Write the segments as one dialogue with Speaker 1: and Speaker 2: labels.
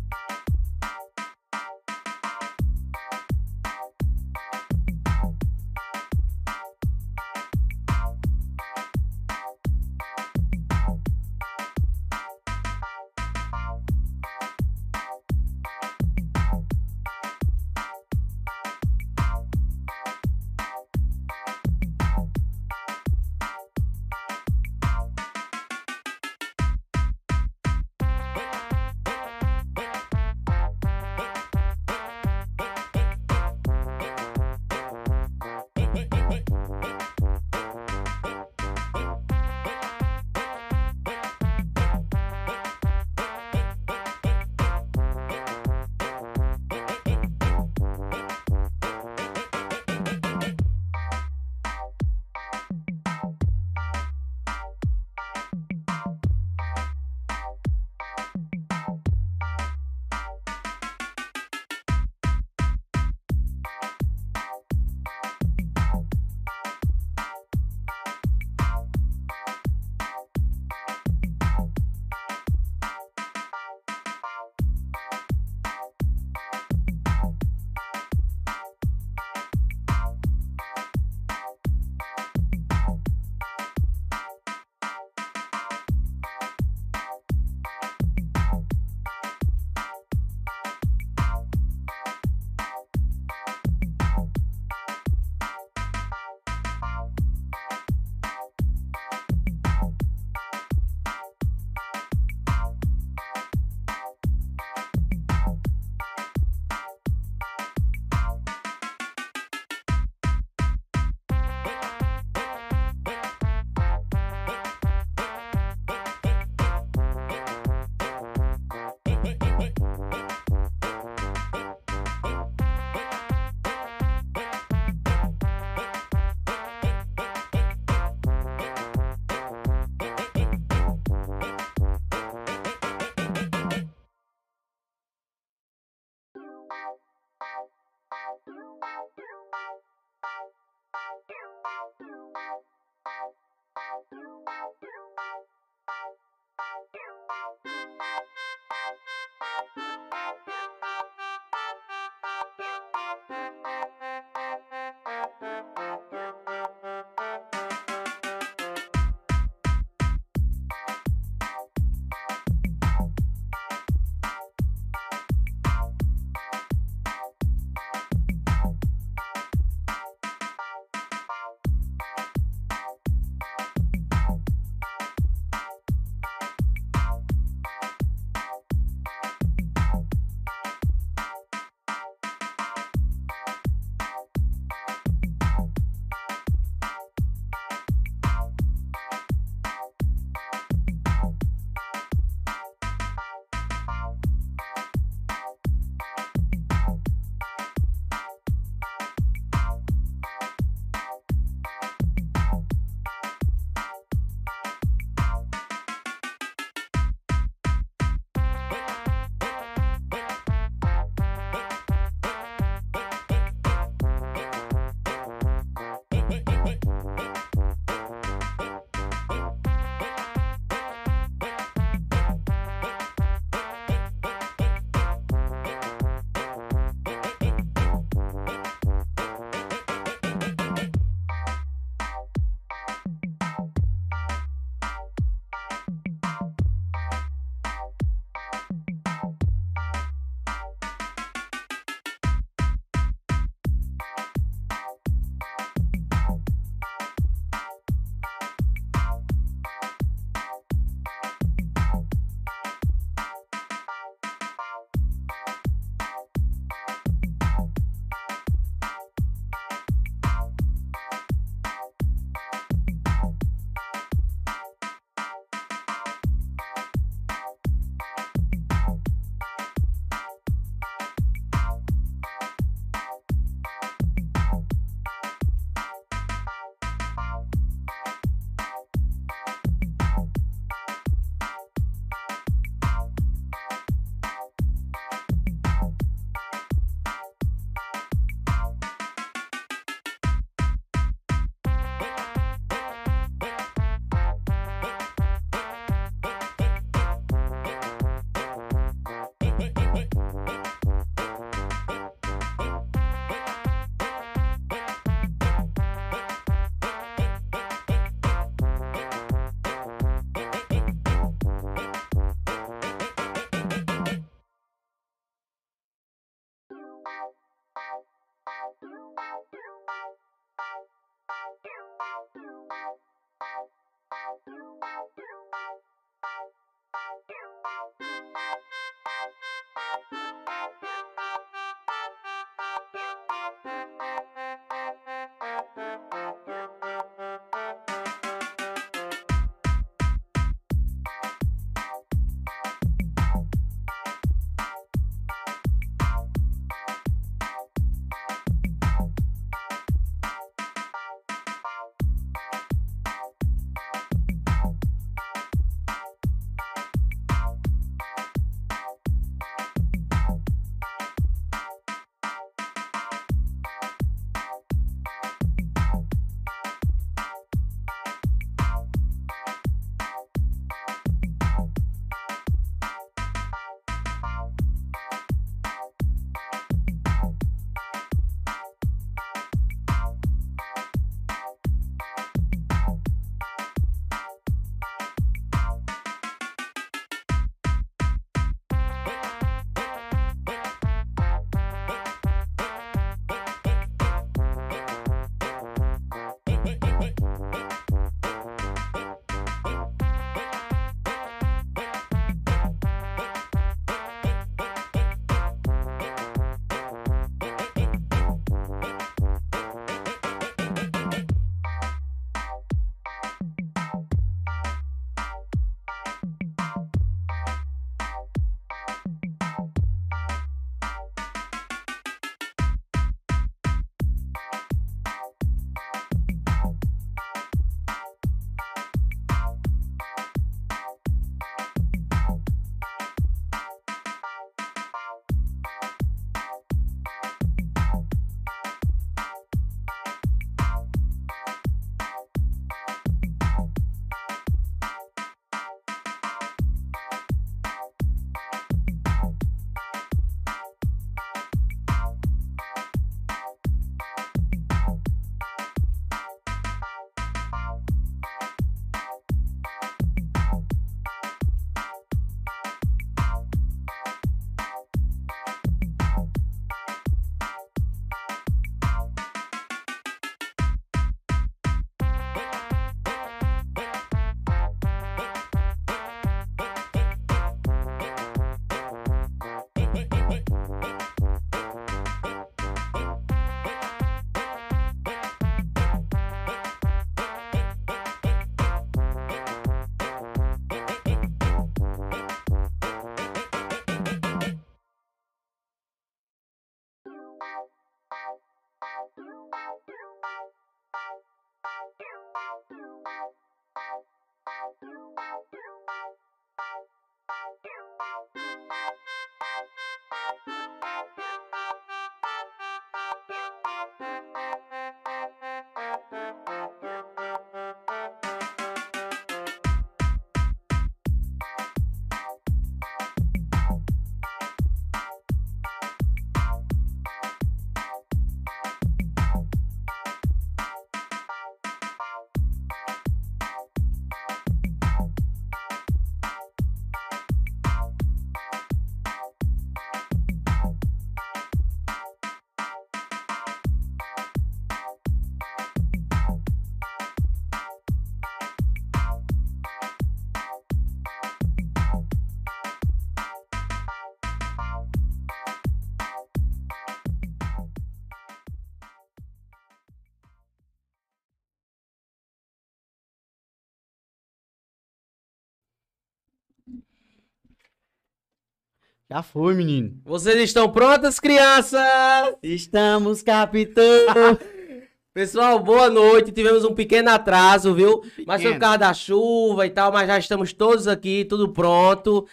Speaker 1: Thank Bye. Já foi, menino.
Speaker 2: Vocês estão prontas, crianças?
Speaker 1: Estamos, capitão.
Speaker 2: Pessoal, boa noite. Tivemos um pequeno atraso, viu? Mas foi por
Speaker 1: Pequeno.
Speaker 2: causa da chuva e tal, mas já estamos todos aqui, tudo pronto.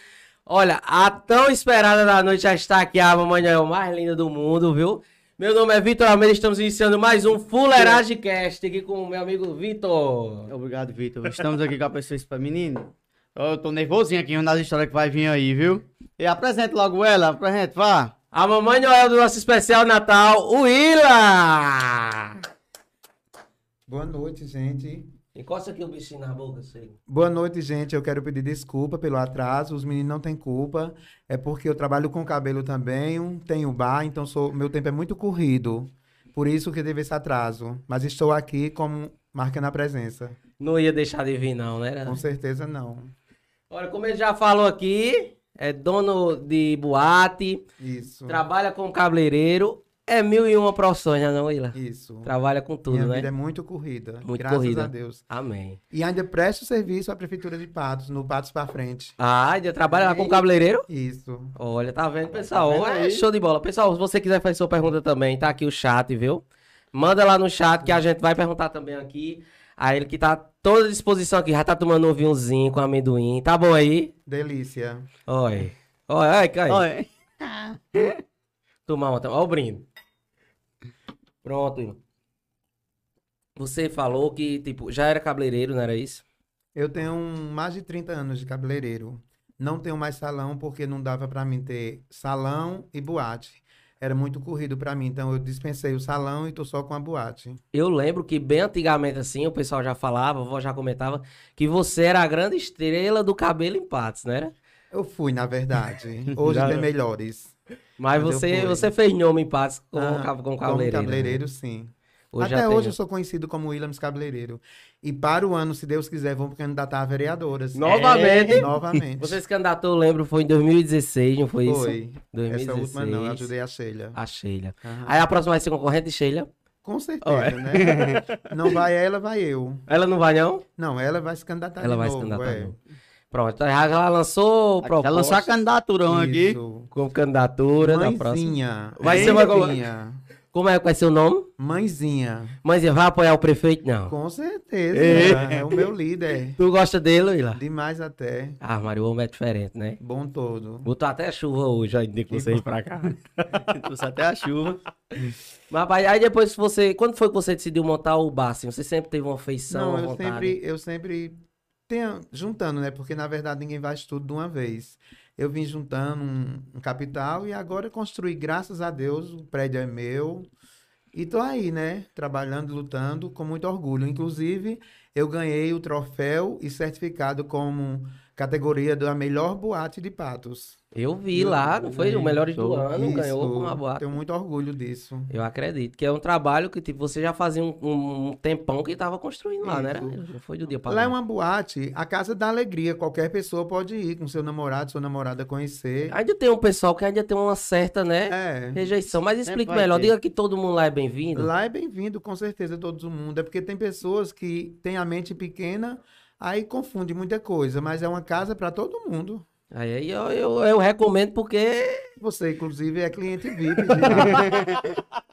Speaker 2: Olha, a tão esperada da noite já está aqui, a mamãe é mais linda do mundo, viu? Meu nome é Vitor Almeida, estamos iniciando mais um Fuleiragem Cast aqui com o meu amigo Vitor.
Speaker 1: Obrigado, Vitor. Estamos aqui com a pessoa especial. Menino, eu tô nervosinho aqui nas histórias que vai vir aí, viu? E apresenta logo ela, apresenta, vá.
Speaker 2: A mamãe Noel do nosso especial Natal, Willa!
Speaker 3: Boa noite, gente.
Speaker 2: Encosta aqui o bichinho na boca, sei.
Speaker 3: Boa noite, gente. Eu quero pedir desculpa pelo atraso. Os meninos não têm culpa. É porque eu trabalho com cabelo também, um- tenho bar, então sou- meu tempo é muito corrido. Por isso que teve esse atraso. Mas estou aqui como marcando a presença.
Speaker 2: Não ia deixar de vir, não, né?
Speaker 3: Com certeza não.
Speaker 2: Olha, como ele já falou aqui, é dono de boate,
Speaker 3: Isso.
Speaker 2: trabalha com cabeleireiro, é mil e uma profissões, né, não, Willa?
Speaker 3: Isso.
Speaker 2: Trabalha com tudo,
Speaker 3: Minha
Speaker 2: né?
Speaker 3: vida é muito corrida.
Speaker 2: Muito
Speaker 3: graças
Speaker 2: corrida.
Speaker 3: a Deus.
Speaker 2: Amém.
Speaker 3: E ainda presto serviço à prefeitura de Patos, no Patos para frente.
Speaker 2: Ah, ainda trabalha lá com cabeleireiro?
Speaker 3: Isso.
Speaker 2: Olha, tá vendo, pessoal?
Speaker 1: vendo
Speaker 2: é
Speaker 1: aí?
Speaker 2: show de bola. Pessoal, se você quiser fazer sua pergunta também, tá aqui o chat, viu? Manda lá no chat que a gente vai perguntar também aqui. A ele que tá toda à disposição aqui, já tá tomando um vinhozinho com amendoim. Tá bom aí?
Speaker 3: Delícia.
Speaker 2: Oi. Oi, ai, cai.
Speaker 1: Olha,
Speaker 2: Tomar uma. Olha o brinde. Pronto, irmão. Você falou que, tipo, já era cabeleireiro, não era isso?
Speaker 3: Eu tenho um- mais de 30 anos de cabeleireiro. Não tenho mais salão porque não dava para mim ter salão e boate. Era muito corrido para mim, então eu dispensei o salão e tô só com a boate.
Speaker 2: Eu lembro que bem antigamente, assim, o pessoal já falava, a vovó já comentava, que você era a grande estrela do cabelo em patos, não era?
Speaker 3: Eu fui, na verdade. Hoje
Speaker 2: Já
Speaker 3: tem
Speaker 2: era.
Speaker 3: melhores.
Speaker 2: Mas
Speaker 3: Mas eu
Speaker 2: você,
Speaker 3: fui.
Speaker 2: você fez nome em patos como,
Speaker 3: Ah,
Speaker 2: cab- como
Speaker 3: Como
Speaker 2: cabeleireiro. né?
Speaker 3: cabeleireiro, sim.
Speaker 2: Hoje
Speaker 3: Até
Speaker 2: já
Speaker 3: hoje eu
Speaker 2: tem... um.
Speaker 3: sou conhecido como Williams Cabeleireiro. E para o ano, se Deus quiser, vou me candidatar a vereadora. sim.
Speaker 2: Novamente?
Speaker 3: É, novamente.
Speaker 2: Você se candidatou, eu lembro, foi em 2016, não foi, isso?
Speaker 3: Foi. Essa
Speaker 2: 2016.
Speaker 3: última não, eu ajudei a Sheila.
Speaker 2: A Sheila.
Speaker 3: Aham.
Speaker 2: Aí a próxima vai ser concorrente, Sheila.
Speaker 3: Com certeza, né? Não vai ela, vai eu.
Speaker 2: Ela não vai, não?
Speaker 3: Não, ela vai se candidatar
Speaker 2: Ela
Speaker 3: de
Speaker 2: vai se
Speaker 3: novo,
Speaker 2: candidatar.
Speaker 3: é.
Speaker 2: de novo. Pronto, então já,
Speaker 1: já
Speaker 2: já lançou
Speaker 1: lançou a
Speaker 2: proposta
Speaker 1: candidatura aqui.
Speaker 3: Isso.
Speaker 2: como candidatura da próxima.
Speaker 3: Mãezinha.
Speaker 2: Então, Vai ser uma go-
Speaker 3: Mãezinha.
Speaker 2: Como é que vai ser o nome?
Speaker 3: Mãezinha.
Speaker 2: Mas vai apoiar o prefeito? Não.
Speaker 3: Com certeza.
Speaker 1: Ei.
Speaker 3: É o meu líder.
Speaker 2: Tu gosta dele, Willa?
Speaker 3: Demais até.
Speaker 2: Ah, Mário, o homem é diferente, né?
Speaker 3: Bom todo.
Speaker 2: Botou até chuva hoje, aí de você ir pra cá.
Speaker 1: Trouxe até a chuva.
Speaker 2: Mas pai, aí depois que você. Quando foi que você decidiu montar o bar? Assim? Você sempre teve uma afeição,
Speaker 3: Não,
Speaker 2: uma
Speaker 3: eu
Speaker 2: vontade?
Speaker 3: sempre, eu sempre tenho, juntando, né? Porque na verdade ninguém faz tudo de uma vez. Eu vim juntando um, um capital e agora eu construí, graças a Deus, o prédio é meu. E tô aí, né? Trabalhando, lutando com muito orgulho. Inclusive, eu ganhei o troféu e certificado como categoria da melhor boate de Patos.
Speaker 2: Eu vi lá, não foi? O melhor do
Speaker 1: Show.
Speaker 2: ano, ganhou
Speaker 3: Isso,
Speaker 2: com uma boate.
Speaker 3: Tenho muito orgulho disso.
Speaker 2: Eu acredito que é um trabalho que tipo, você já fazia um, um- um tempão que tava construindo lá, né? Era- Não foi do dia pra
Speaker 3: Lá é
Speaker 2: noite.
Speaker 3: uma boate, a casa da alegria. Qualquer pessoa pode ir com seu namorado, sua namorada conhecer.
Speaker 2: Ainda tem um pessoal que ainda tem uma certa, né?
Speaker 3: É.
Speaker 2: Rejeição, mas explique
Speaker 1: vai
Speaker 2: melhor.
Speaker 1: ter.
Speaker 2: Diga que todo mundo lá é bem-vindo.
Speaker 3: Lá é bem-vindo, com certeza, todo mundo. É porque tem pessoas que têm a mente pequena, aí confunde muita coisa, mas é uma casa para todo mundo.
Speaker 2: Aí, aí eu, eu, eu recomendo porque.
Speaker 3: Você, inclusive, é cliente VIP. de lá.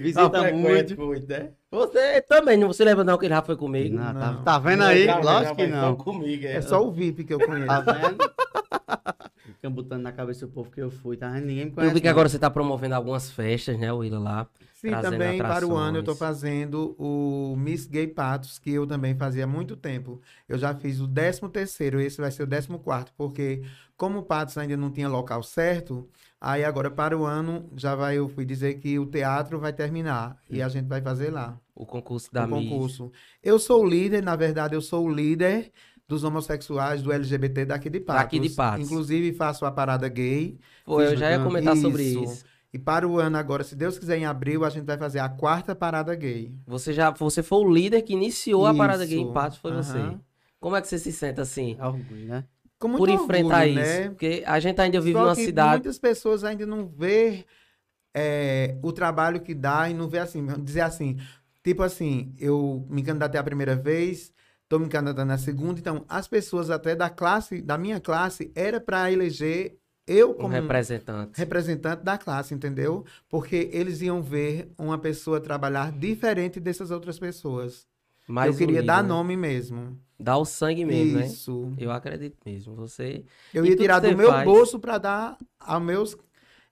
Speaker 1: Visita muito.
Speaker 2: né? Você também, não se lembra não que ele já foi comigo.
Speaker 1: Não, tá,
Speaker 3: Não. então.
Speaker 1: tá vendo aí? Lógico que não.
Speaker 2: Comigo, é.
Speaker 3: É só o VIP que eu conheço.
Speaker 1: Tá vendo? Ficam botando na cabeça do povo que eu fui, tá? Ninguém me conhece.
Speaker 2: Eu vi que
Speaker 1: não.
Speaker 2: agora você tá promovendo algumas festas, né, Willa, lá.
Speaker 3: Sim,
Speaker 2: trazendo
Speaker 3: também para o ano eu estou
Speaker 2: atrações.
Speaker 3: fazendo o Miss Gay Patos, que eu também fazia há muito tempo. Eu já fiz o 13 terceiro, esse vai ser o 14 quarto, porque como o Patos ainda não tinha local certo, aí agora para o ano já vai, eu fui dizer que o teatro vai terminar e a gente vai fazer lá
Speaker 2: O concurso
Speaker 3: o
Speaker 2: da Miss.
Speaker 3: concurso. Eu sou o líder, na verdade eu sou o líder dos homossexuais, do LGBT daqui de Patos.
Speaker 2: Daqui de Patos.
Speaker 3: Inclusive faço a parada gay
Speaker 2: Pô, eu já ia
Speaker 3: né? Isso.
Speaker 2: comentar sobre isso.
Speaker 3: e para o ano agora, se Deus quiser, em abril, a gente vai fazer a quarta parada gay.
Speaker 2: Você já, você foi o líder que iniciou a parada Game
Speaker 3: Isso.
Speaker 2: Patos, foi você.
Speaker 3: Aham.
Speaker 2: Como é que você se sente assim?
Speaker 1: É orgulho, né?
Speaker 3: Com muito
Speaker 2: por enfrentar
Speaker 3: orgulho,
Speaker 2: isso.
Speaker 3: né?
Speaker 2: Porque a gente ainda vive
Speaker 3: Só
Speaker 2: numa
Speaker 3: que
Speaker 2: cidade.
Speaker 3: muitas pessoas ainda não vê é, o trabalho que dá e não vê assim, dizer assim, tipo assim, eu me candidatei a primeira vez, tô me candidatando na segunda, então as pessoas até da classe, da minha classe, era para eleger eu
Speaker 2: Um
Speaker 3: como
Speaker 2: representante.
Speaker 3: representante da classe, entendeu? Porque eles iam ver uma pessoa trabalhar diferente dessas outras pessoas.
Speaker 2: Mais
Speaker 3: eu queria
Speaker 2: unido,
Speaker 3: dar
Speaker 2: né?
Speaker 3: nome mesmo.
Speaker 2: Dar o sangue mesmo, né?
Speaker 3: Isso.
Speaker 2: Eu acredito mesmo. Você.
Speaker 3: Eu
Speaker 2: E
Speaker 3: ia
Speaker 2: tudo
Speaker 3: tirar
Speaker 2: que
Speaker 3: do
Speaker 2: você
Speaker 3: meu
Speaker 2: faz-
Speaker 3: bolso para dar aos meus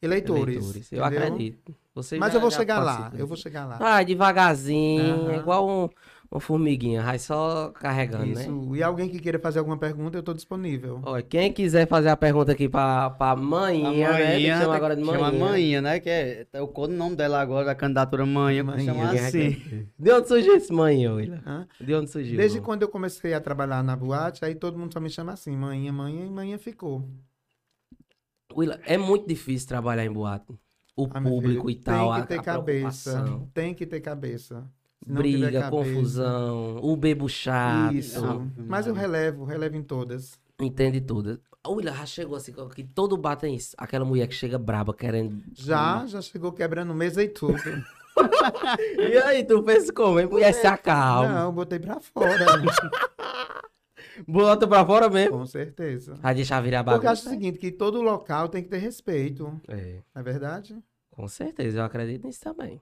Speaker 3: eleitores.
Speaker 2: Eleitores. é Eu
Speaker 3: entendeu?
Speaker 2: acredito. Você
Speaker 3: Mas
Speaker 2: já-
Speaker 3: eu vou
Speaker 2: já
Speaker 3: chegar lá.
Speaker 2: participa
Speaker 3: Eu
Speaker 2: disso.
Speaker 3: vou chegar lá.
Speaker 2: Ah, devagarzinho,
Speaker 3: Aham.
Speaker 2: igual um, uma formiguinha, vai só carregando, né?
Speaker 3: Isso. E alguém que queira fazer alguma pergunta, eu estou disponível.
Speaker 2: Olha, quem quiser fazer a pergunta aqui pra, pra manhinha, né? Tem que chamar
Speaker 1: tá-
Speaker 2: agora de
Speaker 1: chama
Speaker 2: manhinha.
Speaker 1: Manhinha, né? Que é, tá o codinome nome dela agora, a candidatura Manhinha, vamos
Speaker 3: Manhinha,
Speaker 1: chamar
Speaker 2: Ninguém
Speaker 1: assim.
Speaker 2: acredita. De onde surgiu esse manhinha, Willa?
Speaker 3: Hã?
Speaker 2: De onde surgiu?
Speaker 3: Desde quando eu comecei a trabalhar na boate, aí todo mundo só me chama assim, manhinha, manhinha, e manhinha ficou.
Speaker 2: Willa, é muito difícil trabalhar em boate. O
Speaker 3: Ah, meu
Speaker 2: público
Speaker 3: filho,
Speaker 2: e tal,
Speaker 3: Tem
Speaker 2: a,
Speaker 3: que ter
Speaker 2: a
Speaker 3: cabeça.
Speaker 2: preocupação.
Speaker 3: Tem que ter cabeça. Se não tiver
Speaker 2: Briga,
Speaker 3: cabeça-
Speaker 2: confusão, o bebo chato,
Speaker 3: Isso.
Speaker 1: Ave
Speaker 3: Mas eu
Speaker 1: Maria.
Speaker 3: relevo, relevo em todas.
Speaker 2: entende tudo. Olha, já chegou assim, que todo bate tem isso. Aquela mulher que chega braba, querendo... Hum.
Speaker 3: Já, já chegou quebrando mesa e tudo.
Speaker 2: E aí, tu fez como? hein? Mulher, se acalma.
Speaker 3: Não, botei pra fora.
Speaker 2: Bota pra fora mesmo.
Speaker 3: com certeza.
Speaker 2: Vai deixar virar
Speaker 3: É Porque eu
Speaker 2: bagunça.
Speaker 3: acho o seguinte, que todo local tem que ter respeito,
Speaker 2: É,
Speaker 3: não é verdade?
Speaker 2: com certeza, eu acredito nisso também.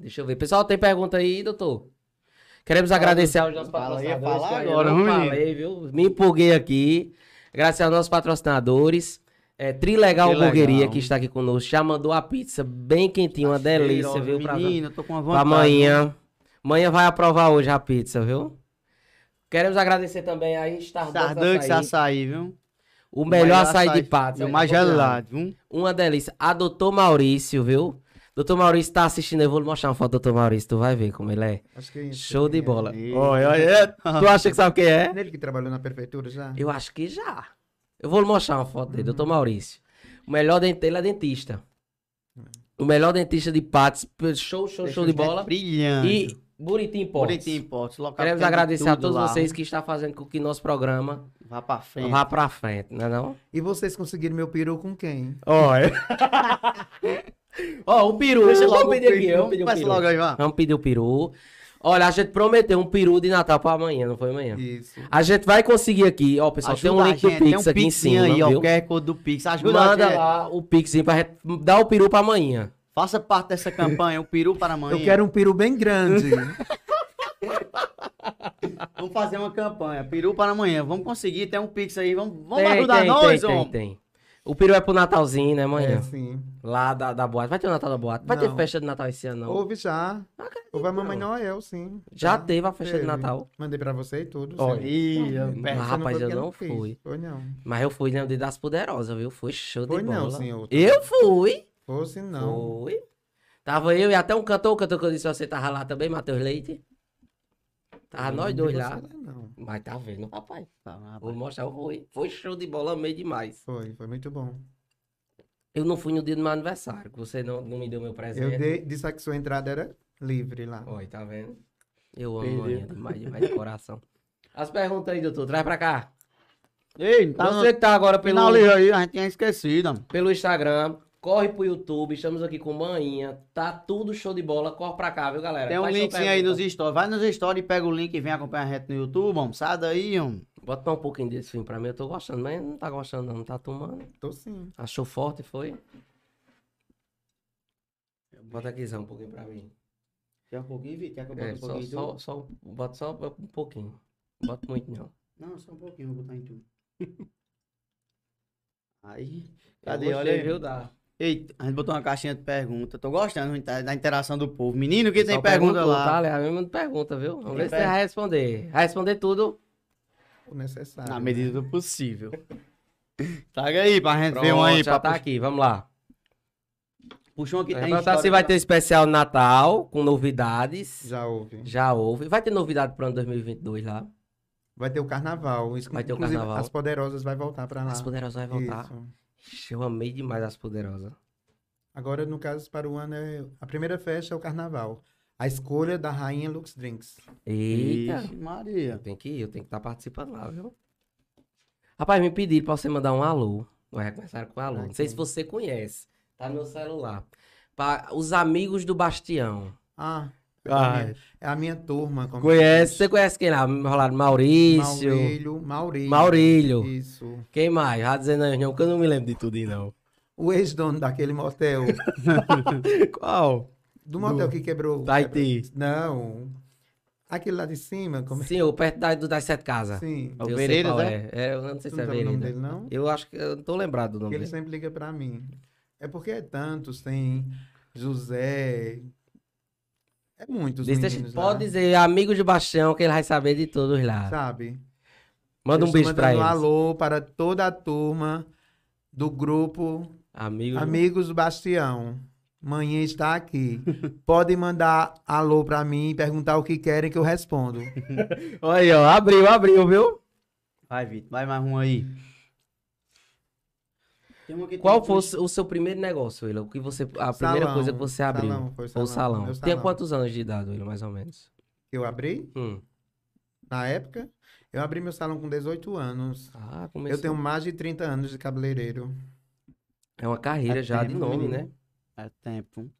Speaker 2: Deixa eu ver. Pessoal, tem pergunta aí, doutor? Queremos agradecer aos nossos
Speaker 1: Fala aí,
Speaker 2: patrocinadores.
Speaker 1: fala
Speaker 2: que eu ainda
Speaker 1: agora,
Speaker 2: não
Speaker 1: menino.
Speaker 2: falei, viu? Me empolguei aqui. Graças aos nossos patrocinadores. É,
Speaker 1: Trilegal.
Speaker 2: Trilegal Hamburgueria, que está aqui conosco, já mandou a pizza bem quentinha, uma delícia, viu? Pra,
Speaker 1: Menina, eu tô com uma
Speaker 2: pra
Speaker 1: vontade.
Speaker 2: amanhã. Amanhã vai aprovar hoje a pizza, viu? Queremos agradecer também a
Speaker 1: Sardux
Speaker 2: Stardust
Speaker 1: açaí.
Speaker 2: Açaí,
Speaker 1: açaí, viu?
Speaker 2: o melhor açaí de patos.
Speaker 1: E o
Speaker 2: aí,
Speaker 1: mais
Speaker 2: tá combinado.
Speaker 1: gelado, viu?
Speaker 2: Uma delícia. A doutor Maurício, viu? Doutor Maurício tá assistindo, eu vou lhe mostrar uma foto do doutor Maurício, tu vai ver como ele é.
Speaker 3: Acho que é isso.
Speaker 2: Show de bola.
Speaker 1: Eita.
Speaker 2: Olha, olha. Tu acha que sabe quem é?
Speaker 3: Nele que trabalhou na prefeitura já?
Speaker 2: Eu acho que já. Eu vou lhe mostrar uma foto dele, doutor Maurício. O melhor dentista, ele é dentista. O melhor dentista de Patos. Show, show, show de bola.
Speaker 1: Brilhante.
Speaker 2: E Buritim Portos.
Speaker 1: Bonitinho, Portos. Local
Speaker 2: Queremos
Speaker 1: que tem de
Speaker 2: agradecer a
Speaker 1: tudo
Speaker 2: todos
Speaker 1: lá.
Speaker 2: vocês que estão fazendo com que nosso programa
Speaker 1: Vá pra frente.
Speaker 2: vá pra frente, não é não?
Speaker 3: E vocês conseguiram meu peru com quem?
Speaker 2: Olha. Ó, o peru.
Speaker 1: Deixa
Speaker 2: vamos
Speaker 1: logo
Speaker 2: pedir aqui,
Speaker 1: o peru.
Speaker 2: vamos pedir o
Speaker 1: Começa
Speaker 2: peru.
Speaker 1: logo aí, vá.
Speaker 2: Vamos pedir o peru. Olha, a gente prometeu um peru de Natal pra amanhã, não foi amanhã?
Speaker 3: Isso.
Speaker 2: A gente vai conseguir aqui, ó, pessoal, tem um
Speaker 1: Ajuda a
Speaker 2: link do
Speaker 1: gente,
Speaker 2: Pix
Speaker 1: tem um
Speaker 2: aqui em
Speaker 1: pixinho
Speaker 2: cima,
Speaker 1: aí, ó,
Speaker 2: viu?
Speaker 1: QR Code do Pix. Ajuda a
Speaker 2: Manda
Speaker 1: gente.
Speaker 2: lá o Pixinho pra gente dar o peru pra amanhã.
Speaker 1: Faça parte dessa campanha, o peru para amanhã.
Speaker 3: Eu quero um peru bem grande.
Speaker 1: Vamos fazer uma campanha, peru para amanhã. Vamos conseguir, tem um Pix aí, vamos, vamos
Speaker 2: Tem,
Speaker 1: ajudar
Speaker 2: tem,
Speaker 1: nós,
Speaker 2: tem,
Speaker 1: homem.
Speaker 2: tem, tem. O peru é pro Natalzinho, né,
Speaker 3: é,
Speaker 2: amanhã?
Speaker 3: sim.
Speaker 2: Lá da, da boate. Vai ter o Natal da boate? Vai ter
Speaker 3: Não.
Speaker 2: festa de Natal esse ano, não?
Speaker 3: Houve já. Houve a Mamãe
Speaker 2: não.
Speaker 3: Noel, sim. Tá?
Speaker 2: Já teve a festa de
Speaker 3: Teve.
Speaker 2: Natal.
Speaker 3: Mandei pra você e tudo.
Speaker 1: Ó,
Speaker 3: sim.
Speaker 1: Ih, eu
Speaker 3: Você
Speaker 1: peço.
Speaker 2: Ah, rapaz,
Speaker 3: foi
Speaker 2: eu
Speaker 3: porque
Speaker 2: não
Speaker 3: fiz.
Speaker 2: fui.
Speaker 3: Foi não.
Speaker 2: Mas eu fui, né, no Dia das Poderosas, viu? Foi show
Speaker 3: Foi
Speaker 2: de
Speaker 3: não,
Speaker 2: bola.
Speaker 3: senhor.
Speaker 2: Eu fui.
Speaker 3: Fosse não.
Speaker 2: Foi. Tava eu e até um cantor, o cantor que eu disse, você tava lá também, Matheus Leite. Tava
Speaker 3: Eu não
Speaker 2: Ah, nós
Speaker 3: vi
Speaker 2: dois
Speaker 3: você
Speaker 2: lá.
Speaker 3: não.
Speaker 2: Mas tá vendo, papai.
Speaker 1: Tá, mas-
Speaker 2: Vou mostrar, eu fui. Foi show de bola, amei demais.
Speaker 3: Foi, foi muito bom.
Speaker 2: Eu não fui no dia do meu aniversário, que você não, não me deu meu presente.
Speaker 3: Eu dei, disse que sua entrada era livre lá.
Speaker 2: Oi, tá vendo? Eu amo
Speaker 1: Perdeu.
Speaker 2: Maninha demais, demais de coração. As perguntas aí, doutor, traz pra cá.
Speaker 1: Ei, tá
Speaker 2: Você que tá agora pelo,
Speaker 1: finalizando aí, a gente tinha esquecido. mano.
Speaker 2: pelo Instagram, corre pro YouTube, estamos aqui com Maninha, tá tudo show de bola, corre pra cá, viu, galera?
Speaker 1: Tem um
Speaker 2: Faz sua
Speaker 1: linkzinho aí nos
Speaker 2: pergunta.
Speaker 1: stories. Vai nos stories, pega o link e vem acompanhar a gente no YouTube, homem. Sai daí, homem.
Speaker 2: Bota mais um pouquinho desse filme pra mim, eu tô gostando, mas não tá gostando não, não tá tomando.
Speaker 3: Tô sim.
Speaker 2: Achou forte, foi? Bota aqui só um pouquinho pra mim.
Speaker 1: Quer um pouquinho, Vitor? Quer que eu bote
Speaker 2: É,
Speaker 1: um
Speaker 2: só,
Speaker 1: pouquinho em
Speaker 2: só,
Speaker 1: tu?
Speaker 2: só, bota só um pouquinho. Bota muito não.
Speaker 1: Não, só um pouquinho, eu vou botar em tudo. Aí.
Speaker 2: Eu
Speaker 1: Cadê?
Speaker 2: gostei,
Speaker 1: Olha aí.
Speaker 2: viu, da-
Speaker 1: Eita, a gente botou uma caixinha de pergunta. Tô gostando inter- da interação do povo. Menino, que tem
Speaker 2: Só
Speaker 1: pergunta
Speaker 2: perguntou, Tá,
Speaker 1: lá?
Speaker 2: Léo? a mesma não pergunta, viu? Vamos
Speaker 1: Tem
Speaker 2: ver se você
Speaker 1: pergunta.
Speaker 2: vai responder. Vai responder tudo.
Speaker 3: o
Speaker 2: tá?
Speaker 3: necessário.
Speaker 1: Na
Speaker 3: né?
Speaker 1: medida do possível. Traga aí pra gente ver um aí.
Speaker 2: já
Speaker 1: Pra
Speaker 2: tá
Speaker 1: tá
Speaker 2: aqui, vamos lá.
Speaker 1: Puxa um que
Speaker 2: Vai
Speaker 1: tem
Speaker 2: perguntar
Speaker 1: história
Speaker 2: se vai
Speaker 1: que-
Speaker 2: ter especial Natal com novidades.
Speaker 3: Já houve.
Speaker 2: Já houve. Vai ter novidade pro ano 2022 lá.
Speaker 3: Vai ter o carnaval. isso-
Speaker 2: Vai ter o
Speaker 3: inclusive,
Speaker 2: carnaval.
Speaker 3: As Poderosas vai voltar pra lá.
Speaker 2: As Poderosas vai voltar.
Speaker 3: Ah, Isso.
Speaker 2: Ixi, Eu amei demais as Poderosas.
Speaker 3: Agora, no caso, para o ano, é... a primeira festa é o carnaval. A escolha da rainha Lux Drinks.
Speaker 2: Eita.
Speaker 1: Ixi,
Speaker 2: Eu
Speaker 1: Maria.
Speaker 2: tenho que ir, eu tenho que estar participando lá, viu? Rapaz, me pediram pra você mandar um alô. Vai começar com alô. Não sei se você conhece. Tá no meu celular. Pra os amigos do Bastião.
Speaker 3: Ah,
Speaker 1: Ah,
Speaker 3: é, a minha, é a minha turma. como
Speaker 2: Conhece? é
Speaker 3: se
Speaker 2: Você conhece quem lá? Rolaram
Speaker 3: diz.
Speaker 2: Maurício.
Speaker 3: Maurílio. Maurílio.
Speaker 2: Maurílio.
Speaker 3: Isso.
Speaker 2: Quem mais? Já dizendo aí, não, porque eu não me lembro de tudo, não.
Speaker 3: O ex-dono daquele motel.
Speaker 2: Qual?
Speaker 3: do motel que quebrou.
Speaker 2: Da Haiti.
Speaker 3: Não. Aquele lá de cima. Como... é?
Speaker 2: Sim, o perto da, do- das sete casas.
Speaker 3: Sim.
Speaker 1: O
Speaker 2: Eu sei
Speaker 1: Veredas,
Speaker 2: qual
Speaker 1: né?
Speaker 2: é. é. Eu não sei
Speaker 3: Tu
Speaker 2: se
Speaker 3: não
Speaker 2: é
Speaker 3: sabe o nome dele,
Speaker 2: Vereda.
Speaker 3: não?
Speaker 2: Eu acho que eu não tô lembrado do nome
Speaker 3: Ele
Speaker 2: dele.
Speaker 3: sempre liga pra mim. É porque é tantos, tem José. É muitos
Speaker 2: Deixa-
Speaker 3: meninos lá,
Speaker 2: pode dizer, amigo de Bastião, que ele vai saber de todos lá.
Speaker 3: Sabe?
Speaker 2: Manda
Speaker 3: Eu
Speaker 2: um
Speaker 3: estou
Speaker 2: beijo pra
Speaker 3: mandando
Speaker 2: eles.
Speaker 3: um alô para toda a turma do grupo
Speaker 2: Amigo.
Speaker 3: Amigos do Bastião. Manhã está aqui. Podem mandar alô pra mim e perguntar o que querem que eu respondo.
Speaker 2: Olha aí, ó. Abriu, abriu, viu?
Speaker 1: Vai, Vitor. Vai mais um aí. Tem uma que tem
Speaker 2: Qual
Speaker 1: um-
Speaker 2: foi o seu- o seu primeiro negócio, William? O que você, a primeira
Speaker 3: Salão,
Speaker 2: coisa que você abriu?
Speaker 3: Salão, foi
Speaker 2: Ou salão.
Speaker 3: meu
Speaker 2: Tinha quantos anos de idade, William, mais ou menos?
Speaker 3: Eu abri,
Speaker 2: Hum.
Speaker 3: na época, eu abri meu salão com 18 anos.
Speaker 2: Ah,
Speaker 3: Eu
Speaker 2: começou.
Speaker 3: tenho um mais de 30 anos de cabeleireiro.
Speaker 2: É uma carreira
Speaker 1: É
Speaker 2: já de
Speaker 1: tempo,
Speaker 2: nome,
Speaker 1: menino.
Speaker 2: né?
Speaker 1: É tempo.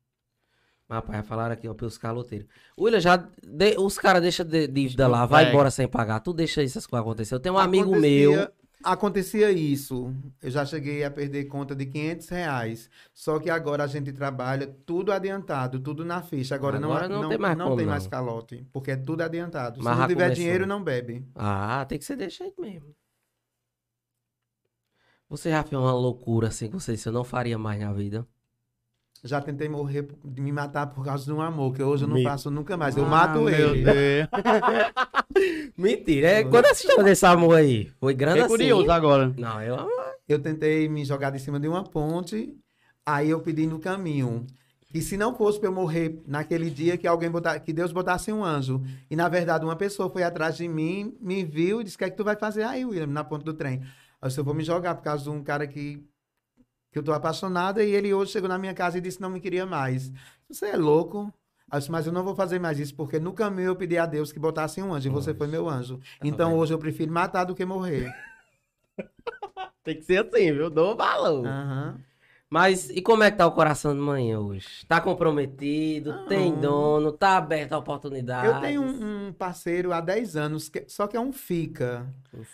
Speaker 2: Mas, Rapaz, falaram aqui, ó, pelos caloteiros. William, já de- os caras deixam de- dívida lá, vai
Speaker 1: Pega.
Speaker 2: embora sem pagar. Tu deixa isso acontecer. Eu tenho um amigo meu.
Speaker 3: Acontecia isso. Eu já cheguei a perder conta de 500 reais. Só que agora a gente trabalha tudo adiantado, tudo na ficha. Agora,
Speaker 2: Agora
Speaker 3: não,
Speaker 2: não tem mais como,
Speaker 3: tem
Speaker 2: não.
Speaker 3: mais calote, porque é tudo adiantado.
Speaker 2: Mas
Speaker 3: Se
Speaker 2: já
Speaker 3: não tiver
Speaker 2: começou.
Speaker 3: dinheiro, não bebe.
Speaker 2: Ah, tem que ser desse jeito mesmo. Você já fez uma loucura assim com você, disse, eu não faria mais na vida.
Speaker 3: Já tentei morrer, por- de me matar por causa de um amor, que hoje eu não
Speaker 2: Me-
Speaker 3: faço nunca mais. Eu
Speaker 1: Ah,
Speaker 3: mato
Speaker 1: meu
Speaker 3: ele.
Speaker 1: Deus.
Speaker 2: Mentira, é, quando assistiu desse amor aí? Foi grande
Speaker 1: Fiquei
Speaker 2: assim?
Speaker 1: curioso agora.
Speaker 2: Não, eu
Speaker 3: Eu tentei me jogar de cima de uma ponte, aí eu pedi no caminho. E se não fosse para eu morrer naquele dia que alguém botar, que Deus botasse um anjo. E na verdade uma pessoa foi atrás de mim, me viu e disse: "O que é que tu vai fazer aí, William, na ponta do trem?" Eu disse, eu vou me jogar por causa de um cara que que eu tô apaixonada e ele hoje chegou na minha casa e disse não me queria mais. Você é louco? Eu disse, mas eu não vou fazer mais isso porque no caminho eu pedi a Deus que botasse um anjo e você foi meu anjo. Então
Speaker 2: vendo?
Speaker 3: hoje eu prefiro matar do que morrer.
Speaker 2: Tem que ser assim, viu? Dou valor.
Speaker 3: Aham.
Speaker 2: Ah. Mas e como é que tá o coração de manhã hoje? Tá comprometido?
Speaker 3: Não.
Speaker 2: Tem dono? Tá aberta a oportunidade?
Speaker 3: Eu tenho um, um parceiro há 10 anos, que- só que é um fica.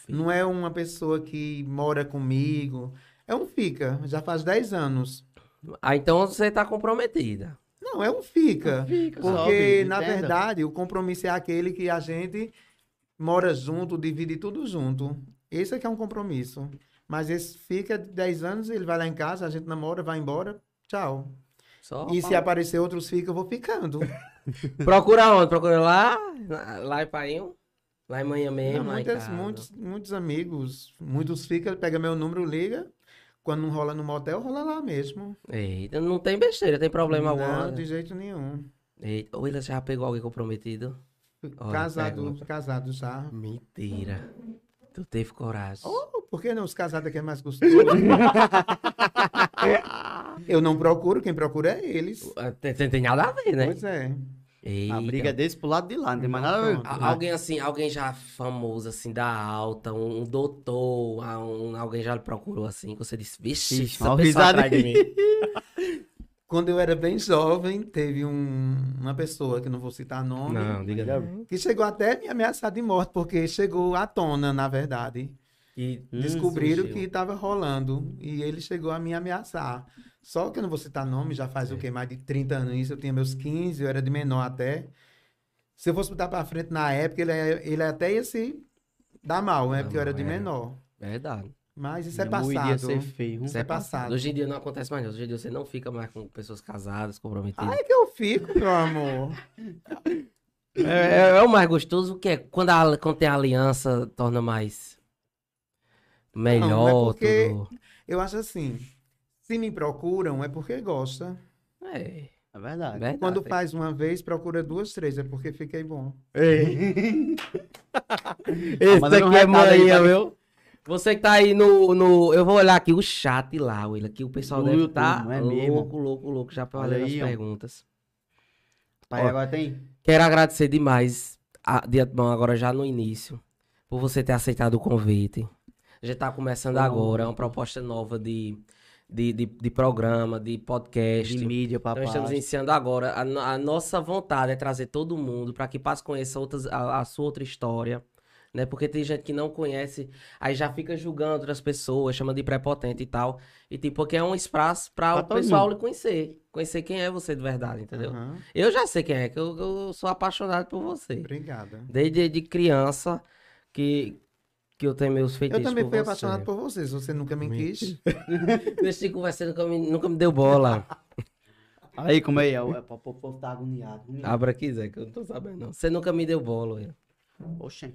Speaker 3: Não é uma pessoa que mora comigo. É um fica, já faz 10 anos.
Speaker 2: Ah, então você tá comprometida.
Speaker 3: Não, é um fica.
Speaker 1: Fica,
Speaker 3: Porque,
Speaker 1: sobe,
Speaker 3: na
Speaker 1: entenda.
Speaker 3: verdade, o compromisso é aquele que a gente mora junto, divide tudo junto. Esse é que é um compromisso. Mas esse fica 10 anos, ele vai lá em casa, a gente namora, vai embora, tchau.
Speaker 2: Só
Speaker 3: E se aparecer outros fica, eu vou ficando.
Speaker 2: Procura onde? Procura lá? na- Lá em Painho? Lá em Manhã mesmo?
Speaker 3: Não,
Speaker 2: lá em
Speaker 3: muitas,
Speaker 2: casa.
Speaker 3: muitos, muitos amigos, muitos ficam, pega meu número, liga. Quando não rola no motel, rola lá mesmo.
Speaker 2: Eita, não tem besteira, tem problema
Speaker 3: não,
Speaker 2: algum.
Speaker 3: de jeito nenhum.
Speaker 2: Eita, ou ele já pegou alguém comprometido? Olha,
Speaker 3: casado,
Speaker 2: pergunta.
Speaker 3: casado já.
Speaker 2: Mentira. Tu teve coragem.
Speaker 3: Oh, por que não? Os casados é que é mais gostoso. Eu não procuro, quem procura é eles.
Speaker 2: Ah, Tem, tem, tem nada a ver, né?
Speaker 3: Pois é.
Speaker 2: Eita.
Speaker 1: A briga é desse pro lado de lá, não tem mais nada a ver.
Speaker 3: Pronto.
Speaker 2: A- Alguém assim, alguém já famoso, assim, da alta, um, um doutor, a- um- alguém já lhe procurou assim, que você disse, vixe,
Speaker 1: Ixi,
Speaker 2: essa
Speaker 1: uma
Speaker 2: pessoa
Speaker 1: risada
Speaker 2: atrás de mim.
Speaker 3: Quando eu era bem jovem, teve um- uma pessoa, que não vou citar nome,
Speaker 2: Não, diga não.
Speaker 3: que chegou até me ameaçar de morte, porque chegou à tona, na verdade.
Speaker 2: E
Speaker 1: Hum,
Speaker 3: Descobriram
Speaker 2: surgiu.
Speaker 3: que estava rolando e ele chegou a me ameaçar. Só que eu não vou citar nome, já faz o quê? Mais de 30 anos isso, eu tinha meus 15, eu era de menor até. Se eu fosse botar pra é, frente na época, ele, ele até ia se dar mal, né?
Speaker 2: Dar
Speaker 3: Porque eu era
Speaker 2: mal, é.
Speaker 3: de
Speaker 2: era.
Speaker 3: menor.
Speaker 2: Verdade.
Speaker 3: Mas isso é
Speaker 1: Meu amor, iria
Speaker 3: passado.
Speaker 1: ser feio.
Speaker 3: Isso é passado.
Speaker 2: Hoje em dia não acontece mais, não. Hoje em dia você não fica mais com pessoas casadas, comprometidas.
Speaker 3: Ah, é que eu fico, meu amor.
Speaker 2: É, é- é o mais gostoso que é quando, a- quando tem a aliança, torna mais melhor.
Speaker 3: Não, é porque-
Speaker 2: tudo.
Speaker 3: Eu acho assim, se me procuram é porque gosta.
Speaker 2: É,
Speaker 1: É verdade.
Speaker 2: verdade.
Speaker 3: Quando faz uma vez, procura duas, três, é porque fiquei bom.
Speaker 1: Ei.
Speaker 2: Esse
Speaker 1: Mandando um
Speaker 2: aqui é
Speaker 1: recado aí
Speaker 2: manhã,
Speaker 1: pra mim.
Speaker 2: viu? Você que tá aí no, no. Eu vou olhar aqui o chat lá, Willa, que o pessoal
Speaker 1: No
Speaker 2: deve
Speaker 1: YouTube,
Speaker 2: estar
Speaker 1: não é
Speaker 2: louco,
Speaker 1: mesmo?
Speaker 2: louco, louco, já pra
Speaker 1: Olha
Speaker 2: fazer as
Speaker 1: aí, ó.
Speaker 2: perguntas.
Speaker 1: Pai,
Speaker 2: Ó.
Speaker 1: agora tem.
Speaker 2: Quero agradecer demais, a, de antemão, agora já no início, por você ter aceitado o convite. A gente tá começando
Speaker 1: Foi uma
Speaker 2: agora, é uma proposta nova de, de, de, de programa, de podcast.
Speaker 1: De mídia,
Speaker 2: Nós
Speaker 1: papai.
Speaker 2: Então, estamos iniciando agora. A, no- a nossa vontade é trazer todo mundo para que passe conheça outras, a, a sua outra história. Né? Porque tem gente que não conhece, aí já fica julgando outras pessoas, chama de prepotente e tal. E tipo, aqui é um espaço para
Speaker 1: Pra
Speaker 2: o
Speaker 1: todo
Speaker 2: pessoal lhe conhecer. Conhecer quem é você de verdade, entendeu?
Speaker 3: Aham,
Speaker 2: Eu já sei quem é, que eu, eu sou apaixonado por você.
Speaker 3: Obrigada.
Speaker 2: Desde de criança que, que eu tenho meus feitiços
Speaker 3: Eu também
Speaker 2: por
Speaker 3: fui
Speaker 2: você.
Speaker 3: apaixonado por vocês, você nunca me quis.
Speaker 2: Deixa de conversar, nunca me, nunca me deu bola.
Speaker 1: Aí, como aí? é? O é, o povo tá agoniado. agoniado.
Speaker 2: Abra aqui, Zé, que eu não tô sabendo não. Você nunca me deu bola, Will.
Speaker 1: Oxê.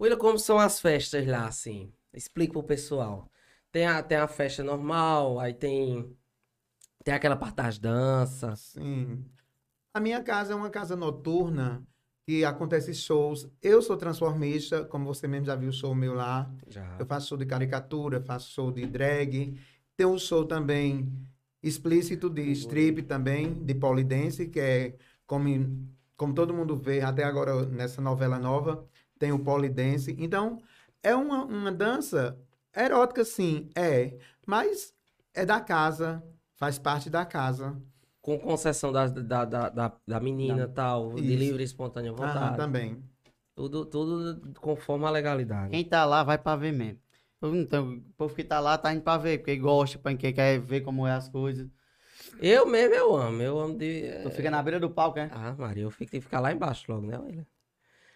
Speaker 2: William, como são as festas lá, assim? Explica pro pessoal. Tem a, tem a festa normal, aí tem. Tem aquela parte das danças.
Speaker 3: Sim. Uhum. A minha casa é uma casa noturna que acontece shows. Eu sou transformista, como você mesmo já viu o show meu lá.
Speaker 2: Já.
Speaker 3: Eu faço show de caricatura, faço show de drag. Tem um show também explícito de strip também, de polidense, que é como, como todo mundo vê até agora nessa novela nova, tem o polidense. Então, é uma, uma dança erótica, sim, é. Mas é da casa, faz parte da casa.
Speaker 2: Com concessão das- da, da, da, da menina e tal, de
Speaker 3: Isso. Ah,
Speaker 2: livre e espontânea
Speaker 3: Aham,
Speaker 2: vontade.
Speaker 3: também.
Speaker 2: tudo, tudo conforme a legalidade.
Speaker 1: Quem tá lá vai pra ver mesmo. Então, o povo que tá lá tá indo pra ver, porque gosta, pra quem quer ver como é as coisas.
Speaker 2: Eu mesmo, eu amo. Eu amo de.
Speaker 1: Tu fica na beira do palco, né?
Speaker 2: Ah, Maria, eu fico, tem que ficar lá embaixo logo, né, William?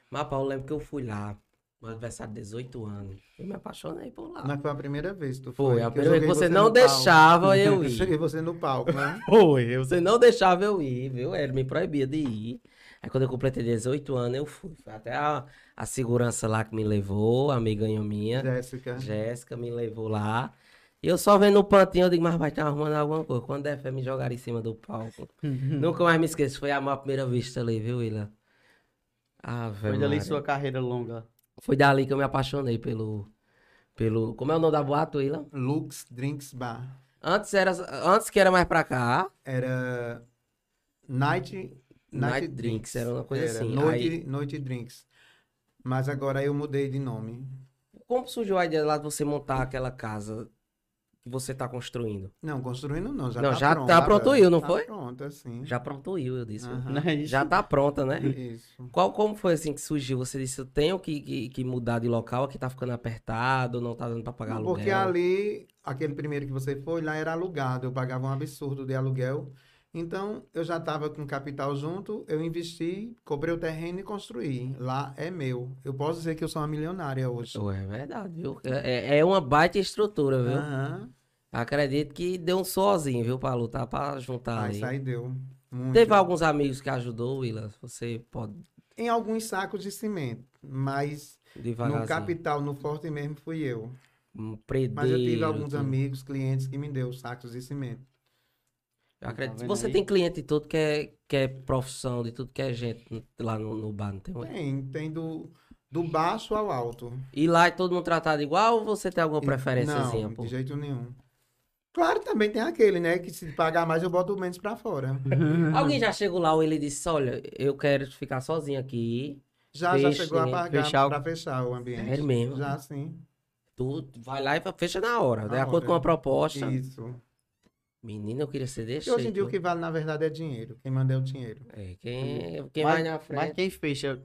Speaker 2: Mas, Paulo, lembro que eu fui lá, meu aniversário de 18 anos. Eu me apaixonei por lá.
Speaker 3: Mas foi a primeira vez que tu
Speaker 2: Foi, a
Speaker 3: que eu
Speaker 2: primeira vez que
Speaker 3: joguei
Speaker 2: você não
Speaker 3: no palco.
Speaker 2: deixava eu ir.
Speaker 3: joguei você no palco, né?
Speaker 2: Foi, você não deixava eu ir, viu? Ele me proibia de ir. Aí quando eu completei 18 anos, eu fui. Foi até a, a segurança lá que me levou, a amiguinha minha,
Speaker 3: Jéssica.
Speaker 2: Jéssica, me levou lá. E eu só vendo o pantinho, eu digo, mas vai estar arrumando alguma coisa. Quando der fé, me jogaram em cima do palco. Nunca mais me esqueço, foi a maior primeira vista ali, viu, Willa? Ah, velho.
Speaker 1: Foi dali sua carreira longa.
Speaker 2: Foi dali que eu me apaixonei pelo. pelo... Como é o nome da boate, Willa?
Speaker 3: Lux Drinks Bar.
Speaker 2: Antes, era... Antes que era mais pra cá,
Speaker 3: era Night,
Speaker 2: Night Drinks, era uma coisa assim.
Speaker 3: Noite,
Speaker 2: Aí-
Speaker 3: noite Drinks. Mas agora eu mudei de nome.
Speaker 2: Como surgiu a ideia lá de você montar aquela casa que você tá construindo?
Speaker 3: Não, construindo não, já
Speaker 2: Não,
Speaker 3: tá
Speaker 2: já
Speaker 3: pronta.
Speaker 2: tá pronto
Speaker 3: velho.
Speaker 2: eu, não
Speaker 3: Tá
Speaker 2: foi?
Speaker 3: pronta, sim.
Speaker 2: Já pronto eu, eu disse.
Speaker 3: Aham. Uhum.
Speaker 1: Não é isso?
Speaker 2: Já tá pronta, né?
Speaker 3: Isso.
Speaker 2: Qual, como foi assim que surgiu? Você disse, eu tenho que, que, que mudar de local, aqui tá ficando apertado, não tá dando pra pagar
Speaker 3: Não,
Speaker 2: aluguel.
Speaker 3: porque ali, aquele primeiro que você foi, lá era alugado. Eu pagava um absurdo de aluguel. Então, eu já estava com capital junto, eu investi, comprei o terreno e construí. Lá é meu. Eu posso dizer que eu sou uma milionária hoje.
Speaker 2: Ué, é verdade, viu? É, é- é uma baita estrutura, viu?
Speaker 3: Aham.
Speaker 2: Acredito que deu um sozinho, viu, pra lutar, pra juntar
Speaker 3: Ah,
Speaker 2: Tá aí.
Speaker 3: isso aí deu. Muito.
Speaker 2: Teve alguns amigos que ajudou, Willa? Você pode
Speaker 3: em alguns sacos de cimento, mas no
Speaker 2: devagarzinho.
Speaker 3: capital, no forte mesmo, fui eu.
Speaker 2: No
Speaker 3: Mas eu tive
Speaker 2: predeiro,
Speaker 3: alguns
Speaker 2: tudo.
Speaker 3: amigos, clientes que me deu sacos de cimento.
Speaker 2: Eu acredito.
Speaker 1: Tá vendo
Speaker 2: você
Speaker 1: aí?
Speaker 2: tem cliente de tudo que é, que é profissão, de tudo que é gente n- lá no, no bar, não tem? um ué?
Speaker 3: Tem, tem do, do baixo ao alto.
Speaker 2: E lá é todo mundo tratado igual ou você tem alguma
Speaker 3: E-
Speaker 2: preferênciazinha,
Speaker 3: Não,
Speaker 2: pô?
Speaker 3: de jeito nenhum. Claro, também tem aquele, né? Que se pagar mais, eu boto menos pra fora.
Speaker 2: Alguém já chegou lá ou ele disse, olha, eu quero ficar sozinho aqui.
Speaker 3: Já, já
Speaker 2: Fecha,
Speaker 3: chegou a
Speaker 2: né?
Speaker 3: pagar
Speaker 1: Fechar o- É
Speaker 3: pra fechar o ambiente.
Speaker 2: Sério mesmo?
Speaker 3: Já, sim.
Speaker 2: Tu vai lá e fa- fecha na hora,
Speaker 3: Na
Speaker 2: de acordo
Speaker 3: hora.
Speaker 2: com a proposta.
Speaker 3: Isso.
Speaker 2: Menino, eu queria ser desse
Speaker 3: E hoje em dia o que
Speaker 2: jeito.
Speaker 3: vale, na verdade, é dinheiro. Quem manda é o dinheiro.
Speaker 2: É, quem, quem
Speaker 1: Mas-
Speaker 2: vai na
Speaker 1: Mas
Speaker 2: frente...
Speaker 1: quem fecha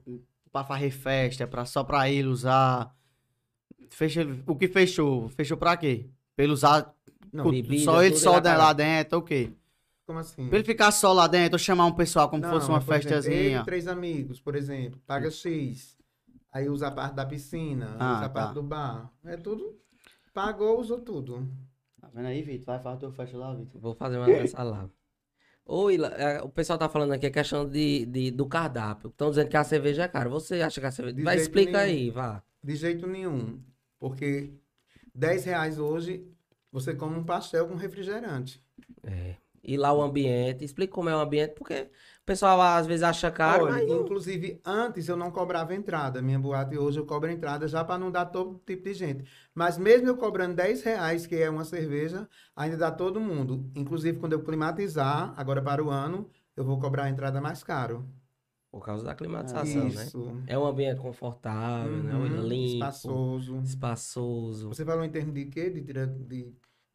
Speaker 1: pra fazer festa, é pra, só pra ele usar. Fecha, o que fechou? Fechou pra quê? Pra ele usar
Speaker 3: Não,
Speaker 1: cu-
Speaker 2: bebida,
Speaker 1: só ele
Speaker 2: tudo,
Speaker 1: só
Speaker 2: ele vai
Speaker 1: lá dentro, ok.
Speaker 3: como assim?
Speaker 1: Pra ele ficar só lá dentro, chamar um pessoal como
Speaker 3: Não,
Speaker 1: fosse uma
Speaker 3: mas, por exemplo,
Speaker 1: festazinha. Tá
Speaker 3: ele e três amigos, por exemplo, paga X. Aí usa a parte da piscina,
Speaker 1: Ah,
Speaker 3: usa
Speaker 1: tá.
Speaker 3: a parte do bar. É tudo Pagou, usou tudo.
Speaker 1: Tá vendo aí, Vitor? Vai fazer teu festa lá, Vitor.
Speaker 2: Vou fazer uma dessa lá. Oi, o pessoal tá falando aqui a questão de, de- do cardápio. Estão dizendo que a cerveja é cara. Você acha que a cerveja.
Speaker 3: De
Speaker 2: Vai,
Speaker 3: jeito
Speaker 2: explica
Speaker 3: nenhum.
Speaker 2: aí, vá.
Speaker 3: De jeito nenhum. Porque R$ 10 reais hoje, você come um pastel com refrigerante.
Speaker 2: É. E lá o ambiente. Explica como é o ambiente, porque o pessoal às vezes acha caro,
Speaker 3: Olha,
Speaker 2: mas não-
Speaker 3: inclusive, antes eu não cobrava entrada. Minha boate hoje eu cobro entrada já para não dar todo tipo de gente. Mas mesmo eu cobrando 10 reais, que é uma cerveja, ainda dá todo mundo. Inclusive, quando eu climatizar, agora para o ano, eu vou cobrar a entrada mais caro.
Speaker 2: por causa da climatização, né?
Speaker 3: Isso.
Speaker 2: É um ambiente confortável, né? Um
Speaker 3: Uhum,
Speaker 2: limpo,
Speaker 3: espaçoso.
Speaker 2: espaçoso.
Speaker 3: Você falou em termos de quê? De tira, de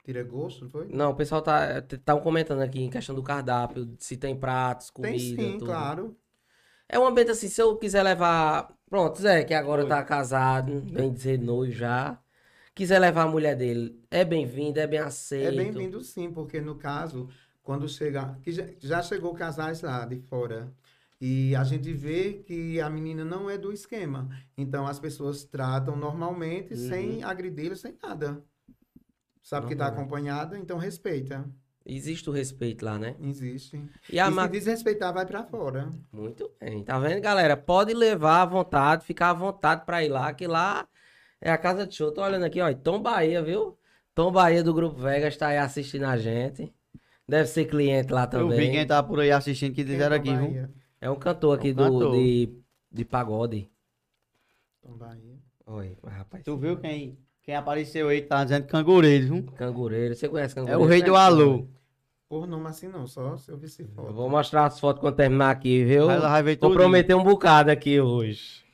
Speaker 3: tira gosto, não foi?
Speaker 2: Não, o pessoal tá, tá comentando aqui em questão do cardápio, se tem pratos, comida,
Speaker 3: Tem sim,
Speaker 2: tudo.
Speaker 3: claro.
Speaker 2: É um ambiente assim, se eu quiser levar. Pronto, Zé, que agora tá casado, bem dizer noivo já. Quiser levar a mulher dele, é bem-vindo, é bem aceito.
Speaker 3: É bem-vindo sim, porque no caso, quando chega. Que já, já chegou casais lá de fora. E a gente vê que a menina não é do esquema. Então as pessoas tratam normalmente,
Speaker 1: Uhum.
Speaker 3: sem agredi-lo, sem nada. Sabe que está
Speaker 2: Normal.
Speaker 3: acompanhada, então respeita.
Speaker 2: Existe o respeito lá, né?
Speaker 3: Existe.
Speaker 2: E a
Speaker 3: e se
Speaker 2: ma...
Speaker 3: desrespeitar, vai para fora.
Speaker 2: Muito bem, tá vendo, galera? Pode levar à vontade, ficar à vontade pra ir lá, que lá é a casa de show. Tô olhando aqui, ó, e Tom Bahia, viu? Tom Bahia do Grupo Vegas tá aí assistindo a gente. Deve ser cliente lá
Speaker 1: Eu vi
Speaker 2: também.
Speaker 1: quem tá por aí assistindo que
Speaker 3: Quem
Speaker 1: disseram
Speaker 3: tá
Speaker 1: aqui, viu?
Speaker 3: Bahia?
Speaker 2: É um cantor aqui
Speaker 1: É um
Speaker 2: do,
Speaker 1: cantor.
Speaker 2: De, de pagode.
Speaker 3: Então, Bahia.
Speaker 2: Oi, mas rapaz.
Speaker 1: Tu viu quem, quem apareceu aí que tá dizendo cangureiro, viu?
Speaker 2: Cangureiro, você conhece
Speaker 1: É
Speaker 2: cangureiro?
Speaker 1: o rei do alô.
Speaker 3: Por nome assim não, só se eu visse
Speaker 2: Eu
Speaker 3: foto.
Speaker 2: vou mostrar as fotos quando terminar aqui, viu?
Speaker 1: Vai lá, vai ver
Speaker 2: Vou
Speaker 1: tudo.
Speaker 2: prometer um bocado aqui hoje.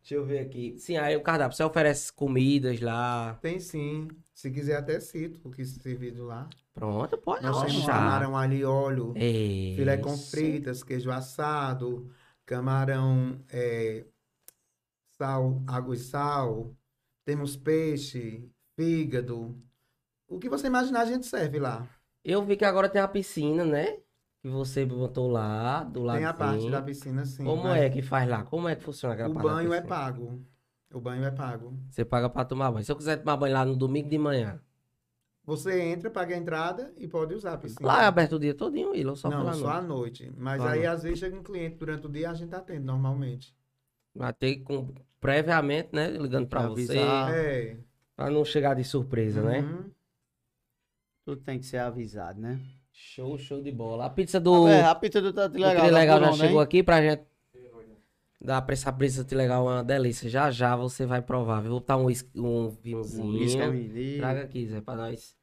Speaker 2: Deixa eu ver aqui. Sim, aí o cardápio, você oferece comidas lá.
Speaker 3: Tem sim. Se quiser até cito o que se servido lá.
Speaker 2: Pronto, pode É
Speaker 3: Nós temos
Speaker 2: achar.
Speaker 3: camarão alho e óleo,
Speaker 2: Ei,
Speaker 3: é um filé com fritas, queijo assado, camarão é, sal, água e sal. Temos peixe, fígado. O que você imaginar a gente serve lá.
Speaker 2: Eu vi que agora tem a piscina, né? Que você botou lá, do lado.
Speaker 3: Tem a parte da piscina sim.
Speaker 2: Como
Speaker 3: mas
Speaker 2: é que faz lá? Como é que funciona aquela
Speaker 3: O
Speaker 2: parte da
Speaker 3: banho é
Speaker 2: piscina?
Speaker 3: pago. O banho é pago.
Speaker 2: Você paga pra tomar banho. Se eu quiser tomar banho lá no domingo de manhã,
Speaker 3: Você entra, paga a entrada e pode usar a piscina.
Speaker 2: lá é aberto o dia todinho, Willow, só
Speaker 3: não,
Speaker 2: pela
Speaker 3: só
Speaker 2: noite.
Speaker 3: à noite. Mas
Speaker 2: Só à
Speaker 3: aí,
Speaker 2: noite.
Speaker 3: às vezes, chega um cliente durante o dia, a gente atende normalmente.
Speaker 2: Vai ter com, previamente, né? Ligando pra
Speaker 1: Pra
Speaker 2: você.
Speaker 1: avisar. Ah.
Speaker 3: É.
Speaker 2: Pra não chegar de surpresa, né?
Speaker 3: Uhum.
Speaker 1: Tudo tem que ser avisado, né?
Speaker 2: Show, show de bola. A pizza
Speaker 3: Tá
Speaker 2: do,
Speaker 1: Ah, é, a pizza do Tati
Speaker 2: do
Speaker 1: Legal.
Speaker 2: Tri
Speaker 1: tá
Speaker 2: Legal já
Speaker 1: pronta,
Speaker 2: chegou
Speaker 1: hein?
Speaker 2: aqui pra gente. Dá pra essa pizza do Tri Legal é uma delícia. Já já você vai provar. viu? Vou botar um, whis- um
Speaker 1: Um uísque, um
Speaker 2: vinhozinho.
Speaker 1: menino.
Speaker 2: Traga aqui, Zé, pra nós.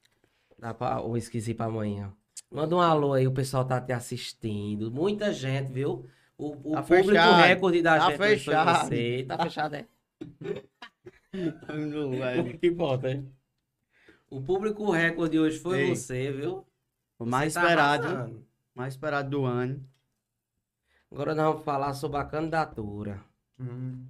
Speaker 2: Dá pra o esqueci pra amanhã. Manda um alô aí, o pessoal tá te assistindo. Muita gente, viu? O, o
Speaker 1: Tá
Speaker 2: público
Speaker 1: fechado.
Speaker 2: recorde da
Speaker 1: Tá
Speaker 2: gente. hoje foi
Speaker 1: fechado.
Speaker 2: você. Tá fechado, é?
Speaker 1: Não, velho.
Speaker 2: O que importa, hein? O público recorde hoje foi
Speaker 1: Ei.
Speaker 2: você, viu?
Speaker 1: O mais
Speaker 2: Você tá
Speaker 1: esperado.
Speaker 2: arrasando.
Speaker 1: mais esperado do ano.
Speaker 2: Agora nós vamos falar sobre a candidatura.
Speaker 3: Uhum.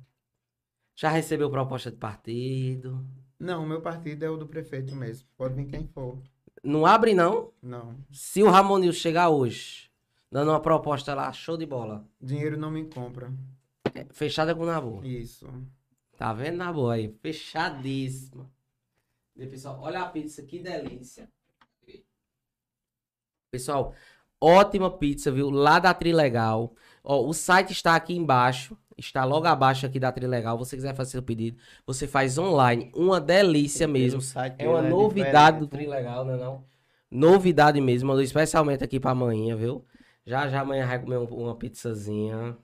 Speaker 2: Já recebeu proposta de partido?
Speaker 3: Não, o meu partido é o do prefeito mesmo. Pode vir quem for.
Speaker 2: Não abre, não.
Speaker 3: Não.
Speaker 2: Se o Ramonil chegar hoje, dando uma proposta lá, show de bola.
Speaker 3: Dinheiro não me compra.
Speaker 2: É, Fechada com o Nabu.
Speaker 3: Isso.
Speaker 2: Tá vendo, Nabu aí? Fechadíssima. E aí, pessoal, olha a pizza, que delícia. Pessoal, ótima pizza, viu? Lá da Trilegal. Ó, o site está aqui embaixo. Está logo abaixo aqui da Trilegal. Você quiser fazer o pedido, você faz online. Uma delícia mesmo.
Speaker 1: Pelo site
Speaker 2: É uma
Speaker 1: dele, né,
Speaker 2: novidade do
Speaker 1: diferente.
Speaker 2: Tri Legal, né não? Novidade mesmo, mandou especialmente aqui pra amanhã, viu? Já já amanhã vai comer um- uma pizzazinha.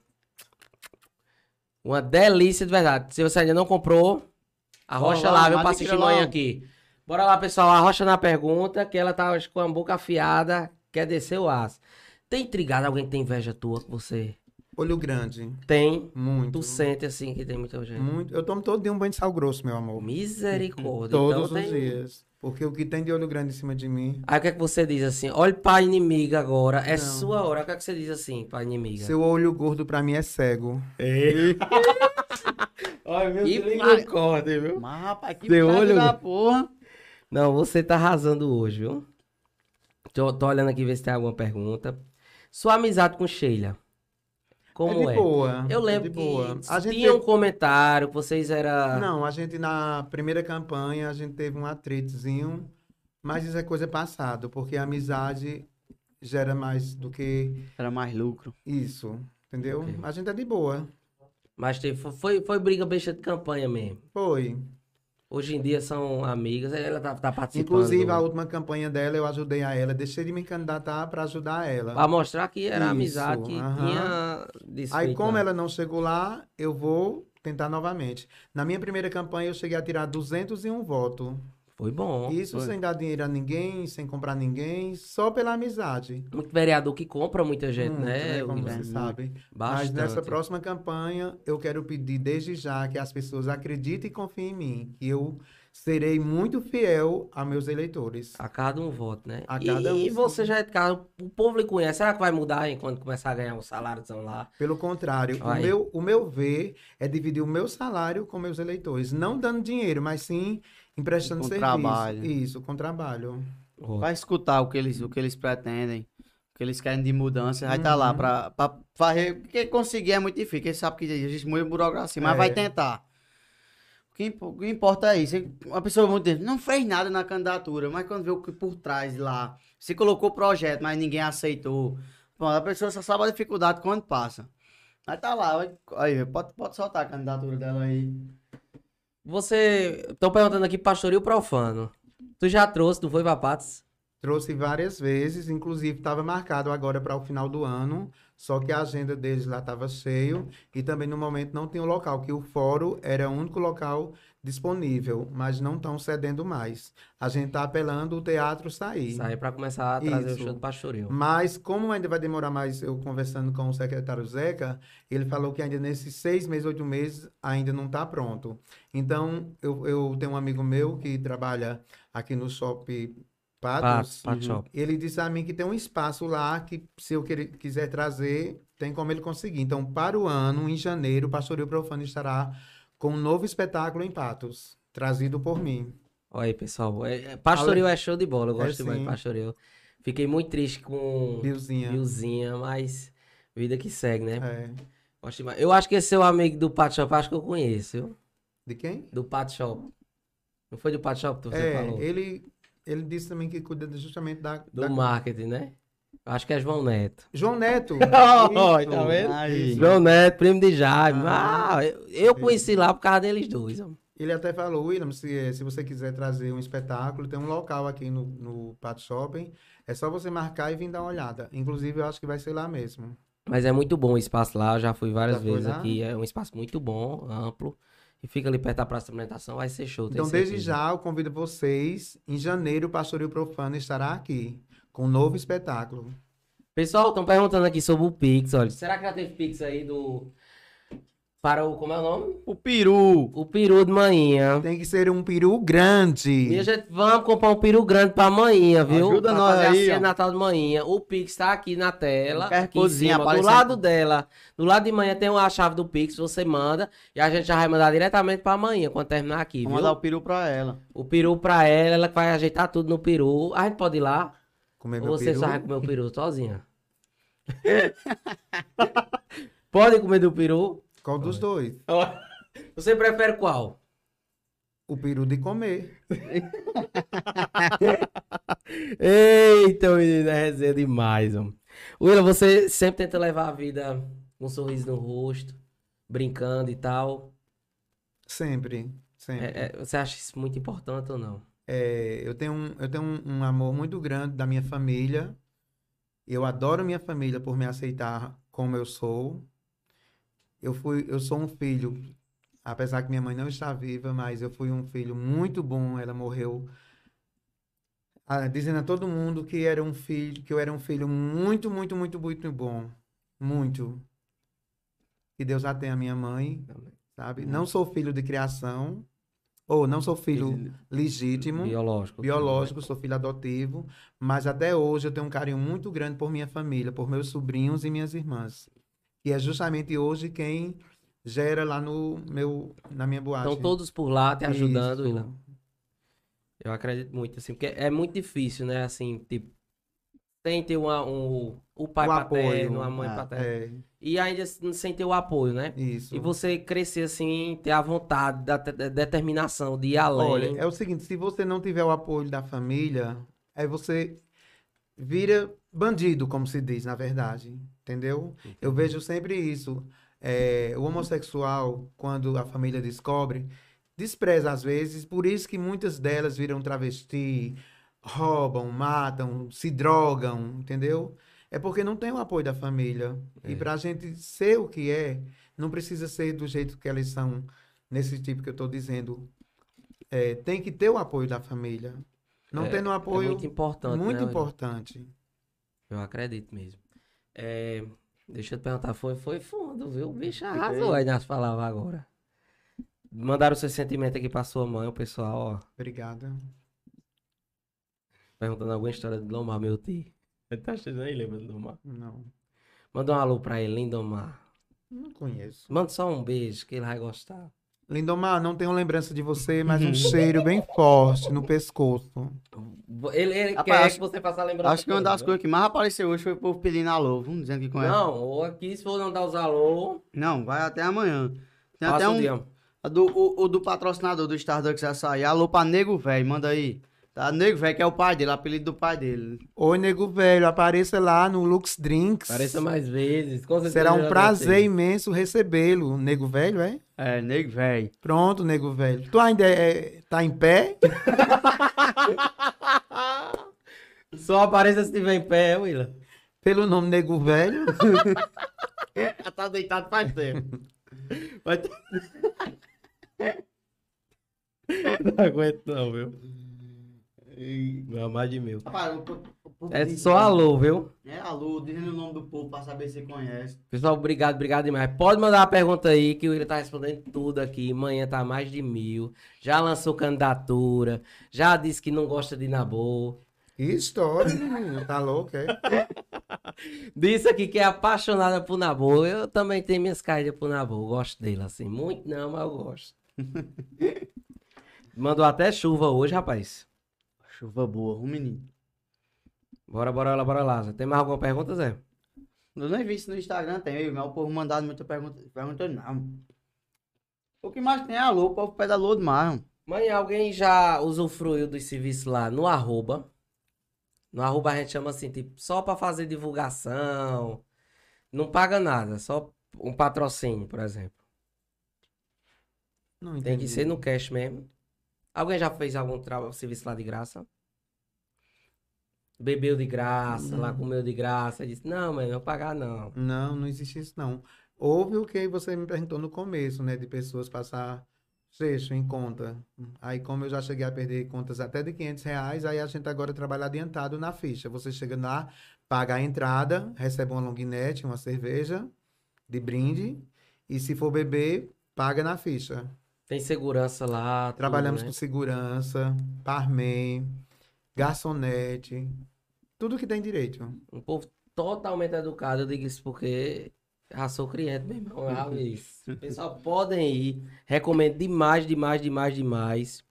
Speaker 2: Uma delícia de verdade. Se você ainda não comprou, arrocha
Speaker 1: Bora
Speaker 2: lá,
Speaker 1: lá,
Speaker 2: viu? Pra
Speaker 1: adquira
Speaker 2: assistir amanhã
Speaker 1: logo.
Speaker 2: aqui. Bora lá, pessoal. Arrocha na pergunta, que ela tá hoje com a boca afiada, quer descer o aço. Tem intrigado alguém que tem inveja tua que você
Speaker 3: Olho grande.
Speaker 2: tem?
Speaker 3: Muito.
Speaker 2: Tu sente assim que tem muita gente.
Speaker 3: Hum. Muito. Eu tomo todo dia um banho de sal grosso, meu amor.
Speaker 2: Misericórdia.
Speaker 3: Todos
Speaker 2: então
Speaker 3: os
Speaker 2: tem...
Speaker 3: dias. Porque o que tem de olho grande em cima de mim,
Speaker 2: Aí o que é que você diz assim? Olhe pra inimiga agora, é
Speaker 3: Não.
Speaker 2: sua hora. O que é que você diz assim pra inimiga?
Speaker 3: seu olho gordo pra mim é cego.
Speaker 2: Olha, meu
Speaker 1: se liga no
Speaker 2: acorde, viu?
Speaker 1: Mas, rapaz, que
Speaker 2: Deu
Speaker 1: Deu
Speaker 2: olho,
Speaker 1: da
Speaker 2: né?
Speaker 1: porra.
Speaker 2: Não, você tá arrasando hoje, viu? Tô, tô olhando aqui ver se tem alguma pergunta. Sua amizade com Sheila. Como
Speaker 3: é
Speaker 2: é?
Speaker 3: de boa.
Speaker 2: Eu lembro
Speaker 3: é de boa.
Speaker 2: que
Speaker 3: A gente
Speaker 2: tinha um
Speaker 3: teve-
Speaker 2: comentário que vocês era
Speaker 3: Não, a gente na primeira campanha a gente teve um atritozinho, mas isso é coisa passada, porque a amizade gera mais do que
Speaker 1: Era mais lucro.
Speaker 3: isso, entendeu?
Speaker 2: Ok.
Speaker 3: A gente é de boa.
Speaker 2: Mas teve, foi, foi briga besta de campanha mesmo.
Speaker 3: Foi.
Speaker 2: Hoje em dia são amigas, ela tá, tá participando.
Speaker 3: Inclusive, a última campanha dela, eu ajudei a ela. Deixei de me candidatar para ajudar ela.
Speaker 2: Pra mostrar que era
Speaker 3: Isso,
Speaker 2: amizade que
Speaker 3: aham.
Speaker 2: tinha
Speaker 3: Aí,
Speaker 2: desfeito,
Speaker 3: como
Speaker 2: né?
Speaker 3: ela não chegou lá, eu vou tentar novamente. Na minha primeira campanha, eu cheguei a tirar 201 votos.
Speaker 2: Foi bom.
Speaker 3: Isso
Speaker 1: foi.
Speaker 3: sem dar dinheiro a ninguém, sem comprar ninguém, só pela amizade.
Speaker 2: Muito vereador que compra muita gente,
Speaker 3: Muito,
Speaker 2: né?
Speaker 3: né, Como
Speaker 2: Wilson?
Speaker 1: Guilherme?
Speaker 3: você sabe. Mas
Speaker 2: Bastante.
Speaker 3: nessa próxima campanha, eu quero pedir desde já que as pessoas acreditem e confiem em mim, que eu serei muito fiel a meus eleitores.
Speaker 2: A cada um voto, né?
Speaker 3: A cada um,
Speaker 2: e
Speaker 3: sim.
Speaker 2: você já é de casa, o povo lhe conhece. Será que vai mudar hein, quando começar a ganhar um saláriozão lá?
Speaker 3: Pelo contrário, o
Speaker 2: Vai.
Speaker 3: meu, o meu ver é dividir o meu salário com meus eleitores. Não dando dinheiro, mas sim emprestando
Speaker 1: Com
Speaker 3: serviço.
Speaker 1: trabalho.
Speaker 3: Isso, com trabalho.
Speaker 1: Vai escutar o que eles, o que eles pretendem, o que eles querem de mudança, vai estar lá
Speaker 3: Uhum.
Speaker 1: pra, pra fazer. Porque conseguir é muito difícil, porque sabe que existe muita burocracia, mas
Speaker 3: É.
Speaker 1: vai tentar. O que, impo- o que importa é isso. Uma pessoa muito tempo não fez nada na candidatura, mas quando vê o que por trás lá, se colocou projeto, mas ninguém aceitou. Bom, a pessoa só sabe a dificuldade quando passa. Aí tá lá, vai- aí, pode, pode soltar a candidatura dela aí.
Speaker 2: Você. Estão perguntando aqui, pastoril profano. Tu já trouxe, tu foi pra Patos?
Speaker 3: Trouxe várias vezes, inclusive estava marcado agora para o final do ano, só que a agenda deles lá estava cheio e também no momento não tinha o local, que o fórum era o único local disponível, mas não estão cedendo mais. A gente está apelando o teatro sair.
Speaker 2: Saí é pra começar a trazer
Speaker 3: Isso.
Speaker 2: o show do pastoril.
Speaker 3: Mas como ainda vai demorar mais, eu conversando com o secretário Zeca, ele falou que ainda nesses seis meses, oito meses, ainda não está pronto. Então, eu, eu tenho um amigo meu que trabalha aqui no shopping
Speaker 2: Patos,
Speaker 3: Patos. uhum.
Speaker 2: Patos Shop.
Speaker 3: Ele disse a mim que tem um espaço lá que, se eu querer- quiser trazer, tem como ele conseguir. Então, para o ano, em janeiro, o Pastoril Profano estará com um novo espetáculo em Patos, trazido por mim.
Speaker 2: Olha aí, pessoal. É- é- Pastoril é show de bola, eu
Speaker 3: É
Speaker 2: gosto demais de
Speaker 3: sim.
Speaker 2: pastoril. Fiquei muito triste com
Speaker 3: Bilzinha.
Speaker 2: Bilzinha, mas vida que segue, né?
Speaker 3: É.
Speaker 2: Gosto demais. Eu acho que esse seu amigo do Pato Shop, acho que eu conheço, viu?
Speaker 3: De quem?
Speaker 2: Do Pato Shop. Não foi do Pato Shop que você
Speaker 3: é,
Speaker 2: falou?
Speaker 3: ele, ele disse também que cuida justamente da...
Speaker 2: Do
Speaker 3: da-
Speaker 2: marketing, né? Acho que é João Neto.
Speaker 3: João Neto.
Speaker 2: Ó,
Speaker 3: Isso.
Speaker 2: tá vendo?
Speaker 1: Aí.
Speaker 2: João Neto, primo de Jaime.
Speaker 3: Ah,
Speaker 2: Ah, eu, eu conheci lá por causa deles dois. ó.
Speaker 3: Ele até falou, William, se, se você quiser trazer um espetáculo, tem um local aqui no, no Pato Shopping, é só você marcar e vir dar uma olhada. Inclusive, eu acho que vai ser lá mesmo.
Speaker 2: Mas é muito bom o espaço lá, eu já fui várias
Speaker 3: Já foi
Speaker 2: vezes
Speaker 3: lá?
Speaker 2: aqui. É um espaço muito bom, amplo. E fica ali perto da Praça de Alimentação, vai ser show. tenho
Speaker 3: Então, desde
Speaker 2: certeza.
Speaker 3: já, eu convido vocês. Em janeiro, o Pastoril Profano estará aqui, com um novo espetáculo.
Speaker 2: Pessoal, estão perguntando aqui sobre o Pix, olha. Será que já teve Pix aí do. Para o. Como é o nome?
Speaker 1: O peru.
Speaker 2: O peru de manhã.
Speaker 3: Tem que ser um peru grande.
Speaker 2: E a gente vamos comprar um peru grande pra amanhã, viu?
Speaker 1: Ajuda
Speaker 2: pra
Speaker 1: nós aí,
Speaker 2: fazer a ceia
Speaker 1: ó.
Speaker 2: de Natal de manhã. O Pix tá aqui na tela.
Speaker 1: Qualquer
Speaker 2: Aqui em
Speaker 1: coisinha
Speaker 2: cima, do
Speaker 1: aparecendo.
Speaker 2: lado dela. Do lado de manhã tem uma chave do Pix, você manda. E a gente já vai mandar diretamente pra amanhã, quando terminar aqui,
Speaker 1: Vou
Speaker 2: viu?
Speaker 1: mandar o peru pra ela.
Speaker 2: O peru pra ela, ela que vai ajeitar tudo no peru. A gente pode ir lá?
Speaker 3: Comer
Speaker 2: Ou
Speaker 3: meu
Speaker 2: você
Speaker 3: peru.
Speaker 2: só vai comer o peru sozinha? pode comer do peru?
Speaker 3: Qual dos dois?
Speaker 2: Você prefere qual?
Speaker 3: O peru de comer.
Speaker 2: Eita, menino, é resenha demais, mano. Willa, você sempre tenta levar a vida com um sorriso no rosto, brincando e tal.
Speaker 3: Sempre, sempre.
Speaker 2: É- é- você acha isso muito importante ou não?
Speaker 3: É, eu tenho, um, eu tenho um, um amor muito grande da minha família. Eu adoro minha família por me aceitar como eu sou. Eu fui, eu sou um filho, apesar que minha mãe não está viva, mas eu fui um filho muito bom. Ela morreu ah, dizendo a todo mundo que era um filho, que eu era um filho muito, muito, muito, muito bom, muito. Que Deus já tenha a minha mãe,
Speaker 2: Amém.
Speaker 3: sabe? Não sou filho de criação, ou não sou filho legítimo
Speaker 2: Biológico.
Speaker 3: biológico, sou filho adotivo, mas até hoje eu tenho um carinho muito grande por minha família, por meus sobrinhos e minhas irmãs. E é justamente hoje quem gera lá no meu na minha boate.
Speaker 2: Estão Então todos por lá te ajudando,
Speaker 3: Isso.
Speaker 2: Willa. Eu acredito muito, assim, porque é muito difícil, né? Assim, tipo, sem ter uma- um, o pai
Speaker 3: o
Speaker 2: paterno, a mãe
Speaker 3: ah,
Speaker 2: paterna.
Speaker 3: É,
Speaker 2: E ainda s- sem ter o apoio, né?
Speaker 3: isso.
Speaker 2: E você crescer assim, ter a vontade, da, te- da determinação de ir além.
Speaker 3: Olha, é o seguinte, se você não tiver o apoio da família, aí você vira bandido, como se diz, na verdade. Entendeu? Eu vejo sempre isso. É, o homossexual, quando a família descobre, despreza às vezes, por isso que muitas delas viram travesti, roubam, matam, se drogam, entendeu? É porque não tem o apoio da família.
Speaker 2: É.
Speaker 3: E pra gente ser o que é, não precisa ser do jeito que elas são, nesse tipo que eu tô dizendo. É, tem que ter o apoio da família. Não
Speaker 2: É,
Speaker 3: tendo o
Speaker 2: é
Speaker 3: apoio,
Speaker 2: muito importante.
Speaker 3: muito
Speaker 2: né, Olha?
Speaker 3: importante.
Speaker 2: Eu acredito mesmo. É, deixa eu te perguntar, foi, foi fundo, viu? O bicho arrasou aí nas palavras agora. Mandaram seu sentimento aqui pra sua mãe, o pessoal, ó.
Speaker 3: Obrigada.
Speaker 2: Perguntando alguma história do Lomar, meu tio. Ele tá achando nem lembra do Lomar.
Speaker 3: Não,
Speaker 2: Manda um alô pra ele, Lindomar.
Speaker 3: não conheço.
Speaker 2: Manda só um beijo, que ele vai gostar.
Speaker 3: Lindomar, não tenho lembrança de você, mas um cheiro bem forte no pescoço.
Speaker 2: Ele, ele
Speaker 1: Rapaz,
Speaker 2: quer
Speaker 1: acho-
Speaker 2: que você faça a lembrança.
Speaker 1: Acho que é uma
Speaker 2: toda,
Speaker 1: das
Speaker 2: viu?
Speaker 1: coisas que mais apareceu hoje foi o povo pedindo alô, vamos dizendo que conhece.
Speaker 2: né? Não, ou aqui, se for não dar os alô,
Speaker 1: Não, vai até amanhã. Tem
Speaker 2: passa
Speaker 1: até
Speaker 2: o
Speaker 1: um.
Speaker 2: dia.
Speaker 1: a Do, o, o do patrocinador do Starbucks Açaí. Alô pra Nego Velho, manda aí. Tá, Nego Velho, que é o pai dele, apelido do pai dele.
Speaker 3: Oi, nego velho, apareça lá no Lux Drinks.
Speaker 2: Apareça mais vezes. com certeza
Speaker 3: Será
Speaker 2: ele
Speaker 3: um
Speaker 2: vai
Speaker 3: prazer
Speaker 2: gostar.
Speaker 3: imenso recebê-lo. Nego velho, é?
Speaker 1: É, Nego Velho.
Speaker 3: Pronto, nego velho. Tu ainda é, tá em pé?
Speaker 2: Só apareça se estiver em pé, Willa.
Speaker 3: Pelo nome nego velho?
Speaker 1: Já tá deitado faz tempo.
Speaker 2: Vai ter... não aguento não, viu? Não, mais de mil.
Speaker 1: Rapaz, o po- o povo
Speaker 2: É
Speaker 1: diz-
Speaker 2: só alô, viu?
Speaker 1: É alô, dizendo o nome do povo pra saber se conhece.
Speaker 2: Pessoal, obrigado, obrigado demais. Pode mandar uma pergunta aí, que o Willian tá respondendo tudo aqui. Amanhã tá mais de mil. Já lançou candidatura. Já disse que não gosta de Nabô.
Speaker 3: Que história, menino. Tá louco, é?
Speaker 2: Disse aqui que é apaixonada por Nabô. Eu também tenho minhas caídas por Nabô. Eu Gosto dele, assim. Muito não, mas eu gosto. Mandou até chuva hoje, rapaz.
Speaker 1: Chuva boa, um menino.
Speaker 2: Bora, bora lá, bora lá. Zé. Tem mais alguma pergunta, Zé?
Speaker 1: Eu nem vi isso no Instagram, tem, mas o povo mandado muita pergunta. Perguntando, não. O que mais tem é alô, o povo pedalou demais. mano.
Speaker 2: Mãe, alguém já usufruiu dos serviços lá no arroba? No arroba a gente chama assim, tipo, só pra fazer divulgação. Não paga nada, só um patrocínio, por exemplo.
Speaker 3: Não
Speaker 2: Tem
Speaker 3: entendi.
Speaker 2: que ser no cash mesmo. Alguém já fez algum tra- serviço lá de graça? Bebeu de graça, lá comeu de graça, disse, não, mãe, não vou pagar não.
Speaker 3: Não, não existe isso, não. Houve o que você me perguntou no começo, né? De pessoas passar sexto em conta. Aí, como eu já cheguei a perder contas até de 500 reais, aí a gente agora trabalha adiantado na ficha. Você chega lá, paga a entrada, recebe uma longuinete, uma cerveja de brinde, e se for beber, paga na ficha.
Speaker 2: Tem segurança lá, tudo,
Speaker 3: Trabalhamos
Speaker 2: né?
Speaker 3: com segurança, barman, garçonete, tudo que tem direito.
Speaker 2: Um povo totalmente educado, eu digo isso porque já sou cliente, meu irmão. já vi isso. Pessoal, podem ir. Recomendo demais, demais, demais, demais.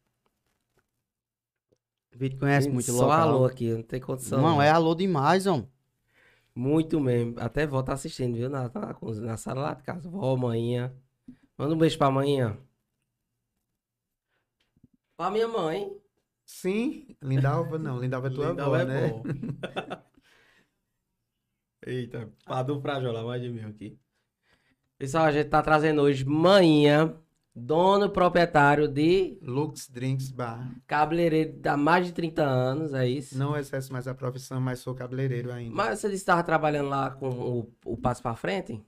Speaker 1: O Vitor conhece
Speaker 2: Gente,
Speaker 1: muito
Speaker 2: Só
Speaker 1: local.
Speaker 2: alô aqui, não tem condição.
Speaker 1: Não, é alô demais, homem.
Speaker 2: Muito mesmo. Até vó tá assistindo, viu? Na, na, na sala lá de casa. Vó, manhã. Manda um beijo pra manhã. Pra minha mãe.
Speaker 3: Sim, Lindalva não, Lindalva é tua avó, né?
Speaker 2: Eita, padu frajola, mais de mil aqui. Pessoal, a gente tá trazendo hoje manhã, dono proprietário de
Speaker 3: Lux Drinks Bar.
Speaker 2: cabeleireiro há mais de 30 anos, é isso?
Speaker 3: Não exerço mais a profissão, mas sou cabeleireiro ainda.
Speaker 2: Mas você disse que tava trabalhando lá com o, o Passo pra Frente?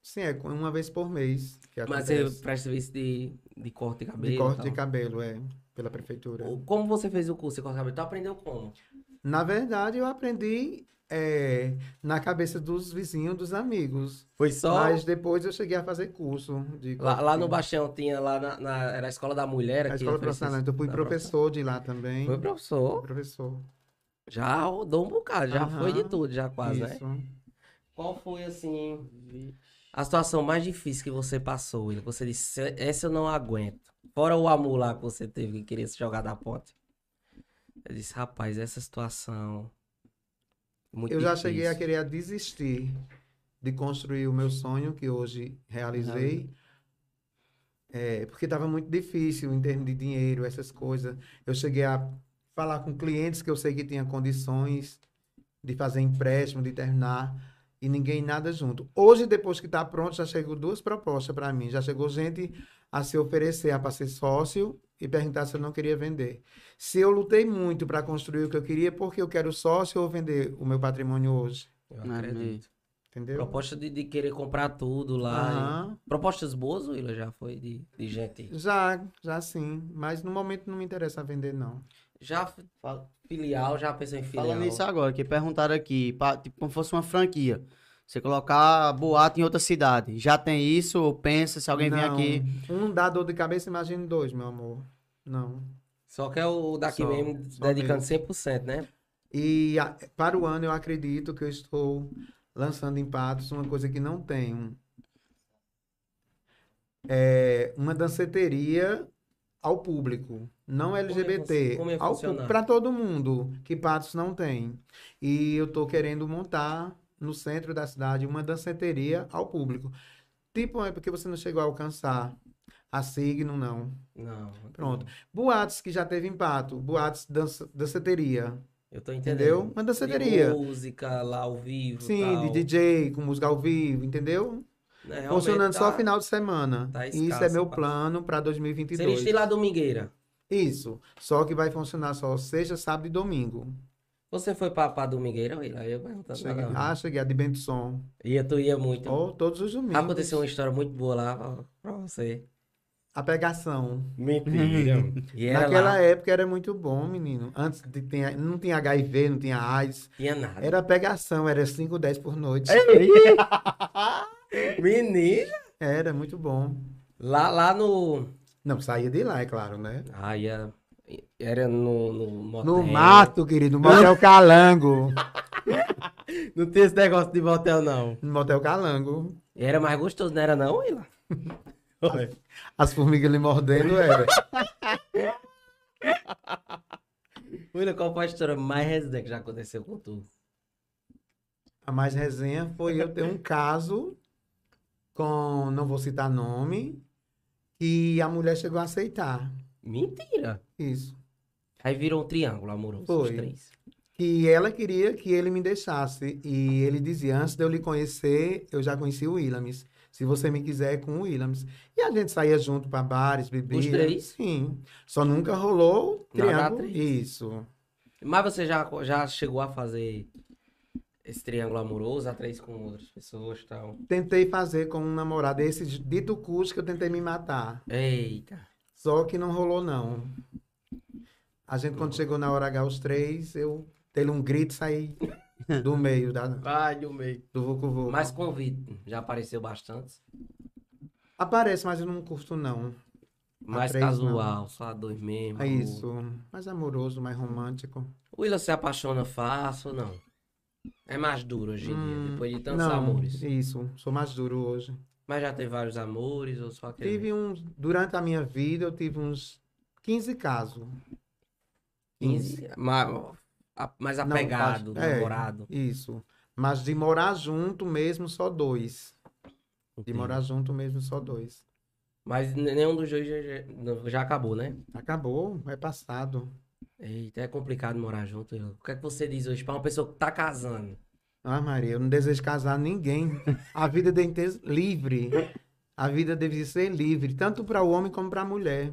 Speaker 3: Sim, é com- uma vez por mês que
Speaker 2: Mas
Speaker 3: acontece.
Speaker 2: você presta serviço de, de corte de cabelo?
Speaker 3: De
Speaker 2: e
Speaker 3: corte de
Speaker 2: tal.
Speaker 3: cabelo, é, pela prefeitura.
Speaker 2: Como você fez o curso de corte de cabelo? Tu aprendeu como?
Speaker 3: Na verdade, eu aprendi é, na cabeça dos vizinhos, dos amigos.
Speaker 2: Foi só.
Speaker 3: Mas depois eu cheguei a fazer curso de
Speaker 2: Lá,
Speaker 3: corte
Speaker 2: lá
Speaker 3: de-
Speaker 2: no Baixão tinha, lá na, na- era a escola da mulher.
Speaker 3: na
Speaker 2: aqui,
Speaker 3: assim. escola
Speaker 2: eu falei,
Speaker 3: profissional. Eu fui
Speaker 2: "Tá
Speaker 3: professor de lá também.
Speaker 2: Foi professor.
Speaker 3: professor.
Speaker 2: Já rodou um bocado, já
Speaker 3: Aham,
Speaker 2: foi de tudo, já quase, né?
Speaker 3: Isso.
Speaker 2: Qual foi, assim, a situação mais difícil que você passou, William? Que Você disse, "Se- essa eu não aguento. Fora o amor lá que você teve, que queria se jogar da ponte. Eu disse, rapaz, essa situação é Muito
Speaker 3: eu já
Speaker 2: difícil.
Speaker 3: cheguei a querer a desistir de construir o meu sonho que hoje realizei. É, porque estava muito difícil em termos de dinheiro, essas coisas. Eu cheguei a falar com clientes que eu sei que tinha condições de fazer empréstimo, de terminar, e ninguém nada junto. Hoje, depois que está pronto, já chegou duas propostas para mim. Já chegou gente a se oferecer a para ser sócio e perguntar se eu não queria vender. Se eu lutei muito para construir o que eu queria, porque eu quero sócio ou vender o meu patrimônio hoje,
Speaker 2: Eu
Speaker 1: Não, é
Speaker 2: acredito.
Speaker 3: entendeu?
Speaker 2: Proposta de, de querer comprar tudo lá.
Speaker 3: Aham.
Speaker 2: e- Propostas boas, Willa, já foi de, de gente.
Speaker 3: Já, já sim. Mas no momento não me interessa vender, não.
Speaker 2: Já f-
Speaker 1: Fala-
Speaker 2: filial, já pensou em filial.
Speaker 1: Falando nisso agora, que perguntaram aqui, pa- tipo como fosse uma franquia. Você colocar boate em outra cidade. Já tem isso? Ou pensa, se alguém
Speaker 3: não.
Speaker 1: vem aqui.
Speaker 3: Um dá dor de cabeça, imagine dois, meu amor. Não.
Speaker 2: Só que é o daqui
Speaker 3: Só-
Speaker 2: mesmo,
Speaker 3: só
Speaker 2: dedicando 100%, né?
Speaker 3: E a- para o ano eu acredito que eu estou lançando em Patos uma coisa que não tem. um- É uma danceteria ao público, não
Speaker 2: é
Speaker 3: LGBT,
Speaker 2: funci- como é
Speaker 3: ao
Speaker 2: funcionar?
Speaker 3: para todo mundo, que Patos não tem. E eu estou querendo montar no centro da cidade uma danceteria ao público. Tipo, é porque você não chegou a alcançar a signo, não.
Speaker 2: Não.
Speaker 3: Pronto. Boates que já teve em Pato, boates dança, danceteria.
Speaker 2: Eu tô
Speaker 3: Entendeu?
Speaker 2: entendendo.
Speaker 3: Uma danceteria.
Speaker 2: De música lá ao vivo.
Speaker 3: Sim,
Speaker 2: tal.
Speaker 3: de DJ, com música ao vivo, entendeu?
Speaker 2: É, realmente
Speaker 3: Funcionando só
Speaker 2: tá-
Speaker 3: final de semana.
Speaker 2: tá
Speaker 3: E Isso é
Speaker 2: escasso,
Speaker 3: meu
Speaker 2: pá.
Speaker 3: plano para
Speaker 2: Seria
Speaker 3: 2022.
Speaker 2: estilo a domingueira.
Speaker 3: Isso. Só que vai funcionar só sexta, sábado e domingo.
Speaker 2: Você foi pra, pra domingueira, Willa? Eu perguntando.
Speaker 3: Cheguei-
Speaker 2: Não.
Speaker 3: Ah, cheguei a de Bento Som.
Speaker 2: Ia, tu ia muito.
Speaker 3: Ó, todos os domingos.
Speaker 2: Aconteceu um- uma história muito boa lá pra, pra você.
Speaker 3: A pegação.
Speaker 2: Mentira. e era
Speaker 3: Naquela
Speaker 2: lá,
Speaker 3: época era muito bom, menino. Antes de ter, não tinha HIV, não tinha AIDS.
Speaker 2: tinha nada.
Speaker 3: Era pegação, era 5, 10 por noite.
Speaker 2: É Menino.
Speaker 3: Era muito bom.
Speaker 2: Lá, lá no...
Speaker 3: Não, saía de lá, é claro, né?
Speaker 2: Ah, ia... Era no, no motel.
Speaker 3: No mato, querido. Motel Calango.
Speaker 2: Não tem esse negócio de motel, não.
Speaker 3: No Motel Calango.
Speaker 2: Era mais gostoso, não era não, Willa?
Speaker 3: As formigas lhe mordendo é, era.
Speaker 2: Willa, qual foi a história mais resenha que já aconteceu com tu?
Speaker 3: A mais resenha foi eu ter um caso com, não vou citar nome, e a mulher chegou a aceitar.
Speaker 2: Mentira.
Speaker 3: Isso.
Speaker 2: Aí virou um triângulo amoroso, os
Speaker 3: Foi.
Speaker 2: três.
Speaker 3: E ela queria que ele me deixasse. E ele dizia: antes de eu lhe conhecer, eu já conheci o Willams. Se você me quiser, é com o Willams. E a gente saía junto para bares, bebia.
Speaker 2: Os três?
Speaker 3: Sim. Só nunca rolou
Speaker 2: Nada
Speaker 3: triângulo.
Speaker 2: atriz.
Speaker 3: Isso.
Speaker 2: Mas você já, já chegou a fazer esse triângulo amoroso a três com outras pessoas e tal?
Speaker 3: Tentei fazer com um namorado, esse dito custo que eu tentei me matar.
Speaker 2: Eita.
Speaker 3: Só que não rolou, não. A gente, quando chegou na hora H, os três, eu dei um grito e saí do meio da,
Speaker 2: Vai, do meio.
Speaker 3: do Vucu Vucu.
Speaker 2: Mas convite, já apareceu bastante.
Speaker 3: Aparece, mas eu não curto, não.
Speaker 2: Mais
Speaker 3: três,
Speaker 2: casual, só a dois mesmo.
Speaker 3: É
Speaker 2: amor.
Speaker 3: isso. Mais amoroso, mais romântico.
Speaker 2: O Willa se apaixona fácil ou não? É mais duro hoje em dia,
Speaker 3: Hum,
Speaker 2: depois de tantos
Speaker 3: não,
Speaker 2: amores.
Speaker 3: Isso. Sou mais duro hoje.
Speaker 2: Mas já teve vários amores ou só aquele?
Speaker 3: Tive uns. Durante a minha vida, eu tive uns 15 casos.
Speaker 2: 15. Mas, a- mais
Speaker 3: um. Não,
Speaker 2: apegado,
Speaker 3: acho- é.
Speaker 2: namorado.
Speaker 3: Isso. Mas de morar junto mesmo, só dois. De morar junto mesmo, só dois.
Speaker 2: Mas n- nenhum dos dois já- já- já acabou, né?
Speaker 3: Acabou, é passado.
Speaker 2: Eita, é complicado morar junto. eu. O que é que você diz hoje pra uma pessoa que tá casando?
Speaker 3: Ah, Maria, eu não desejo casar ninguém. A vida deve ser livre. A vida deve ser livre, tanto para o homem como para a mulher.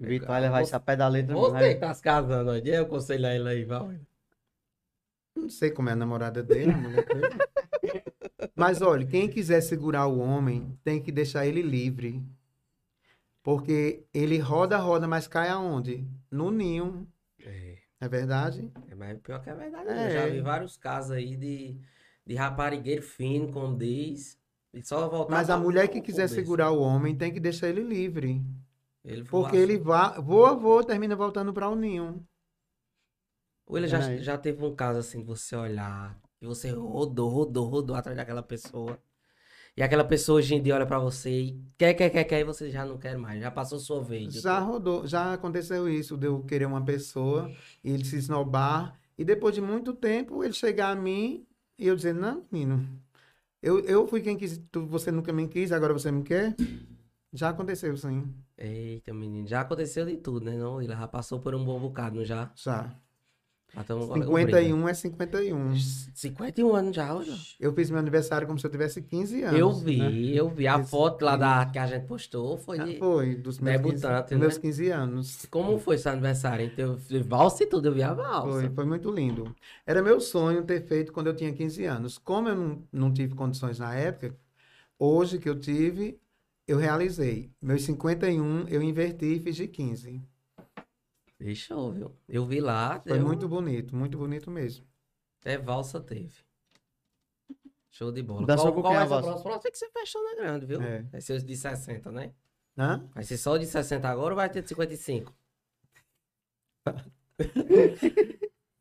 Speaker 1: Vitor vai levar isso a pé da letra.
Speaker 2: Você
Speaker 1: vai-
Speaker 2: que tá se casando hoje, eu aconselho a ele aí, vai.
Speaker 3: Não sei como é a namorada dele, a mulher dele. Mas olha, quem quiser segurar o homem tem que deixar ele livre. Porque ele roda, roda, mas cai aonde? No ninho,
Speaker 2: É,
Speaker 3: não é verdade?
Speaker 2: é, mas pior que é verdade.
Speaker 3: É.
Speaker 2: Eu já vi vários casos aí de, de raparigueiro fino, como diz, e só voltar
Speaker 3: Mas a
Speaker 2: pra-
Speaker 3: mulher
Speaker 2: pro
Speaker 3: que quiser
Speaker 2: começo.
Speaker 3: segurar o homem tem que deixar ele livre.
Speaker 2: Ele
Speaker 3: Porque ele va-
Speaker 2: Hum.
Speaker 3: voa, voa, termina voltando para o ninho.
Speaker 2: Ou ele já,
Speaker 1: É.
Speaker 2: já teve um caso assim de você olhar, e você rodou, rodou, rodou atrás daquela pessoa. E aquela pessoa hoje em dia olha pra você e quer, quer, quer, quer, e você já não quer mais. Já passou sua vez.
Speaker 3: Já rodou, já aconteceu isso de eu querer uma pessoa e ele se esnobar e E depois de muito tempo, ele chegar a mim e eu dizer, não, menino, eu, eu fui quem quis, tu- você nunca me quis, agora você me quer? Já aconteceu, sim.
Speaker 2: Eita, menino, já aconteceu de tudo, né? Não, ele já passou por um bom bocado, não já?
Speaker 3: Já.
Speaker 2: Matamos
Speaker 3: 51
Speaker 2: né?
Speaker 3: é 51.
Speaker 2: 51 anos já, olha.
Speaker 3: Eu fiz meu aniversário como se eu tivesse 15 anos. né?
Speaker 2: eu vi, eu vi. A
Speaker 3: Esse-
Speaker 2: foto lá da que a gente postou foi
Speaker 3: Ah,
Speaker 2: de...
Speaker 3: Foi, dos meus, 15,
Speaker 2: Debutante,
Speaker 3: dos meus
Speaker 2: né?
Speaker 3: 15 anos.
Speaker 2: Como foi seu aniversário, hein? Teve valsa e tudo, eu vi a valsa.
Speaker 3: Foi, foi muito lindo. Era meu sonho ter feito quando eu tinha 15 anos. Como eu não, não tive condições na época, hoje que eu tive, eu realizei. Meus 51, eu inverti e fiz de 15.
Speaker 2: Deixou, viu? Eu vi lá,
Speaker 3: Foi
Speaker 2: deu-
Speaker 3: muito bonito, muito bonito mesmo.
Speaker 2: até valsa teve. Show de bola.
Speaker 1: Dançou
Speaker 2: qual
Speaker 1: com
Speaker 2: qual
Speaker 1: quem
Speaker 2: é
Speaker 1: a
Speaker 2: essa
Speaker 1: valsa?
Speaker 2: próxima? Próxima é que você fechou na grande, viu?
Speaker 3: É.
Speaker 2: Vai ser os de 60, né?
Speaker 3: Hã?
Speaker 2: Vai ser só o de 60 agora ou vai ter de 55?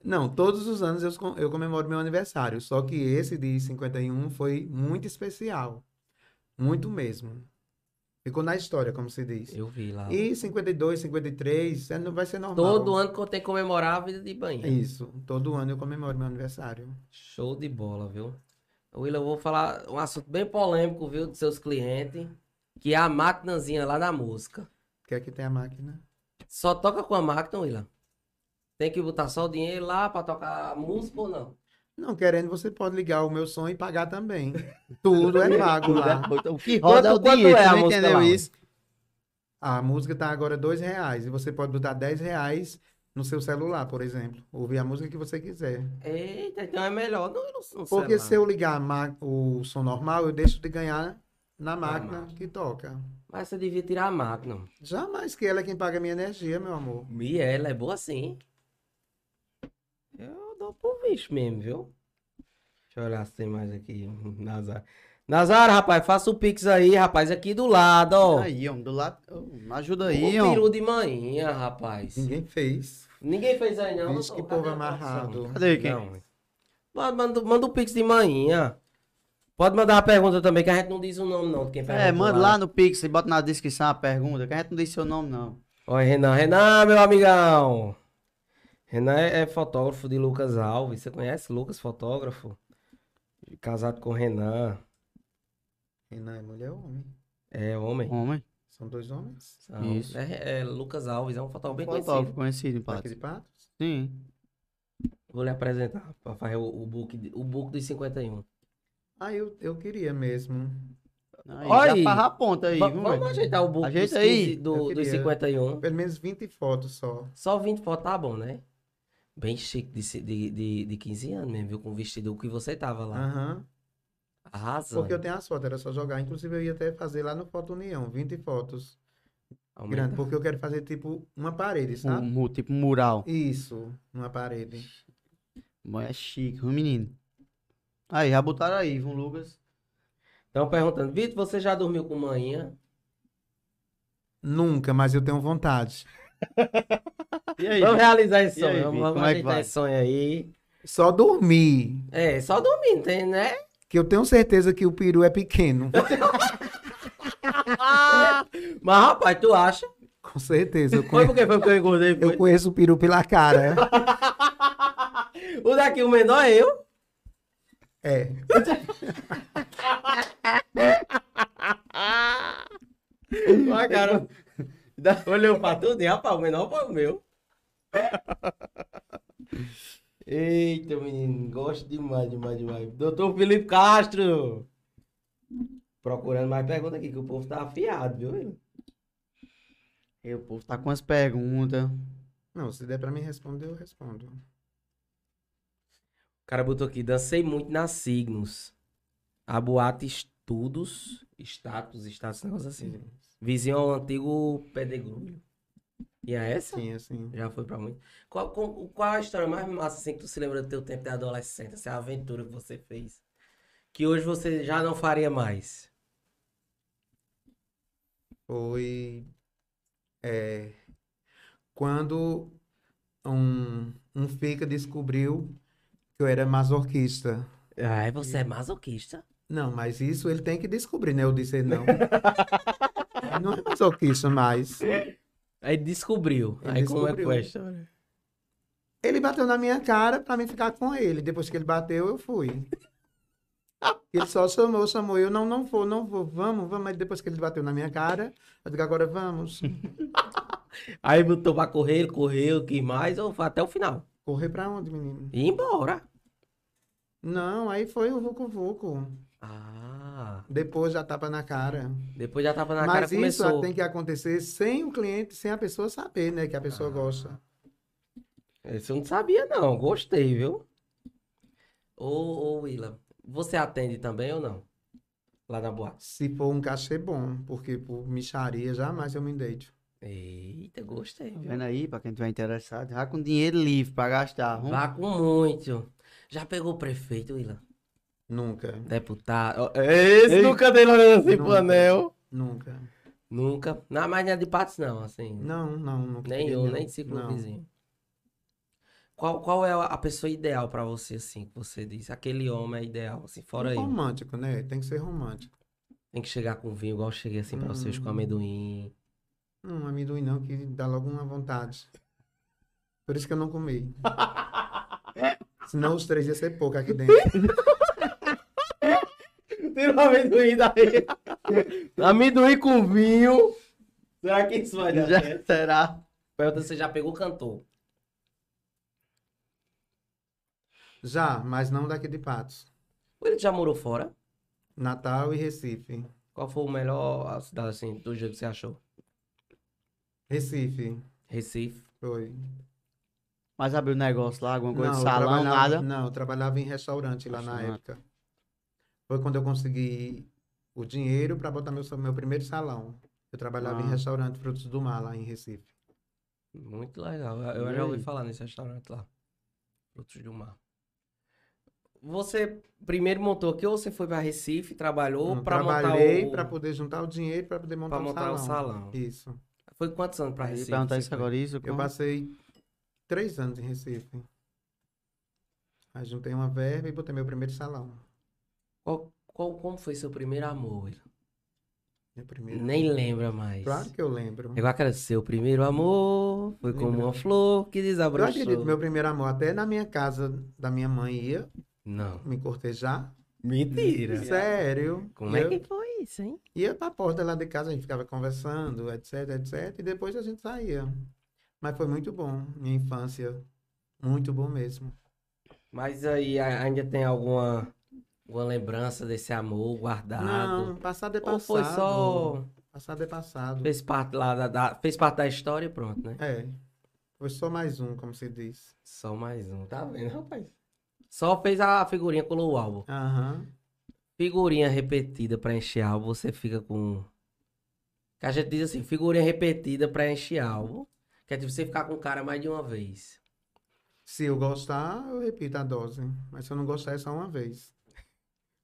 Speaker 3: Não, todos os anos eu, com- eu comemoro meu aniversário. Só que esse de 51 foi muito especial. Muito mesmo. Ficou na história, como se diz.
Speaker 2: Eu vi lá.
Speaker 3: E 52, 53, é, não vai ser normal.
Speaker 2: Todo ano que eu tenho que comemorar a vida de banho.
Speaker 3: Isso, todo ano eu comemoro meu aniversário.
Speaker 2: Show de bola, viu? Will, eu vou falar um assunto bem polêmico, viu, dos seus clientes, que é a maquinazinha lá da música.
Speaker 3: Que aqui tem a máquina.
Speaker 2: Só toca com a máquina, Willa. Tem que botar só o dinheiro lá pra tocar a música ou não?
Speaker 3: Não querendo, você pode ligar o meu som e pagar também. Tudo é pago lá.
Speaker 1: O que roda é o
Speaker 2: Quanto- quanto
Speaker 1: dinheiro,
Speaker 2: é
Speaker 1: você
Speaker 2: a
Speaker 1: não
Speaker 2: música
Speaker 1: entendeu
Speaker 2: lá?
Speaker 1: isso?
Speaker 3: A música tá agora dois reais e você pode botar 10 reais no seu celular, por exemplo. Ouvir a música que você quiser.
Speaker 2: Eita, então é melhor. Não, eu não, não sei
Speaker 3: Porque
Speaker 2: lá.
Speaker 3: se eu ligar a ma- o som normal, eu deixo de ganhar na máquina
Speaker 2: máquina.
Speaker 3: que toca.
Speaker 2: Mas você devia tirar a máquina.
Speaker 3: Jamais que ela é quem paga a minha energia, meu amor.
Speaker 2: E ela é boa sim. Eu dou pro bicho mesmo, viu? Deixa eu olhar se tem mais aqui. Nazar. Nazar, rapaz, faça o pix aí, rapaz, aqui do lado, ó.
Speaker 1: Aí, homem, do lado. Ô, Ajuda
Speaker 2: O
Speaker 1: aí,
Speaker 2: peru
Speaker 1: homem.
Speaker 2: de manhã, rapaz.
Speaker 3: Ninguém fez.
Speaker 2: Ninguém fez aí, não.
Speaker 3: Vixe, que
Speaker 2: doutor?
Speaker 3: povo é
Speaker 2: Cadê a produção?
Speaker 3: amarrado.
Speaker 1: Cadê quem?
Speaker 2: Não. Manda, manda, manda o pix de manhã. Pode mandar uma pergunta também, que a gente não diz o nome, não, de quem perguntou.
Speaker 1: É, manda lá no Pix e bota na descrição a pergunta, que a gente não disse seu nome, não.
Speaker 2: Olha, Renan. Renan, meu amigão. Renan é, é fotógrafo de Lucas Alves. Você conhece Lucas, fotógrafo? Casado com Renan.
Speaker 3: Renan é mulher ou homem?
Speaker 2: É homem.
Speaker 1: Homem.
Speaker 3: São dois homens?
Speaker 2: Não,
Speaker 1: Isso.
Speaker 2: É, é Lucas Alves, é um fotógrafo bem
Speaker 1: Fotógrafo
Speaker 2: conhecido. Tá
Speaker 1: conhecido, em
Speaker 3: Daqui de
Speaker 1: Patos.
Speaker 3: Patos?
Speaker 1: Sim.
Speaker 2: Vou lhe apresentar para fazer o, o, book, de- o book dos 51.
Speaker 3: Ah, eu, eu queria mesmo.
Speaker 1: Aí,
Speaker 2: Olha aí.
Speaker 1: já farra a ponta aí,
Speaker 2: Va-
Speaker 1: viu,
Speaker 2: vamos
Speaker 1: velho?
Speaker 2: ajeitar o book
Speaker 1: Ajeita
Speaker 2: dos,
Speaker 1: aí.
Speaker 2: 15 do-
Speaker 3: Eu
Speaker 2: dos
Speaker 3: queria.
Speaker 2: 51.
Speaker 3: Pelo menos 20 fotos só.
Speaker 2: Só 20 fotos tá bom, né? Bem chique de, se- de, de, de 15 anos mesmo, viu? Com o vestido que você tava lá.
Speaker 3: Aham.
Speaker 2: Arrasando.
Speaker 3: Porque eu tenho as fotos, era só jogar. Inclusive, eu ia até fazer lá no Foto União, 20 fotos.
Speaker 2: Aumenta.
Speaker 3: Grande, porque eu quero fazer tipo uma parede,
Speaker 1: Um,
Speaker 3: sabe?
Speaker 1: mu- tipo um mural.
Speaker 3: Isso, uma parede.
Speaker 1: Mas é chique, viu, menino? Aí, já botaram aí, viu, Lucas?
Speaker 2: Estão perguntando, Vitor, você já dormiu com manhã?
Speaker 3: Nunca, mas eu tenho vontade.
Speaker 1: E aí?
Speaker 2: Vamos realizar esse
Speaker 1: E aí,
Speaker 2: sonho. vamos
Speaker 1: Vitor,
Speaker 2: vamos
Speaker 1: como é que
Speaker 2: ajeitar
Speaker 1: vai?
Speaker 2: esse sonho aí.
Speaker 3: Só dormir.
Speaker 2: É, só dormindo, tem, né?
Speaker 3: Que eu tenho certeza que o peru é pequeno.
Speaker 2: Mas, rapaz, tu acha?
Speaker 3: Com certeza. Eu
Speaker 2: Foi
Speaker 3: conheço,
Speaker 2: porque foi porque eu engordei.
Speaker 3: eu
Speaker 2: Foi.
Speaker 3: conheço o peru pela cara.
Speaker 2: O daqui, o menor é eu.
Speaker 3: É.
Speaker 2: Olha, cara. dá- Olhou pra tudo e, rapaz, o menor foi o meu. Eita, menino, gosto demais, demais, demais. Doutor Felipe Castro. Procurando mais perguntas aqui, que o povo tá afiado, viu?
Speaker 1: E o povo tá com as perguntas.
Speaker 3: Não, se der pra mim responder, eu respondo.
Speaker 2: O cara botou aqui, dancei muito na Signos. A boate estudos, status, status, negócio assim.
Speaker 3: Sim,
Speaker 2: Vizinho ao antigo Pedregulho. E é essa?
Speaker 3: sim. assim.
Speaker 2: Já foi pra muito. Qual, qual, qual a história mais massa assim, que tu se lembra do teu tempo de adolescente? Essa aventura que você fez. Que hoje você já não faria mais.
Speaker 3: Foi é, quando um, um fica descobriu que eu era masoquista.
Speaker 2: Ai, você é masoquista.
Speaker 3: Não, mas isso ele tem que descobrir, né? Eu disse não. Não é masoquista mais.
Speaker 2: Aí descobriu.
Speaker 3: Ele
Speaker 2: Aí como é que
Speaker 3: descobriu.
Speaker 2: foi a história?
Speaker 3: Ele bateu na minha cara pra mim ficar com ele. Depois que ele bateu, eu fui. Ele só chamou, chamou. Eu não, não vou, não vou. Vamos, vamos. Mas depois que ele bateu na minha cara, eu digo agora vamos.
Speaker 2: Aí botou pra correr, ele correu, quis mais, ou foi até o final.
Speaker 3: Correr pra onde, menino?
Speaker 2: E embora.
Speaker 3: Não, aí foi o Vucu Vucu.
Speaker 2: Ah.
Speaker 3: Depois já tapa na cara.
Speaker 2: Depois já tava na
Speaker 3: Mas
Speaker 2: cara
Speaker 3: isso
Speaker 2: começou.
Speaker 3: tem que acontecer sem o cliente, sem a pessoa saber, né? Que a
Speaker 2: Ah.
Speaker 3: pessoa gosta.
Speaker 2: Esse eu não sabia, não. Gostei, viu? Ô, ô Willa, você atende também ou não? Lá na boate.
Speaker 3: Se for um cachê bom, porque por micharia jamais eu me deito.
Speaker 2: Eita, gostei,
Speaker 1: Tá
Speaker 2: viu?
Speaker 1: vendo aí, pra quem tiver interessado, já com dinheiro livre pra gastar. Vamos
Speaker 2: Vá com muito. Já pegou o prefeito, Willa?
Speaker 3: Nunca,
Speaker 2: Deputado. Ó, Esse
Speaker 1: Ei.
Speaker 2: nunca tem lá nesse
Speaker 3: Nunca. assim
Speaker 2: panel.
Speaker 3: nunca.
Speaker 2: Nunca. Na máquina de patos, não, assim.
Speaker 3: Não, não, nunca.
Speaker 2: Nem
Speaker 3: peguei,
Speaker 2: eu,
Speaker 3: não.
Speaker 2: nem ciclo
Speaker 3: Não.
Speaker 2: vizinho. Qual, qual é a- a pessoa ideal pra você, assim, que você diz? Aquele homem é ideal, assim, fora aí.
Speaker 3: Romântico, né? Tem que ser romântico.
Speaker 2: Tem que chegar com vinho, igual eu cheguei assim pra vocês com
Speaker 3: Hum.
Speaker 2: amendoim.
Speaker 3: Não, amendoim não, que dá logo uma vontade. Por isso que eu não comi. Senão os três ia ser pouco aqui dentro.
Speaker 2: Tira o amendoim daí. amendoim com vinho.
Speaker 1: Será que isso vai
Speaker 2: dar
Speaker 1: certo? Será?
Speaker 2: Pergunta se você já pegou cantor.
Speaker 3: Já, mas não daqui de Patos.
Speaker 2: Ele já morou fora?
Speaker 3: Natal e Recife.
Speaker 2: Qual foi o melhor a cidade, assim, do jeito que você achou?
Speaker 3: Recife,
Speaker 2: Recife.
Speaker 3: foi.
Speaker 1: Mas abriu um negócio lá, alguma coisa
Speaker 3: Não,
Speaker 1: de
Speaker 3: eu
Speaker 1: salão,
Speaker 3: trabalhava-
Speaker 1: nada.
Speaker 3: Não, eu trabalhava em restaurante lá na
Speaker 1: Restaurante.
Speaker 3: época. Foi quando eu consegui o dinheiro para botar meu, meu primeiro salão. Eu trabalhava em
Speaker 1: Ah.
Speaker 3: restaurante Frutos do Mar, lá em Recife.
Speaker 2: Muito legal. Eu, eu
Speaker 1: E
Speaker 2: já ouvi
Speaker 1: aí?
Speaker 2: falar nesse restaurante lá. Frutos do Mar. Você primeiro montou aqui ou você foi pra Recife, trabalhou
Speaker 3: Eu
Speaker 2: pra montar
Speaker 3: Então, trabalhei
Speaker 2: o...
Speaker 3: para poder juntar o dinheiro para poder montar,
Speaker 2: pra
Speaker 3: o,
Speaker 2: montar o
Speaker 3: salão.
Speaker 2: salão.
Speaker 3: Isso.
Speaker 2: Foi quantos anos pra
Speaker 1: Eu ia
Speaker 2: Recife?
Speaker 1: perguntar
Speaker 2: você
Speaker 1: isso
Speaker 2: foi?
Speaker 1: agora, isso?
Speaker 3: Eu
Speaker 1: como?
Speaker 3: passei três anos em Recife. Aí juntei uma verba e botei meu primeiro salão.
Speaker 2: Qual, qual, como foi seu primeiro amor? Will?
Speaker 3: Meu primeiro.
Speaker 2: Nem lembra mais.
Speaker 3: Claro que eu lembro.
Speaker 2: É igual aquela, seu primeiro amor foi como
Speaker 3: Lembra.
Speaker 2: uma flor que
Speaker 3: Eu
Speaker 2: desabrochou.
Speaker 3: acredito, meu primeiro amor, até na minha casa da minha mãe ia
Speaker 2: Não.
Speaker 3: me cortejar.
Speaker 2: Mentira.
Speaker 3: Sério.
Speaker 2: Como
Speaker 3: E
Speaker 2: é
Speaker 3: eu
Speaker 2: que foi isso, hein?
Speaker 3: Ia pra porta lá de casa, a gente ficava conversando, etc, etc. E depois a gente saía. Mas foi muito bom. Minha infância, muito bom mesmo.
Speaker 2: Mas aí a- ainda tem alguma, alguma lembrança desse amor guardado?
Speaker 3: Não, passado é
Speaker 2: Ou
Speaker 3: passado.
Speaker 2: foi só.
Speaker 3: Passado é passado.
Speaker 2: Fez parte, lá da, da- fez parte da história e pronto, né?
Speaker 3: É. Foi só mais um, como se diz.
Speaker 2: Só mais um. Tá vendo, rapaz? Só fez a figurinha, colou o álbum.
Speaker 3: Aham.
Speaker 2: Figurinha repetida pra encher álbum, você fica com. Que a gente diz assim, figurinha repetida pra encher álbum. Que é tipo você ficar com o cara mais de uma vez.
Speaker 3: Se eu gostar, eu repito a dose. Mas se eu não gostar, é só uma vez.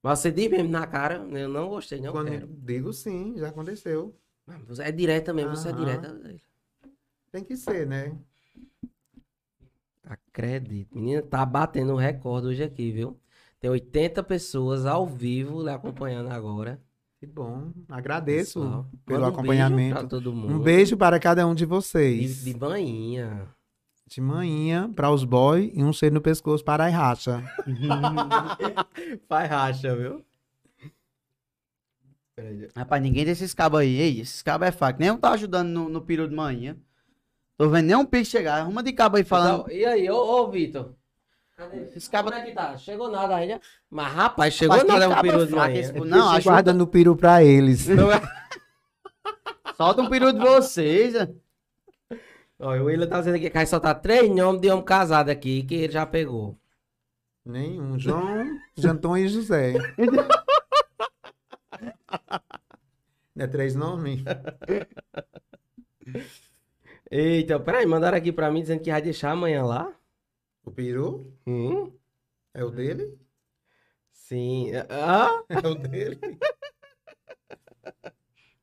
Speaker 2: Mas você diz mesmo na cara, eu não gostei, não
Speaker 3: Quando
Speaker 2: quero.
Speaker 3: digo sim, já aconteceu.
Speaker 2: Mas você é direta mesmo, você é
Speaker 3: Aham.
Speaker 2: direta.
Speaker 3: Tem que ser, né?
Speaker 2: Acredito. Menina, tá batendo um recorde hoje aqui, viu? Tem 80 pessoas ao vivo lá acompanhando agora.
Speaker 3: Que bom. Agradeço
Speaker 2: pessoal.
Speaker 3: pelo
Speaker 2: Manda um
Speaker 3: acompanhamento.
Speaker 2: Beijo pra todo mundo.
Speaker 3: Um beijo para cada um de vocês.
Speaker 2: De, de banhinha.
Speaker 3: De manhã para os boy e um cheiro no pescoço para a racha.
Speaker 2: Faz racha, viu?
Speaker 1: é. Rapaz, ninguém desses cabos aí. Ei, esses cabos é faca. Nenhum tá ajudando no, no peru de manhã. Tô vendo nenhum pique chegar. Arruma de cabo aí falando.
Speaker 2: Então, e aí, ô, ô Vitor? Cadê?
Speaker 1: Esse cabra-
Speaker 2: Como é que tá? Chegou nada ainda. Mas, rapaz, chegou nada
Speaker 1: Rapaz,
Speaker 2: um
Speaker 1: que
Speaker 2: peru
Speaker 1: cabo
Speaker 2: de
Speaker 1: fraco
Speaker 2: manhã.
Speaker 1: esse-
Speaker 3: Não,
Speaker 1: Não,
Speaker 3: acho...
Speaker 1: ajuda.
Speaker 3: guarda no peru para eles.
Speaker 2: Não é-
Speaker 1: Solta um peru de vocês. né?
Speaker 2: Olha, o Willian tá dizendo aqui que só tá três nomes de homem casado aqui, que ele já pegou.
Speaker 3: Nenhum. João, Janton e José. Não é três nomes?
Speaker 2: Eita, peraí, mandaram aqui pra mim dizendo que vai deixar amanhã lá.
Speaker 3: O peru
Speaker 2: Hum?
Speaker 3: é o dele?
Speaker 2: Sim. Ah?
Speaker 3: É o dele?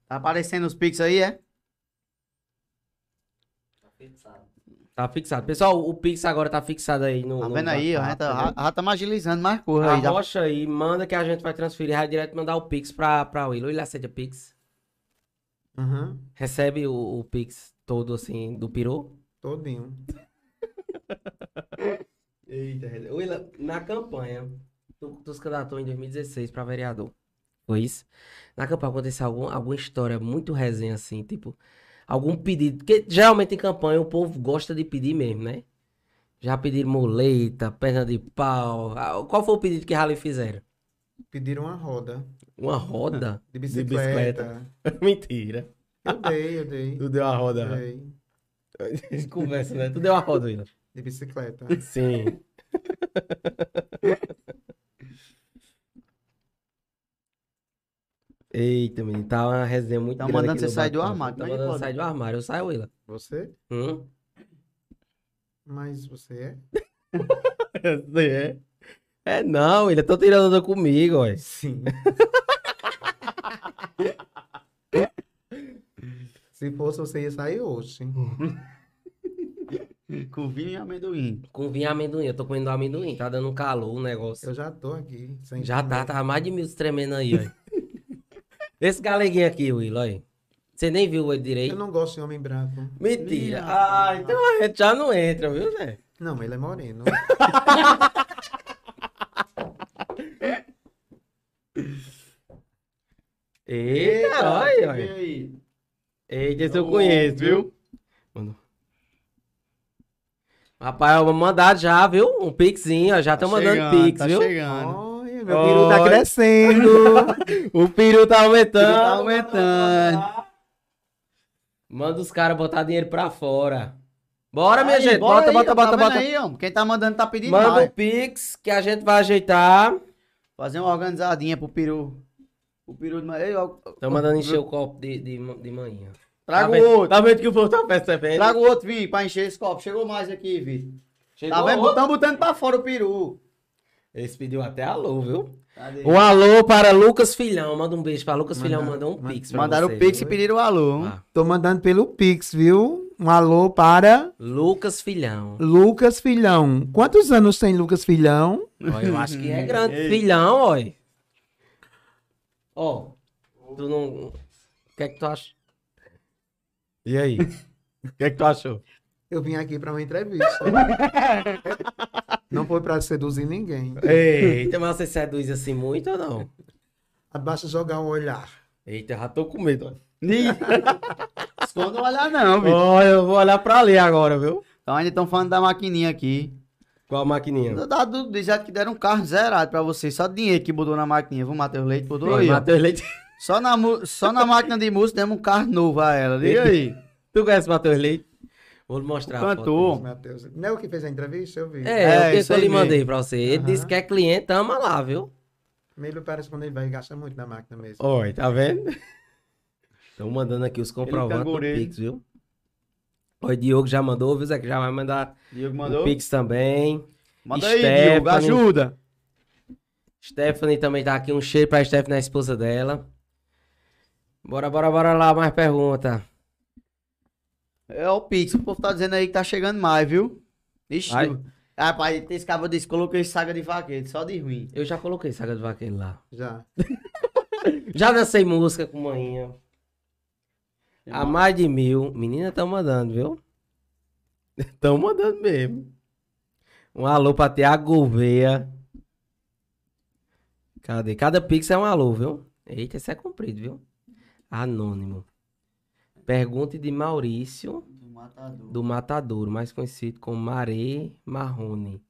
Speaker 1: Tá aparecendo os piques aí, é?
Speaker 2: Tá fixado. Pessoal, o Pix agora tá fixado aí no.
Speaker 1: Tá
Speaker 2: no
Speaker 1: vendo aí? ó,
Speaker 2: WhatsApp,
Speaker 1: Já tá,
Speaker 2: entendeu?
Speaker 1: já- já tamo agilizando mais coisa aí.
Speaker 2: A
Speaker 1: já-
Speaker 2: rocha aí, manda que a gente vai transferir, vai direto mandar o Pix pra, pra Willian. Willian aceita Pix.
Speaker 3: Aham.
Speaker 2: Recebe o, o Pix todo assim do peru.
Speaker 3: Todinho.
Speaker 2: Eita, Willa, na campanha, tu, tu se candidatou em 2016 pra vereador. Foi isso? Na campanha aconteceu algum, alguma história muito resenha assim, tipo, algum pedido. Porque geralmente em campanha o povo gosta de pedir mesmo, né? Já pediram muleta, perna de pau. Ah, Qual foi o pedido que Rally fizeram?
Speaker 3: Pediram uma roda
Speaker 2: Uma roda?
Speaker 3: de
Speaker 2: bicicleta.
Speaker 3: bicicleta.
Speaker 2: Mentira.
Speaker 3: Eu dei, eu dei.
Speaker 2: Tu deu a roda. velho.
Speaker 3: dei.
Speaker 2: É, Conversa, né? Tu deu a roda, Willa.
Speaker 3: De bicicleta.
Speaker 2: Sim. Eita, menino, tá uma resenha muito
Speaker 1: Tá
Speaker 2: grande
Speaker 1: mandando
Speaker 2: aqui
Speaker 1: você
Speaker 2: no
Speaker 1: sair do
Speaker 2: bate-papo.
Speaker 1: armário,
Speaker 2: Tá
Speaker 1: né?
Speaker 2: mandando
Speaker 1: Pode.
Speaker 2: sair do armário. Eu saio, Willa.
Speaker 3: Você?
Speaker 2: Hum?
Speaker 3: Mas você
Speaker 2: É. É não, Willa, tô tirando onda comigo, ó.
Speaker 3: é? Sim. Se fosse, você ia sair hoje.
Speaker 1: Com vinho e amendoim.
Speaker 2: Com vinho e amendoim, eu tô comendo amendoim, tá dando um calor o negócio.
Speaker 3: Eu já tô aqui. Sem
Speaker 2: Já tá,
Speaker 3: comer.
Speaker 2: tá mais de mil tremendo aí, ó. Esse galeguinho aqui, Willa, ó. Você nem viu ele
Speaker 3: Eu
Speaker 2: direito.
Speaker 3: não gosto de homem branco.
Speaker 2: Mentira.
Speaker 1: Ih,
Speaker 2: Ah,
Speaker 1: rapaz.
Speaker 2: então a gente já não entra, viu, né?
Speaker 3: Não, ele é moreno.
Speaker 2: Eita, olha, olha.
Speaker 1: aí?
Speaker 2: Eita, esse eu
Speaker 1: Ô,
Speaker 2: conheço, viu? Mano. Rapaz, eu vou mandar já, viu? Um pixinho, ó. Já estão mandando pix,
Speaker 1: tá
Speaker 2: viu?
Speaker 1: Chegando.
Speaker 3: Olha, meu peru tá
Speaker 2: Olha.
Speaker 3: crescendo.
Speaker 2: O peru tá aumentando.
Speaker 1: Tá aumentando.
Speaker 2: Manda os caras botar dinheiro pra fora. Bora, minha
Speaker 1: Aí,
Speaker 2: gente.
Speaker 1: bora
Speaker 2: Bota,
Speaker 1: aí,
Speaker 2: bota,
Speaker 1: ó,
Speaker 2: bota,
Speaker 1: tá vendo
Speaker 2: bota.
Speaker 1: aí, ó. Quem tá mandando tá pedindo
Speaker 2: Manda o
Speaker 1: mais.
Speaker 2: pix que a gente vai ajeitar.
Speaker 1: Fazer uma organizadinha pro peru. O peru de manhã. Ei, ó,
Speaker 2: Tô mandando encher o copo de, de, de manhã.
Speaker 1: Traga
Speaker 2: tá
Speaker 1: o
Speaker 2: vendo-
Speaker 1: outro.
Speaker 2: Tá vendo que o povo tá percebendo?
Speaker 1: Traga o outro vinho pra encher esse copo. Chegou mais aqui, Vitor. Tá
Speaker 2: Chegou
Speaker 1: vendo?
Speaker 2: outro.
Speaker 1: Estão botando pra fora o peru.
Speaker 2: Esse pediu até alô, viu?
Speaker 1: Cadê?
Speaker 2: Um alô para Lucas Filhão. Manda um beijo para Lucas Filhão. Manda
Speaker 3: Mandaram-
Speaker 2: um pix pra
Speaker 1: Mandaram
Speaker 2: você,
Speaker 1: o pix e
Speaker 2: viu?
Speaker 1: pediram o alô. hein?
Speaker 2: Ah,
Speaker 3: Tô mandando pelo Pix, viu? Um alô para
Speaker 2: Lucas Filhão.
Speaker 3: Lucas Filhão. Quantos anos tem Lucas Filhão?
Speaker 2: Ó, eu acho que é grande.
Speaker 1: Ei.
Speaker 2: Filhão, ó. Ó, tu não... O que é que tu acha? E aí? O que é que tu achou?
Speaker 3: Eu vim aqui pra uma entrevista. Não foi pra seduzir ninguém.
Speaker 2: Eita, mas você seduz assim muito ou não?
Speaker 3: Abaixa jogar o olhar.
Speaker 2: Eita, eu já tô com medo.
Speaker 1: Ih. Esconda o olhar não, Vitor.
Speaker 2: Ó, eu vou olhar pra ali agora, viu?
Speaker 1: Então ainda estão falando da maquininha aqui.
Speaker 2: Com a maquininha.
Speaker 1: Do, da- do, do jeito que deram um carro zerado pra vocês. Só dinheiro que botou na maquininha. Vamos, Matheus Leite, botou
Speaker 2: Oi,
Speaker 1: aí, ó.
Speaker 2: Matheus Leite.
Speaker 1: Só na, mu- só na máquina de música demos um carro novo a ela. Liga aí.
Speaker 2: Tu conhece o Matheus Leite? Vou lhe mostrar a foto
Speaker 1: cantor.
Speaker 2: dele.
Speaker 3: Mateus. Não é o que fez a entrevista? Eu vi.
Speaker 2: É,
Speaker 1: É,
Speaker 2: o que
Speaker 1: isso
Speaker 2: eu
Speaker 1: aí
Speaker 2: lhe
Speaker 1: mesmo.
Speaker 2: mandei pra você. Ele
Speaker 3: Aham.
Speaker 2: disse que é cliente, ama lá, viu?
Speaker 3: Meio parece quando ele vai gastar muito na máquina mesmo.
Speaker 2: Oi, tá vendo? tá Estão mandando aqui os comprovantes do
Speaker 1: cangurei.
Speaker 2: Pix, viu? Oi, Diogo já mandou, viu, Zé? Que já vai mandar
Speaker 1: Diogo
Speaker 2: o Pix também.
Speaker 1: Manda aí, Diogo.
Speaker 2: Stephanie.
Speaker 1: Ajuda.
Speaker 2: Stephanie também tá aqui. Um cheiro pra Stephanie, a esposa dela. Bora, bora, bora lá, mais pergunta.
Speaker 1: É o Pix. O povo tá dizendo aí que tá chegando mais, viu? Ixi.
Speaker 2: Vai.
Speaker 1: Diogo. Rapaz, esse cabo disse, coloquei saga de vaqueiro. Só de ruim.
Speaker 2: Eu já coloquei Saga do Vaqueiro lá.
Speaker 3: Já.
Speaker 2: Já dancei música com manhinha. A mais de mil. Menina, estão mandando, viu? Estão mandando mesmo. Um alô pra Tiago Gouveia. Cadê? Cada pix é um alô, viu? Eita, esse é comprido, viu? Anônimo. Pergunte de Maurício
Speaker 1: Do matador.
Speaker 2: do Matadouro, mais conhecido como Maré Marrone.
Speaker 3: O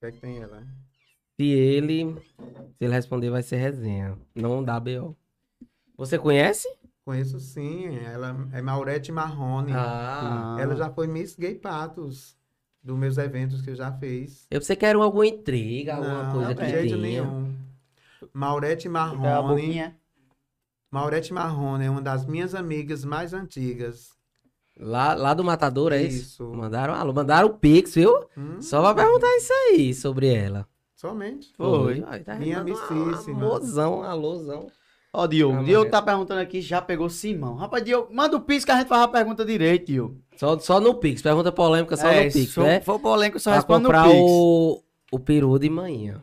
Speaker 3: que é que tem ela?
Speaker 2: Se ele, se ele responder, vai ser resenha. Não dá B.O. Você conhece?
Speaker 3: Conheço sim. Ela é Maurete Marrone.
Speaker 2: Ah.
Speaker 3: Ela já foi Miss Gay Patos. Dos meus eventos que eu já fiz.
Speaker 2: Eu pensei que era alguma intriga, alguma
Speaker 3: Não,
Speaker 2: Ah, coisa
Speaker 3: de
Speaker 2: que
Speaker 3: jeito
Speaker 2: tinha.
Speaker 3: nenhum. Maurete
Speaker 1: É a
Speaker 3: Marrone.
Speaker 1: boquinha.
Speaker 3: Maurete Marrone é uma das minhas amigas mais antigas.
Speaker 2: Lá, lá do Matador, é isso?
Speaker 3: Isso.
Speaker 2: Mandaram, alô, mandaram o Pix, viu?
Speaker 3: Hum?
Speaker 2: Só pra perguntar isso aí sobre ela.
Speaker 3: Somente.
Speaker 1: Foi.
Speaker 2: Ai, tá
Speaker 3: Minha
Speaker 2: mandando uma-
Speaker 3: amicíssima.
Speaker 2: uma Alôzão, alôzão.
Speaker 1: Ó, Diogo.
Speaker 2: Ah,
Speaker 1: Diogo
Speaker 2: mas-
Speaker 1: tá perguntando aqui, já pegou Simão. Rapaz, Diogo, manda o Pix que a gente faz a pergunta direito, Diogo.
Speaker 2: Só, só no Pix, pergunta polêmica só
Speaker 3: É,
Speaker 2: no Pix,
Speaker 1: se
Speaker 2: né?
Speaker 1: É, for polêmico, só
Speaker 2: Pra
Speaker 1: responde no
Speaker 2: comprar
Speaker 1: Pix.
Speaker 2: o, o peru de manhã.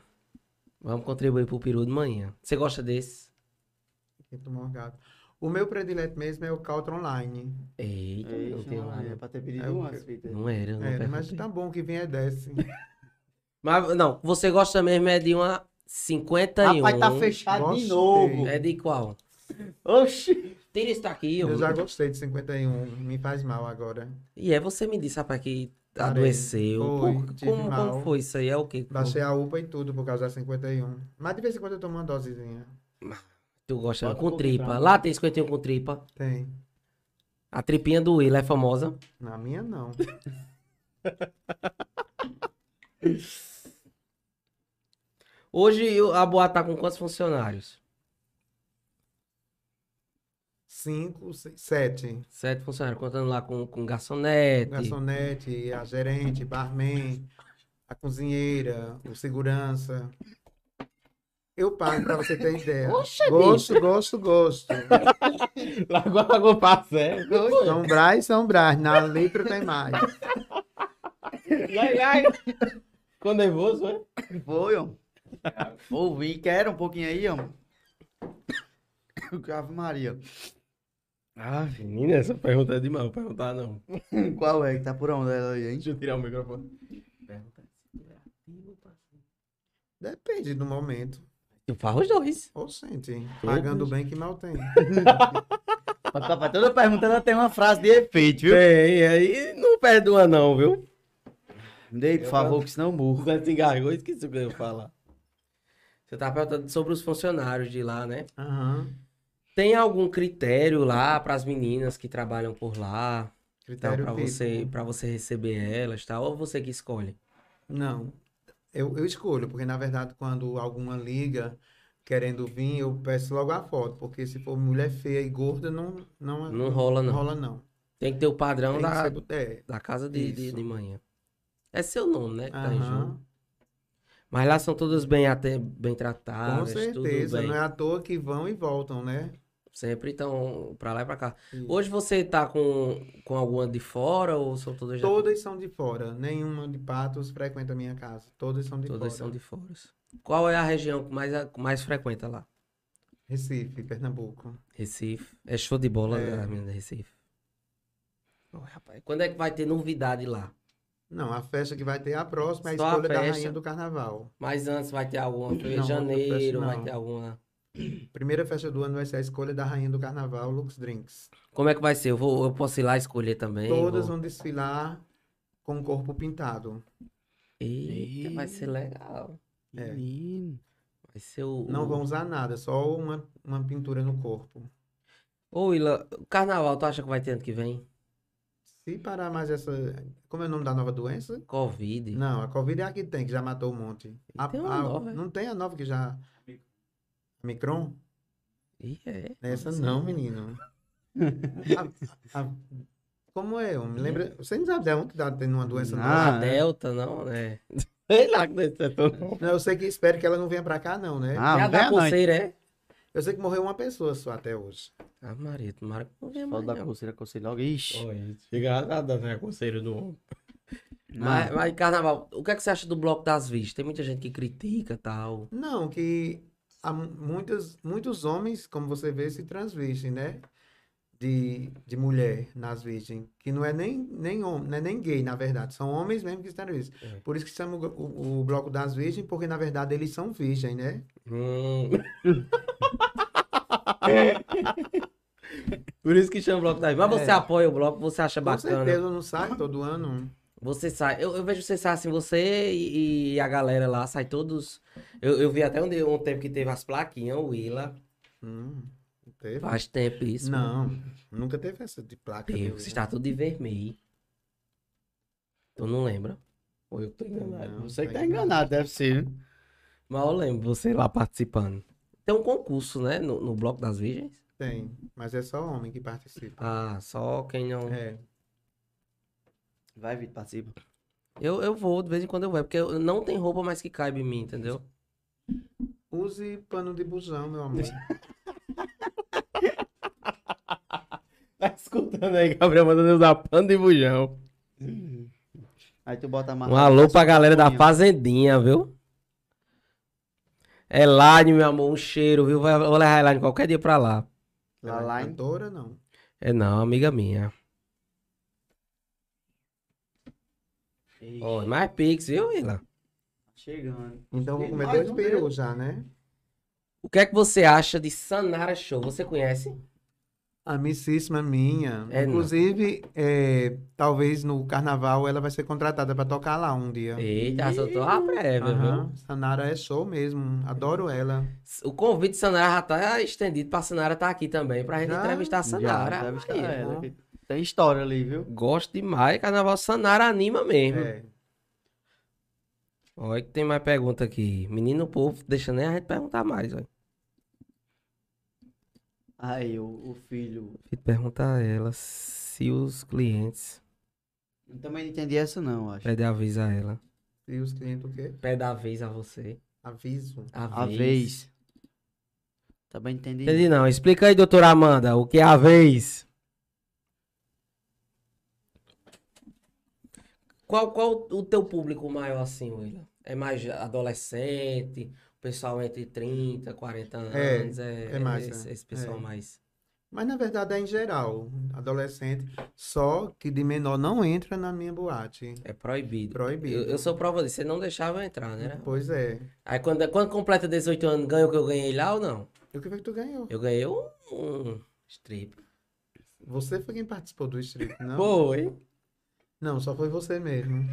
Speaker 2: Vamos contribuir pro peru de manhã. Você gosta desse?
Speaker 3: Quem tomou um gato. O meu predileto mesmo é o Caltron Online.
Speaker 2: Eita, eu
Speaker 1: Ixi,
Speaker 2: tenho
Speaker 1: Maria,
Speaker 2: raiva.
Speaker 1: pra ter pedido
Speaker 3: É o
Speaker 1: umas
Speaker 3: que-
Speaker 1: fitas.
Speaker 2: Não era, eu não
Speaker 3: É, mas
Speaker 2: perguntei.
Speaker 3: tá bom que vem é desce.
Speaker 2: Mas não, você gosta mesmo é de uma 51.
Speaker 1: Rapaz, tá fechado de
Speaker 3: Gostei.
Speaker 1: novo.
Speaker 2: É de qual?
Speaker 1: Oxi.
Speaker 2: Tira isso daqui,
Speaker 3: Eu
Speaker 2: eu.
Speaker 3: já gostei de 51, me faz mal agora.
Speaker 2: E é, você me disse, rapaz, que
Speaker 3: Parei.
Speaker 2: adoeceu.
Speaker 3: Foi,
Speaker 2: Por-
Speaker 3: tive
Speaker 2: como, como
Speaker 3: mal.
Speaker 2: foi isso aí? É o quê?
Speaker 3: Baixei a UPA e tudo por causa da 51. Mas de vez em quando eu tomo uma dosezinha.
Speaker 2: Tu gosta
Speaker 1: Bota um
Speaker 2: com
Speaker 1: pouquinho
Speaker 2: tripa.
Speaker 3: né?
Speaker 1: pra mim.
Speaker 2: Lá tem 51 com tripa.
Speaker 3: Tem.
Speaker 2: A tripinha do Will é famosa.
Speaker 3: Na minha não.
Speaker 2: Hoje eu- a boate tá com quantos funcionários?
Speaker 3: 5, 7.
Speaker 2: Sete funcionários, contando lá com, com garçonete.
Speaker 3: Garçonete, a gerente, barman, a cozinheira, o segurança. Eu pago pra você ter ideia.
Speaker 2: Oxe,
Speaker 3: gosto, gosto, gosto.
Speaker 2: Lagoa, lagoa, passé.
Speaker 3: São Brás, São Brás. Na litro tem mais.
Speaker 2: Ficou nervoso, é?
Speaker 1: Foi, ó. Ouvi, quer um pouquinho aí, ó. Ave Maria.
Speaker 2: Ah, menina, essa pergunta é demais. Vou perguntar, não.
Speaker 1: Qual é que tá por onde ela aí, hein?
Speaker 2: Deixa eu tirar o microfone. é
Speaker 3: Depende do momento.
Speaker 2: Eu falo os dois.
Speaker 3: Ou sente. Pagando bem que mal tem.
Speaker 1: Mas pra- pra toda pergunta ela tem uma frase de efeito, viu?
Speaker 2: Bem, aí não perde uma, não, viu?
Speaker 1: Me dei, por favor, que senão eu
Speaker 2: O
Speaker 1: morro.
Speaker 2: Zé se engasgou, esqueci o que eu ia falar. Você tá perguntando sobre os funcionários de lá, né?
Speaker 3: Aham.
Speaker 2: Tem algum critério lá para as meninas que trabalham por lá? Então,
Speaker 3: Critério tipo. né?
Speaker 2: para
Speaker 3: bíblico.
Speaker 2: você, para você receber elas, tal, ou você que escolhe?
Speaker 3: Não. Eu, eu escolho, porque na verdade, quando alguma liga querendo vir, eu peço logo a foto. Porque se for mulher feia e gorda, não, não,
Speaker 2: Não rola, não. Então,
Speaker 3: rola, não.
Speaker 2: Tem que ter o padrão
Speaker 3: Tem que
Speaker 2: da,
Speaker 3: ser do- é,
Speaker 2: da casa de, de,
Speaker 3: Isso.
Speaker 2: de manhã. É seu nome, né? Que tá em
Speaker 3: aham.
Speaker 2: jogo. Mas lá são todas bem, até, bem tratadas,
Speaker 3: Com certeza.
Speaker 2: tudo bem.
Speaker 3: Não é à toa que vão e voltam, né?
Speaker 2: Sempre estão pra lá e pra cá.
Speaker 3: Isso.
Speaker 2: Hoje você tá com, com alguma de fora ou são todas já?
Speaker 3: Todas são de fora. Nenhuma de patos frequenta a minha casa. Todas são de
Speaker 2: Todas
Speaker 3: fora.
Speaker 2: são de fora. Qual é a região que mais, que mais frequenta lá?
Speaker 3: Recife, Pernambuco.
Speaker 2: Recife. É show de bola
Speaker 3: É.
Speaker 2: a menina de Recife. Ô, rapaz, quando é que vai ter novidade lá?
Speaker 3: Não, a festa que vai ter é a próxima é a
Speaker 2: Só a
Speaker 3: escolha da
Speaker 2: festa.
Speaker 3: rainha do carnaval.
Speaker 2: Mas antes vai ter alguma? Foi em
Speaker 3: Não,
Speaker 2: janeiro,
Speaker 3: não.
Speaker 2: vai ter alguma.
Speaker 3: Primeira festa do ano vai ser a escolha da rainha do carnaval, Lux Drinks.
Speaker 2: Como é que vai ser? Eu, vou, eu posso ir lá escolher também?
Speaker 3: Todas
Speaker 2: vou...
Speaker 3: vão desfilar com o corpo pintado.
Speaker 2: Eita, vai ser legal.
Speaker 3: É.
Speaker 1: Menino.
Speaker 2: Vai ser o.
Speaker 3: Não
Speaker 2: o-
Speaker 3: vão usar nada, só uma, uma pintura no corpo.
Speaker 2: Ô, Willa, o carnaval, tu acha que vai ter ano que vem?
Speaker 3: Se parar mais essa. Como é o nome da nova doença?
Speaker 2: Covid.
Speaker 3: Não, a Covid é a que tem, que já matou um monte. A-
Speaker 2: Tem uma
Speaker 3: a-
Speaker 2: nova, é?
Speaker 3: Não tem a nova que já. Micron?
Speaker 2: Ih, é.
Speaker 3: Essa não, menino. A- a- Como é? homem? Lembra? Você não sabe de onde que tá tendo uma doença
Speaker 1: Não.
Speaker 3: nova?
Speaker 2: A Delta, não, né? Sei lá que deve ser todo mundo.
Speaker 3: Não, eu sei que espero que ela não venha pra cá, não, né?
Speaker 1: Ah,
Speaker 2: É a
Speaker 1: não
Speaker 2: da
Speaker 1: vem não.
Speaker 2: coceira, é?
Speaker 3: Eu sei que morreu uma pessoa só até hoje.
Speaker 2: Ah, Maria, tomara que não venha
Speaker 1: Só
Speaker 2: mais,
Speaker 1: da
Speaker 2: não.
Speaker 1: coceira, coceira logo. Ixi.
Speaker 2: Olha, Fica nada, né? Conselho do homem.
Speaker 1: Não. é?
Speaker 2: Mas, mas, Carnaval, o que é que você acha do Bloco das Vistas? Tem muita gente que critica e tal.
Speaker 3: Não, que há mu- muitas, muitos homens, como você vê, se transvestem, né? De, de mulher nas virgens. Que não é nem, nem homem, não é nem gay, na verdade. São homens mesmo que se transvestem.
Speaker 2: É.
Speaker 3: Por isso que chama o, o- o bloco das virgens, porque na verdade eles são virgens, né?
Speaker 2: Por isso que chama o Bloco das Vistas. Mas
Speaker 3: É.
Speaker 2: você apoia o Bloco, você acha
Speaker 3: Com
Speaker 2: bacana.
Speaker 3: certeza não sai todo ano.
Speaker 2: Você sai. Eu, eu vejo você sai assim, você e, e a galera lá, sai todos. Eu, eu vi até um, de- um tempo que teve as plaquinhas, o Willa.
Speaker 3: Hum, não teve?
Speaker 2: Faz tempo isso. né?
Speaker 3: Não, nunca teve essa de placa.
Speaker 2: Teve,
Speaker 3: de-
Speaker 2: você está tudo de vermelho. Tu não lembra? Ou eu tô enganado.
Speaker 3: Não,
Speaker 1: Você que tá
Speaker 3: tá
Speaker 1: enganado, deve ser. né? viu?
Speaker 2: Mas eu lembro você lá participando. Tem um concurso, né? No, no Bloco das Virgens.
Speaker 3: Tem, mas é só homem que participa.
Speaker 2: Ah, só quem não.
Speaker 3: É.
Speaker 1: Vai, Vitor, participa.
Speaker 2: Eu, eu vou, de vez em quando eu vou, porque eu não tem roupa mais que caiba em mim, entendeu?
Speaker 3: Use pano de bujão, meu amor.
Speaker 2: Tá escutando aí, Gabriel, mandando usar pano e bujão.
Speaker 1: Aí tu bota a marca.
Speaker 2: Um alô pra galera da
Speaker 1: Boninho.
Speaker 2: Fazendinha, viu? É Elaine, meu amor, um cheiro, viu? Vai- Vou levar a Elaine qualquer dia pra lá.
Speaker 3: Ela é
Speaker 1: Lalaine?
Speaker 3: cantora, não.
Speaker 2: É não, amiga minha. Ó, é mais pix, viu, Willa?
Speaker 1: tá Chegando.
Speaker 3: Então eu vou
Speaker 1: Tem
Speaker 3: comer
Speaker 1: mais
Speaker 3: dois
Speaker 1: um
Speaker 3: perus já, né?
Speaker 2: O que é que você acha de Sanara Show? Você conhece?
Speaker 3: Amicíssima minha.
Speaker 2: É, não.
Speaker 3: Inclusive, é, talvez no carnaval ela vai ser contratada para tocar lá um dia.
Speaker 2: Eita, soltou a prévia, viu?
Speaker 3: Aham. Sanara é show mesmo. Adoro ela.
Speaker 2: O convite de Sanara já tá estendido pra Sanara estar aqui também, pra gente
Speaker 3: Já?
Speaker 2: entrevistar a Sanara.
Speaker 1: Já, deve né? estar
Speaker 2: Aí,
Speaker 1: ela,
Speaker 2: ó.
Speaker 1: que É, Tem história ali, viu?
Speaker 2: Gosto demais, Carnaval Sanara anima mesmo.
Speaker 3: É.
Speaker 2: Olha que tem mais pergunta aqui. Menino povo, deixa nem a gente perguntar mais, olha.
Speaker 1: Aí, o, o filho.
Speaker 2: Fui perguntar a ela se os clientes
Speaker 1: Eu também não entendi essa, não, eu acho.
Speaker 2: pedem aviso a ela.
Speaker 3: E os clientes o quê?
Speaker 2: Pede aviso a você.
Speaker 3: Aviso.
Speaker 1: A vez. Também não entendi.
Speaker 2: Entendi não. Explica aí, doutora Amanda, o que é a vez? Qual, qual o teu público maior assim, Willa? É mais adolescente, o pessoal entre 30, 40
Speaker 3: É,
Speaker 2: anos, é,
Speaker 3: é mais,
Speaker 2: esse,
Speaker 3: né?
Speaker 2: esse pessoal
Speaker 3: É.
Speaker 2: mais...
Speaker 3: Mas na verdade é em geral, adolescente. Só que de menor não entra na minha boate.
Speaker 2: É proibido.
Speaker 3: Proibido.
Speaker 2: Eu, eu sou prova disso, você não deixava eu entrar, né?
Speaker 3: Pois é.
Speaker 2: Aí quando, quando completa 18 anos, ganha o que eu ganhei lá ou não?
Speaker 3: E o que foi que tu ganhou?
Speaker 2: Eu ganhei um, um strip.
Speaker 3: Você foi quem participou do strip, não?
Speaker 2: Foi.
Speaker 3: Não, só foi você mesmo.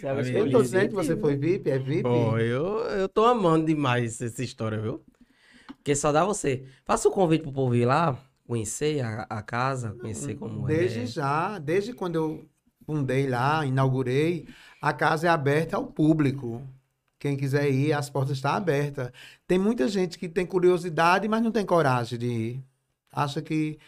Speaker 1: Sabe,
Speaker 2: Aí,
Speaker 1: eu
Speaker 3: Eu
Speaker 2: Feliz,
Speaker 1: escolhi.
Speaker 3: tô dizendo
Speaker 2: VIP,
Speaker 3: que você
Speaker 2: né?
Speaker 3: foi VIP, é VIP?
Speaker 2: Pô, eu, eu tô amando demais essa história, viu? Porque só dá você. Faça o convite pro povo ir lá, conhecer a, a casa, conhecer como
Speaker 3: Hum, Desde
Speaker 2: é.
Speaker 3: já, desde quando eu fundei lá, inaugurei, a casa é aberta ao público. Quem quiser ir, as portas estão abertas. Tem muita gente que tem curiosidade, mas não tem coragem de ir. Acha que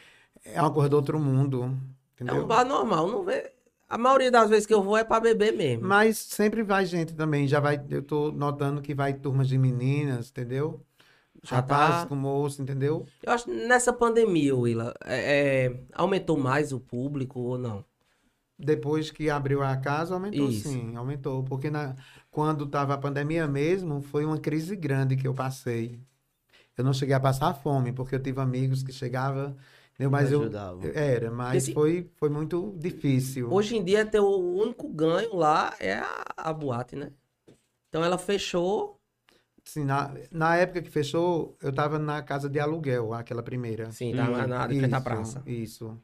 Speaker 3: é uma coisa do outro mundo,
Speaker 2: É
Speaker 3: entendeu?
Speaker 2: um bar normal, não vê. A maioria das vezes que eu vou é pra beber mesmo.
Speaker 3: Mas sempre vai gente também, já vai, eu tô notando que vai turmas de meninas, entendeu?
Speaker 2: Já tá-
Speaker 3: Rapazes com moço, entendeu?
Speaker 2: Eu acho que nessa pandemia, Willa, é- é, aumentou mais o público ou não?
Speaker 3: Depois que abriu a casa, aumentou
Speaker 2: Isso.
Speaker 3: sim, aumentou. Porque na, quando estava a pandemia mesmo, foi uma crise grande que eu passei. Eu não cheguei a passar fome, porque eu tive amigos que chegavam, entendeu? mas eu,
Speaker 1: Ajudava.
Speaker 3: eu- era, mas
Speaker 2: Esse-
Speaker 3: foi, foi muito difícil.
Speaker 2: assim Hoje em dia, teu único ganho lá é a, a boate, né? Então ela fechou.
Speaker 3: Assim, na, na época que fechou, eu estava na casa de aluguel, aquela primeira.
Speaker 2: Sim, tá na, na, de frente à
Speaker 3: Hum, Isso,
Speaker 2: praça.
Speaker 3: Isso.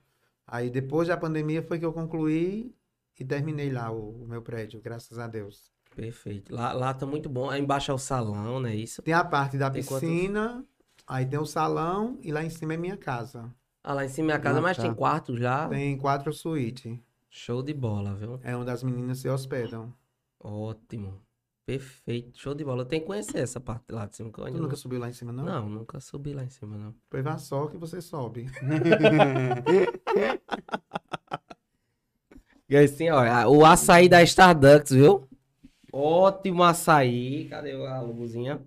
Speaker 3: Aí depois da pandemia foi que eu concluí e terminei lá o, o meu prédio, graças a Deus.
Speaker 2: Perfeito. Lá, lá tá muito bom. Aí embaixo é o salão, né? Isso.
Speaker 3: Tem a parte da
Speaker 2: Tem quantos?
Speaker 3: piscina, aí tem o salão e lá em cima é minha casa.
Speaker 2: Ah, lá em cima é a casa,
Speaker 3: Ah,
Speaker 2: mas
Speaker 3: tá.
Speaker 2: tem quarto já.
Speaker 3: Tem quatro suítes.
Speaker 2: Show de bola, viu?
Speaker 3: É onde as meninas se hospedam.
Speaker 2: Ótimo. Perfeito. Show de bola. Eu tenho que conhecer essa parte lá de cima. Que eu ainda
Speaker 3: Tu nunca
Speaker 2: não...
Speaker 3: subiu lá em cima, não?
Speaker 2: não, nunca subi lá em cima, não.
Speaker 3: Pois vá só que você sobe.
Speaker 2: E aí sim, Assim, olha, o açaí da Starbucks, viu? Ótimo açaí. Cadê a luzinha?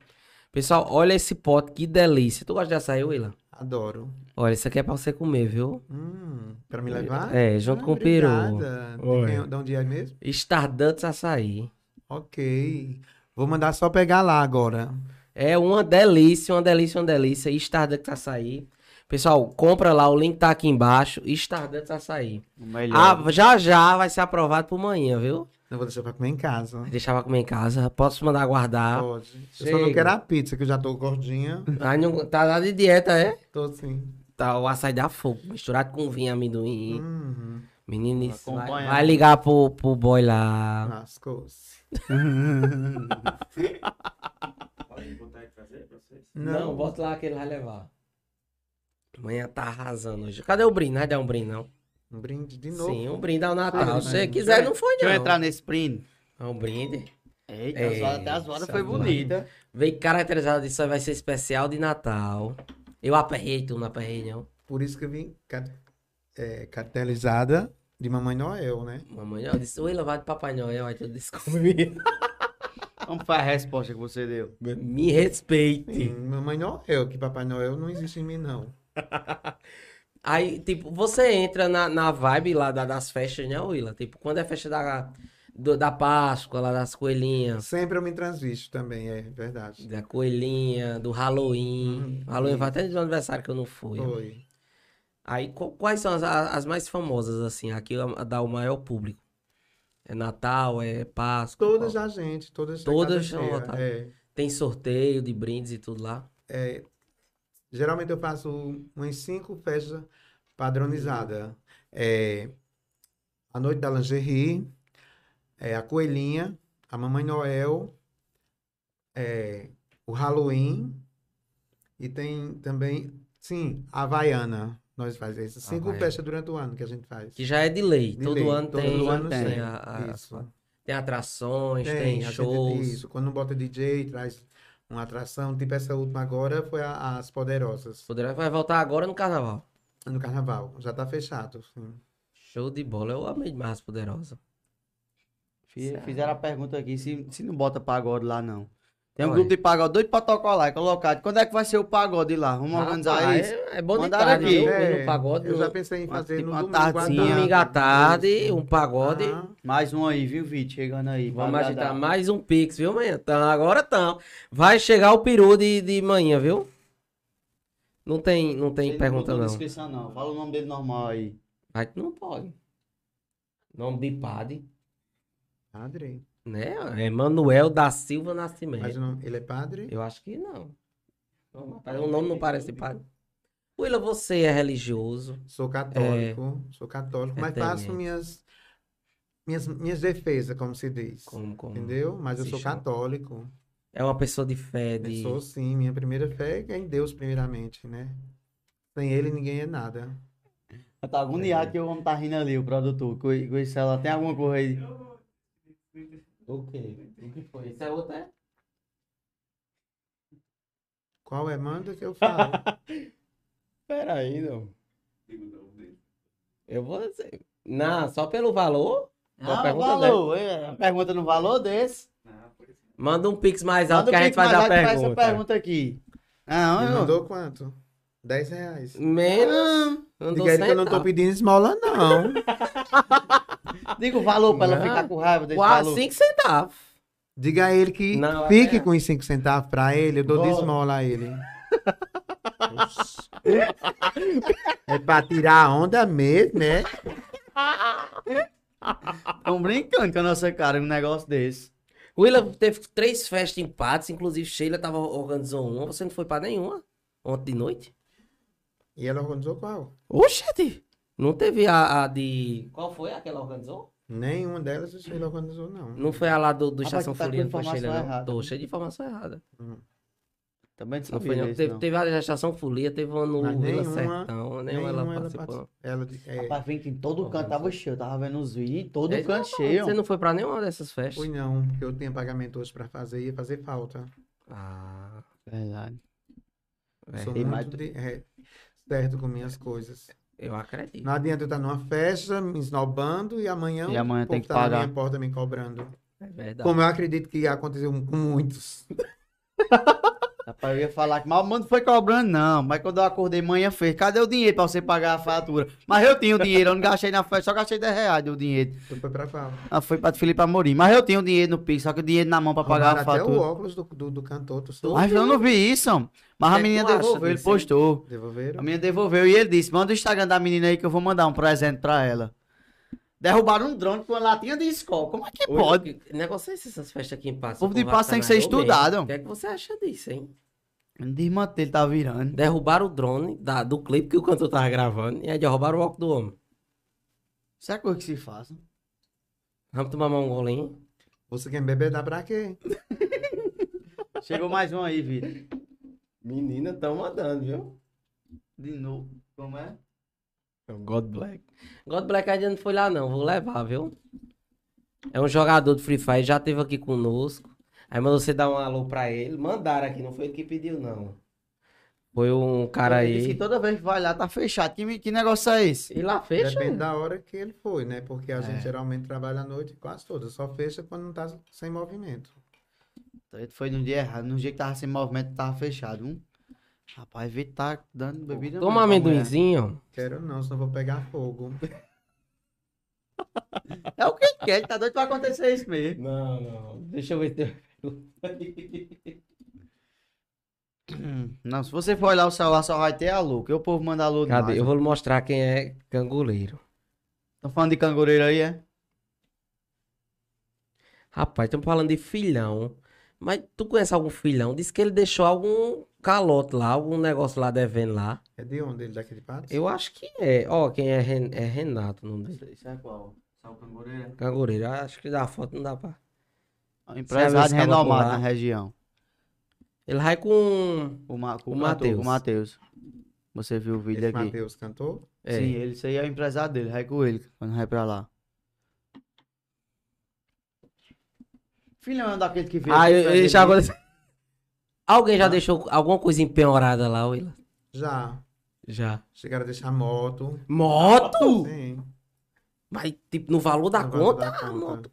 Speaker 2: Pessoal, olha esse pote, que delícia. Tu gosta de açaí, Willa?
Speaker 3: Adoro.
Speaker 2: Olha, isso aqui é pra você comer, viu?
Speaker 3: Hum, pra me levar?
Speaker 2: É, junto com o peru.
Speaker 3: ah, obrigada. De
Speaker 2: Oi.
Speaker 3: quem- De onde é mesmo?
Speaker 2: Starbucks açaí.
Speaker 3: Ok. Vou mandar só pegar lá agora.
Speaker 2: É uma delícia, uma delícia, uma delícia. Stardust Açaí. Pessoal, compra lá, o link tá aqui embaixo. Stardust Açaí.
Speaker 1: O melhor.
Speaker 2: Ah, já já vai ser aprovado por manhã, viu?
Speaker 3: Não vou deixar pra comer em casa.
Speaker 2: Vai Deixar pra comer em casa. Posso mandar guardar.
Speaker 3: Pode. Eu só não
Speaker 2: Ah, Chega.
Speaker 3: quero a pizza, que eu já tô gordinha.
Speaker 2: Aí não, tá nada de dieta, é?
Speaker 3: Tô assim.
Speaker 2: Tá, o açaí dá fogo. Misturado com vinho, amendoim.
Speaker 3: Uhum.
Speaker 2: Menino, isso vai,
Speaker 1: Hum. Acompanha.
Speaker 2: vai ligar pro, pro boy lá.
Speaker 3: Lascou-se.
Speaker 2: Não, bota lá que ele vai levar. Amanhã tá arrasando hoje. Cadê o brinde? Não vai dar um brinde, não.
Speaker 3: Um brinde de novo.
Speaker 2: Sim, um brinde ao Natal.
Speaker 3: Ah,
Speaker 2: Se você
Speaker 3: mas-
Speaker 2: quiser, não foi, não.
Speaker 1: né? Deixa eu entrar nesse print.
Speaker 2: É um brinde.
Speaker 1: Eita,
Speaker 2: É,
Speaker 1: a zoada, até a zoada
Speaker 2: essa
Speaker 1: foi
Speaker 2: zoada.
Speaker 1: bonita.
Speaker 2: Veio caracterizado disso, vai ser especial de Natal. Eu aperrei, tu não aperrei, não.
Speaker 3: Por isso que eu vim cat... é, cartelizada de Mamãe Noel, né?
Speaker 2: Mamãe, eu disse, oi, lavado Papai Noel, aí tu disse comigo.
Speaker 1: Como foi a resposta que você deu?
Speaker 2: Me respeite.
Speaker 3: Sim, Mamãe Noel, que Papai Noel não existe em mim, não.
Speaker 2: Aí, tipo, você entra na, na vibe lá da- das festas, né, Willa? Tipo, quando é festa da, do- da Páscoa, lá das coelhinhas.
Speaker 3: Sempre eu me transvisto também, é verdade.
Speaker 2: Da coelhinha, do Halloween.
Speaker 3: Hum,
Speaker 2: Halloween
Speaker 3: isso.
Speaker 2: vai até de um aniversário que eu não fui.
Speaker 3: Foi.
Speaker 2: Aí, qu- quais são as, a- as mais famosas, assim? Aqui a- dá o maior público. É Natal, é Páscoa.
Speaker 3: Todas
Speaker 2: qual-
Speaker 3: a gente, todas a
Speaker 2: Todas tá.
Speaker 3: casa
Speaker 2: são
Speaker 3: cheia,
Speaker 2: lotadas.
Speaker 3: é.
Speaker 2: Tem sorteio de brindes e tudo lá.
Speaker 3: Geralmente eu faço umas cinco festas padronizadas. É, a Noite da Lingerie, é, a Coelhinha, a Mamãe Noel, é, o Halloween e tem também, sim, a Havaiana. Nós fazemos essas cinco
Speaker 2: Havaiana.
Speaker 3: festas durante o ano que a gente faz.
Speaker 2: Que já é de lei.
Speaker 3: De
Speaker 2: todo
Speaker 3: lei,
Speaker 2: ano
Speaker 3: todo
Speaker 2: tem. né?
Speaker 1: ano
Speaker 2: tem.
Speaker 1: tem.
Speaker 2: a- a-
Speaker 3: Isso.
Speaker 2: tem atrações,
Speaker 3: Tem,
Speaker 2: tem,
Speaker 3: a gente-
Speaker 2: shows.
Speaker 3: isso. Quando bota DJ, traz uma atração. Tipo essa última agora foi a- as Poderosas,
Speaker 2: Poderá vai voltar agora no carnaval.
Speaker 3: no carnaval. Já tá fechado. sim.
Speaker 2: Show de bola. Eu amei demais as poderosas.
Speaker 1: Fiz- Fizeram a pergunta aqui, se, se não bota pagode lá, não. Tem um
Speaker 2: Oi.
Speaker 1: grupo de pagode doido pra tocar lá, é colocado. Quando é que vai ser o pagode lá? Vamos organizar
Speaker 2: Rapaz,
Speaker 1: isso?
Speaker 2: É, é bom de
Speaker 1: Mandaram
Speaker 2: tarde,
Speaker 1: aqui. né?
Speaker 2: viu? Vem
Speaker 3: É,
Speaker 2: no pagode.
Speaker 3: Eu
Speaker 2: no-
Speaker 3: já pensei em fazer
Speaker 1: tipo
Speaker 3: no
Speaker 1: uma
Speaker 3: domingo à
Speaker 1: tardezinha.
Speaker 3: tarde.
Speaker 2: Domingo à tarde, um pagode.
Speaker 3: Ah,
Speaker 1: Mais um aí, viu, Vit? Chegando aí. pra
Speaker 2: Vamos agitar
Speaker 1: agradar.
Speaker 2: mais um Pix, viu, manhã? Então, agora tão. Vai chegar o peru de, de manhã, viu? Não tem, não tem
Speaker 1: Ele
Speaker 2: pergunta,
Speaker 1: botou
Speaker 2: não.
Speaker 1: descrição, não. Fala o nome dele normal aí.
Speaker 2: Vai que não pode. Nome de padre,
Speaker 3: padre?
Speaker 2: né? É Manuel da Silva Nascimento.
Speaker 3: Mas o nome- ele é padre?
Speaker 2: Eu acho que não. Não, rapaz, O nome não parece padre. Willa, você é religioso.
Speaker 3: Sou católico, sou católico,
Speaker 2: É
Speaker 3: mas faço
Speaker 2: temente.
Speaker 3: minhas, minhas, minhas defesas, como se diz.
Speaker 2: Como, como?
Speaker 3: Entendeu? Mas eu
Speaker 2: se
Speaker 3: sou
Speaker 2: chama?
Speaker 3: católico.
Speaker 2: É uma pessoa de fé,
Speaker 3: Eu
Speaker 2: de.
Speaker 3: sou sim, minha primeira fé é em Deus, primeiramente, né? Sem ele ninguém é nada.
Speaker 1: Eu tá
Speaker 2: é.
Speaker 1: agoniado que o homem tá rindo ali, o produtor. Com com esse celular, tem alguma coisa aí?
Speaker 2: O quê? O que foi? Isso é outra?
Speaker 3: Qual é? Manda que eu falo.
Speaker 2: Pera aí, não. Eu vou dizer. Não, só pelo valor? Só
Speaker 1: Ah,
Speaker 2: pergunta né?
Speaker 1: valor. é, Pergunta no valor desse.
Speaker 2: Manda um pix mais alto
Speaker 1: Manda
Speaker 2: que a
Speaker 1: o
Speaker 2: gente
Speaker 1: Pix,
Speaker 2: faz
Speaker 1: mas
Speaker 2: a
Speaker 1: aí tu faz
Speaker 2: pergunta.
Speaker 1: essa pergunta aqui. Não,
Speaker 3: Me
Speaker 1: eu...
Speaker 3: mandou quanto? 10 reais.
Speaker 2: Menos. um Mandou
Speaker 3: Diga ele que eu não tô
Speaker 2: centavo.
Speaker 3: pedindo esmola, não.
Speaker 1: Diga o valor pra ela
Speaker 2: Não.
Speaker 1: ficar com raiva desse
Speaker 2: Quase
Speaker 1: valor.
Speaker 2: 5 centavos.
Speaker 3: Diga a ele que
Speaker 2: Não,
Speaker 3: fique
Speaker 2: é-
Speaker 3: com os 5 centavos pra ele, eu dou de
Speaker 1: Bora.
Speaker 3: esmola a ele. é pra tirar a onda mesmo, né?
Speaker 1: Estão brincando com a nossa cara um negócio desse.
Speaker 2: Willa teve três festas em Patos, inclusive Sheila tava, organizou uma, você não foi pra nenhuma ontem de noite?
Speaker 3: E ela organizou qual?
Speaker 2: Oxente! Não teve a, a de. Qual foi a que ela organizou?
Speaker 3: Nenhuma delas o Sheila organizou, não.
Speaker 2: Não foi a lá do, do
Speaker 1: Rapaz,
Speaker 2: Estação
Speaker 1: tu tá com
Speaker 2: Folia, não foi
Speaker 1: informação
Speaker 2: Sheila, não.
Speaker 1: errada.
Speaker 2: Tô cheio de informação errada.
Speaker 1: Também não
Speaker 2: Não
Speaker 1: sabia
Speaker 2: foi, não.
Speaker 1: desse,
Speaker 2: Teve,
Speaker 1: não.
Speaker 2: teve a da Estação Folia, teve uma no
Speaker 3: Mas
Speaker 2: Vila
Speaker 3: nenhuma-
Speaker 2: Sertão, nenhuma ela participou.
Speaker 3: participou. Ela, é,
Speaker 1: Rapaz, vem que em todo canto tava cheio. Tava vendo os vídeos, em todo
Speaker 2: É isso que eu
Speaker 1: canto
Speaker 2: tô falando,
Speaker 1: cheio.
Speaker 2: Você não foi pra nenhuma dessas
Speaker 3: foi
Speaker 2: festas?
Speaker 3: não, que eu tinha pagamento hoje pra fazer, ia fazer falta.
Speaker 2: Ah,
Speaker 1: Verdade.
Speaker 3: Sou
Speaker 1: e mais
Speaker 3: muito de- é, certo com minhas coisas.
Speaker 2: eu acredito.
Speaker 3: Não adianta eu estar numa festa me esnobando e amanhã
Speaker 1: E amanhã tem que
Speaker 3: tá na
Speaker 1: pagar.
Speaker 3: minha porta me cobrando.
Speaker 2: É verdade.
Speaker 3: Como eu acredito que aconteceu com muitos.
Speaker 1: Rapaz, eu ia falar que mal o mundo foi cobrando, não. Mas quando eu acordei, manhã fez. Cadê o dinheiro pra você pagar a fatura? Mas eu tinha o dinheiro, eu não gastei na festa, só gastei 10 reais do dinheiro.
Speaker 3: Tu Então foi pra qual?
Speaker 1: Ah, foi pra Felipe Amorim. Mas eu tinha o dinheiro no Pix, só que o dinheiro na mão pra pagar
Speaker 3: Roubaram
Speaker 1: a
Speaker 3: até o
Speaker 1: fatura.
Speaker 3: óculos do, do, do cantor, tu soube?
Speaker 1: Mas eu não vi isso, homem. mas a
Speaker 2: O que é que
Speaker 1: menina
Speaker 2: tu acha
Speaker 1: devolveu, ele
Speaker 2: disso, hein?
Speaker 1: postou. A
Speaker 3: Devolveram?
Speaker 1: menina devolveu e ele disse: manda o Instagram da menina aí que eu vou mandar um presente pra ela. Derrubaram um drone com uma latinha de escola. Como é que
Speaker 2: Olha,
Speaker 1: pode?
Speaker 2: que Negócio é esse, essas festas aqui em Patos.
Speaker 1: O povo
Speaker 2: com
Speaker 1: de Patos tem que ser
Speaker 2: Vacanagem, eu mesmo.
Speaker 1: estudado.
Speaker 2: O que é que você acha disso, hein?
Speaker 1: Desmantei, ele tá virando.
Speaker 2: Derrubaram o drone da- do clipe que o cantor tava gravando e aí derrubaram o óculos do homem.
Speaker 1: Isso é coisa que se faça.
Speaker 2: Vamos tomar mais um golinho?
Speaker 3: Você quer beber, dá pra quê?
Speaker 1: Chegou mais um aí, Vitor.
Speaker 2: Menina, tão mandando, viu?
Speaker 1: De novo. Como é?
Speaker 2: God Black. God Black ainda não foi lá, não. Vou levar, viu? É um jogador do Free Fire, já esteve aqui conosco. Aí mandou você dar um alô pra ele. Mandaram aqui, não foi ele que pediu, não. Foi um cara
Speaker 1: Ele disse que
Speaker 2: aí.
Speaker 1: toda vez que vai lá tá fechado. Que, que negócio é esse?
Speaker 2: E lá fecha. É.
Speaker 3: Depende da hora que ele foi, né? Porque a gente geralmente trabalha à noite quase toda. Só fecha quando não tá sem movimento.
Speaker 1: Então, ele foi num dia errado. Num dia que tava sem movimento, tava fechado. Hum? Rapaz, Vitor tá dando bebida.
Speaker 2: Toma um
Speaker 1: mesmo pra mulher.
Speaker 2: amendoinzinho.
Speaker 3: Quero não, senão vou pegar fogo.
Speaker 1: É o que ele quer, ele tá doido pra acontecer isso mesmo.
Speaker 2: Não, não. Deixa eu ver. teu-
Speaker 1: Hum, Não, se você for olhar o celular, só vai ter a Lu, que o povo manda a Lu demais.
Speaker 2: Cadê? Eu vou lhe mostrar quem é canguleiro.
Speaker 1: Tão falando de cangureiro aí, é?
Speaker 2: Rapaz, estamos falando de filhão. Mas tu conhece algum filhão? Diz que ele deixou algum calote lá, algum negócio lá devendo lá.
Speaker 3: É de onde ele? Daqui de Patos?
Speaker 2: Eu acho que é. Ó, quem é, Ren- é Renato, o nome dele.
Speaker 1: Isso é qual? Só o cangureiro?
Speaker 2: Cangureiro. Ah, Acho que da foto não dá pra.
Speaker 1: É um
Speaker 2: Sabe
Speaker 1: empresário
Speaker 2: esse caboclo
Speaker 1: renomado na
Speaker 2: lá?
Speaker 1: região.
Speaker 2: Ele vai com. um-
Speaker 1: O, Ma
Speaker 2: O
Speaker 1: o, cantor,
Speaker 2: Mateus.
Speaker 1: o Matheus. Você viu o
Speaker 3: Esse
Speaker 1: vídeo aqui.
Speaker 3: Matheus cantou?
Speaker 2: É.
Speaker 1: Sim, ele, isso aí é o empresário dele, vai com ele quando vai pra lá. Filhão é daquele que veio.
Speaker 2: Ah,
Speaker 1: aqui
Speaker 2: eu,
Speaker 1: pra
Speaker 2: eu
Speaker 1: gente.
Speaker 2: já agora- Alguém já
Speaker 3: Ah.
Speaker 1: Hã?
Speaker 2: deixou alguma coisa empenhorada lá, Willa?
Speaker 3: Já.
Speaker 2: Já.
Speaker 3: Chegaram a deixar moto.
Speaker 2: Moto?
Speaker 3: Sim.
Speaker 2: Mas, tipo, no valor da
Speaker 3: Não vai
Speaker 2: conta?
Speaker 3: dar
Speaker 2: a moto.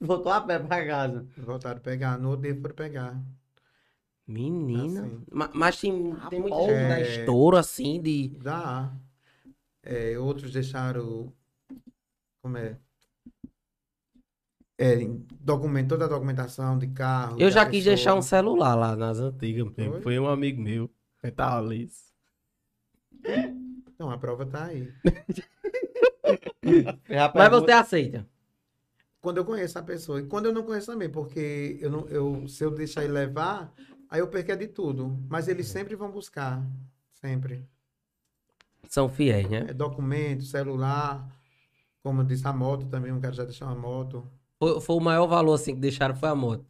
Speaker 1: Voltou a pé pra casa.
Speaker 3: Voltaram a pegar. No outro dia foram pegar.
Speaker 2: Menina.
Speaker 3: Assim.
Speaker 2: Ma- Mas tem, tem muita gente que dá
Speaker 3: É.
Speaker 2: estouro, assim, de...
Speaker 3: Dá. É, outros deixaram. Como é? É, documento, toda a documentação de carro.
Speaker 2: Eu
Speaker 3: da
Speaker 2: já quis
Speaker 3: pessoa.
Speaker 2: deixar um celular lá nas antigas.
Speaker 3: Foi?
Speaker 2: Foi um amigo meu. Ele tava liso.
Speaker 3: Não, a prova tá aí.
Speaker 2: Mas
Speaker 1: Rapaz,
Speaker 2: você aceita.
Speaker 3: Quando eu conheço a pessoa. E quando eu não conheço também, porque eu não, eu, se eu deixar ele levar, aí eu perco é de tudo. Mas eles sempre vão buscar. Sempre.
Speaker 2: São fiéis, né?
Speaker 3: É documento, celular. Como eu disse, a moto também. Um cara já deixou uma moto.
Speaker 2: Foi, foi o maior valor, assim, que deixaram foi a moto.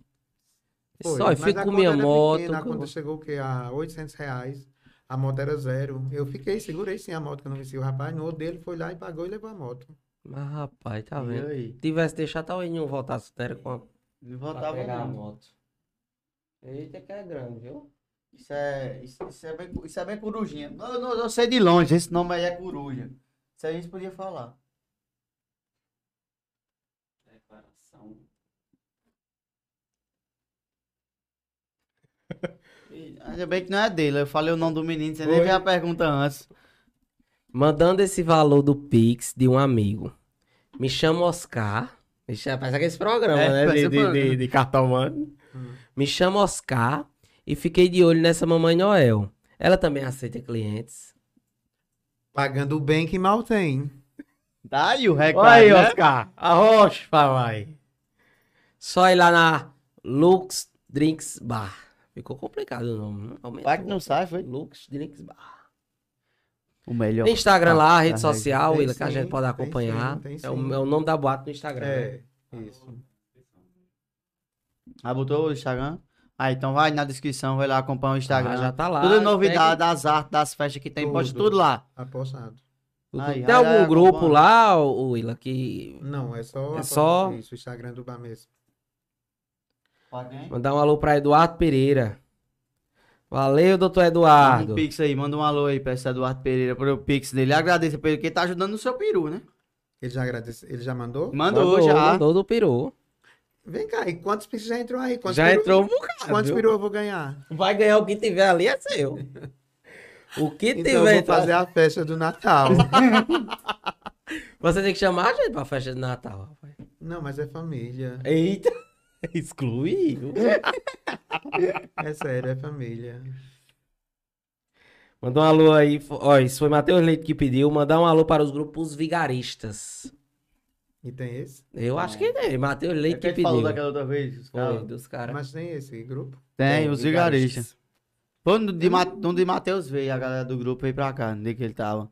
Speaker 3: Foi,
Speaker 2: Só, eu
Speaker 3: mas a
Speaker 2: fico com
Speaker 3: conta
Speaker 2: minha
Speaker 3: era
Speaker 2: moto.
Speaker 3: pequena, a
Speaker 2: com-
Speaker 3: conta chegou o quê? A 800 reais. A moto era zero. Eu fiquei, segurei sim a moto que eu não venci. O rapaz, no outro dele, foi lá e pagou e levou a moto.
Speaker 2: Mas, rapaz, tá
Speaker 1: E
Speaker 2: vendo?
Speaker 1: aí?
Speaker 2: Se tivesse deixado, talvez nenhum voltasse né, era com a...
Speaker 1: Não
Speaker 2: pra
Speaker 1: voltava
Speaker 2: pegar a
Speaker 1: não.
Speaker 2: moto. Eita, que é grande, viu?
Speaker 1: Isso é, isso, isso é bem, isso é bem corujinha. Não, não, eu sei de longe, esse nome aí é coruja. Isso aí a gente podia falar.
Speaker 2: Declaração.
Speaker 1: Ainda bem que não é dele, eu falei o nome do menino, você nem
Speaker 2: Oi.
Speaker 1: fez a pergunta antes.
Speaker 2: Mandando esse valor do Pix de um amigo. Me chama Oscar. Me chama, parece aquele programa,
Speaker 1: É,
Speaker 2: né?
Speaker 1: parece
Speaker 2: De,
Speaker 1: um
Speaker 2: de,
Speaker 1: programa.
Speaker 2: de, de cartomante.
Speaker 3: Hum.
Speaker 2: Me chama Oscar e fiquei de olho nessa Mamãe Noel. Ela também aceita clientes.
Speaker 3: Pagando bem que mal tem.
Speaker 1: Tá aí o recado,
Speaker 2: Olha aí,
Speaker 1: né?
Speaker 2: Oscar. Arrocha, papai. Só ir lá na Lux Drinks Bar. Ficou complicado o nome. né? Aumenta
Speaker 1: Vai que
Speaker 2: o-
Speaker 1: não sai, foi.
Speaker 2: Lux Drinks Bar.
Speaker 1: O melhor.
Speaker 2: Tem um Instagram lá,
Speaker 1: tá
Speaker 2: rede social,
Speaker 3: Tem
Speaker 2: Willa, que a gente
Speaker 3: sim,
Speaker 2: pode
Speaker 3: tem
Speaker 2: acompanhar.
Speaker 3: sim, tem
Speaker 2: É, o,
Speaker 3: sim.
Speaker 2: é o nome da boate no Instagram. né?
Speaker 3: É, isso.
Speaker 1: Ah, botou o Instagram? Ah, então vai na descrição, vai lá acompanhar o Instagram.
Speaker 2: Ah, já tá lá.
Speaker 1: Tudo
Speaker 2: segue
Speaker 1: novidade das artes, das festas que tem,
Speaker 3: Tudo.
Speaker 1: posta tudo lá.
Speaker 3: Apostado.
Speaker 2: tudo.
Speaker 1: Aí,
Speaker 2: Tem
Speaker 1: aí,
Speaker 2: algum
Speaker 1: aí,
Speaker 2: grupo
Speaker 1: acompanha.
Speaker 2: lá, ô, Willa, que
Speaker 3: Não, é só.
Speaker 2: É
Speaker 3: apostado.
Speaker 2: só-
Speaker 3: Isso, o Instagram do Bames.
Speaker 2: mandar um alô pra Eduardo Pereira. Valeu, doutor Eduardo.
Speaker 1: Manda um pix aí, manda um alô aí pra esse Eduardo Pereira, pro pix dele. Agradeça pra ele, que ele tá ajudando no seu peru, né?
Speaker 3: Ele já agradece. Ele já mandou?
Speaker 1: Mandou, ah.
Speaker 3: ah.
Speaker 1: já.
Speaker 2: Mandou do peru.
Speaker 3: Vem cá, e quantos pisos já entrou aí? Quantos
Speaker 2: já
Speaker 3: peru-
Speaker 2: entrou um bocado.
Speaker 3: Quantos
Speaker 2: viu?
Speaker 3: peru eu vou ganhar?
Speaker 2: Vai ganhar o que tiver ali é seu. O que
Speaker 3: Então eu
Speaker 2: tiver.
Speaker 3: vou
Speaker 2: então,
Speaker 3: fazer a festa do Natal.
Speaker 2: Você tem que chamar a gente pra festa de Natal. rapaz.
Speaker 3: Não, mas é família.
Speaker 2: Eita, excluiu.
Speaker 3: É sério, é família.
Speaker 2: Mandar um alô aí. fo- Ó, isso foi Matheus Leite que pediu. Mandar um alô para os grupos vigaristas.
Speaker 3: E tem esse?
Speaker 2: Eu acho que tem. Matheus
Speaker 1: É
Speaker 2: Leite
Speaker 1: que a
Speaker 2: que,
Speaker 1: gente
Speaker 2: pediu.
Speaker 1: falou daquela outra vez, os
Speaker 2: Foi,
Speaker 1: caras.
Speaker 2: dos É, caras.
Speaker 3: Mas tem esse grupo?
Speaker 1: Tem, É, um os vigaristas. Foi onde de, Ma- onde Matheus veio, a galera do grupo veio pra cá, onde que ele tava.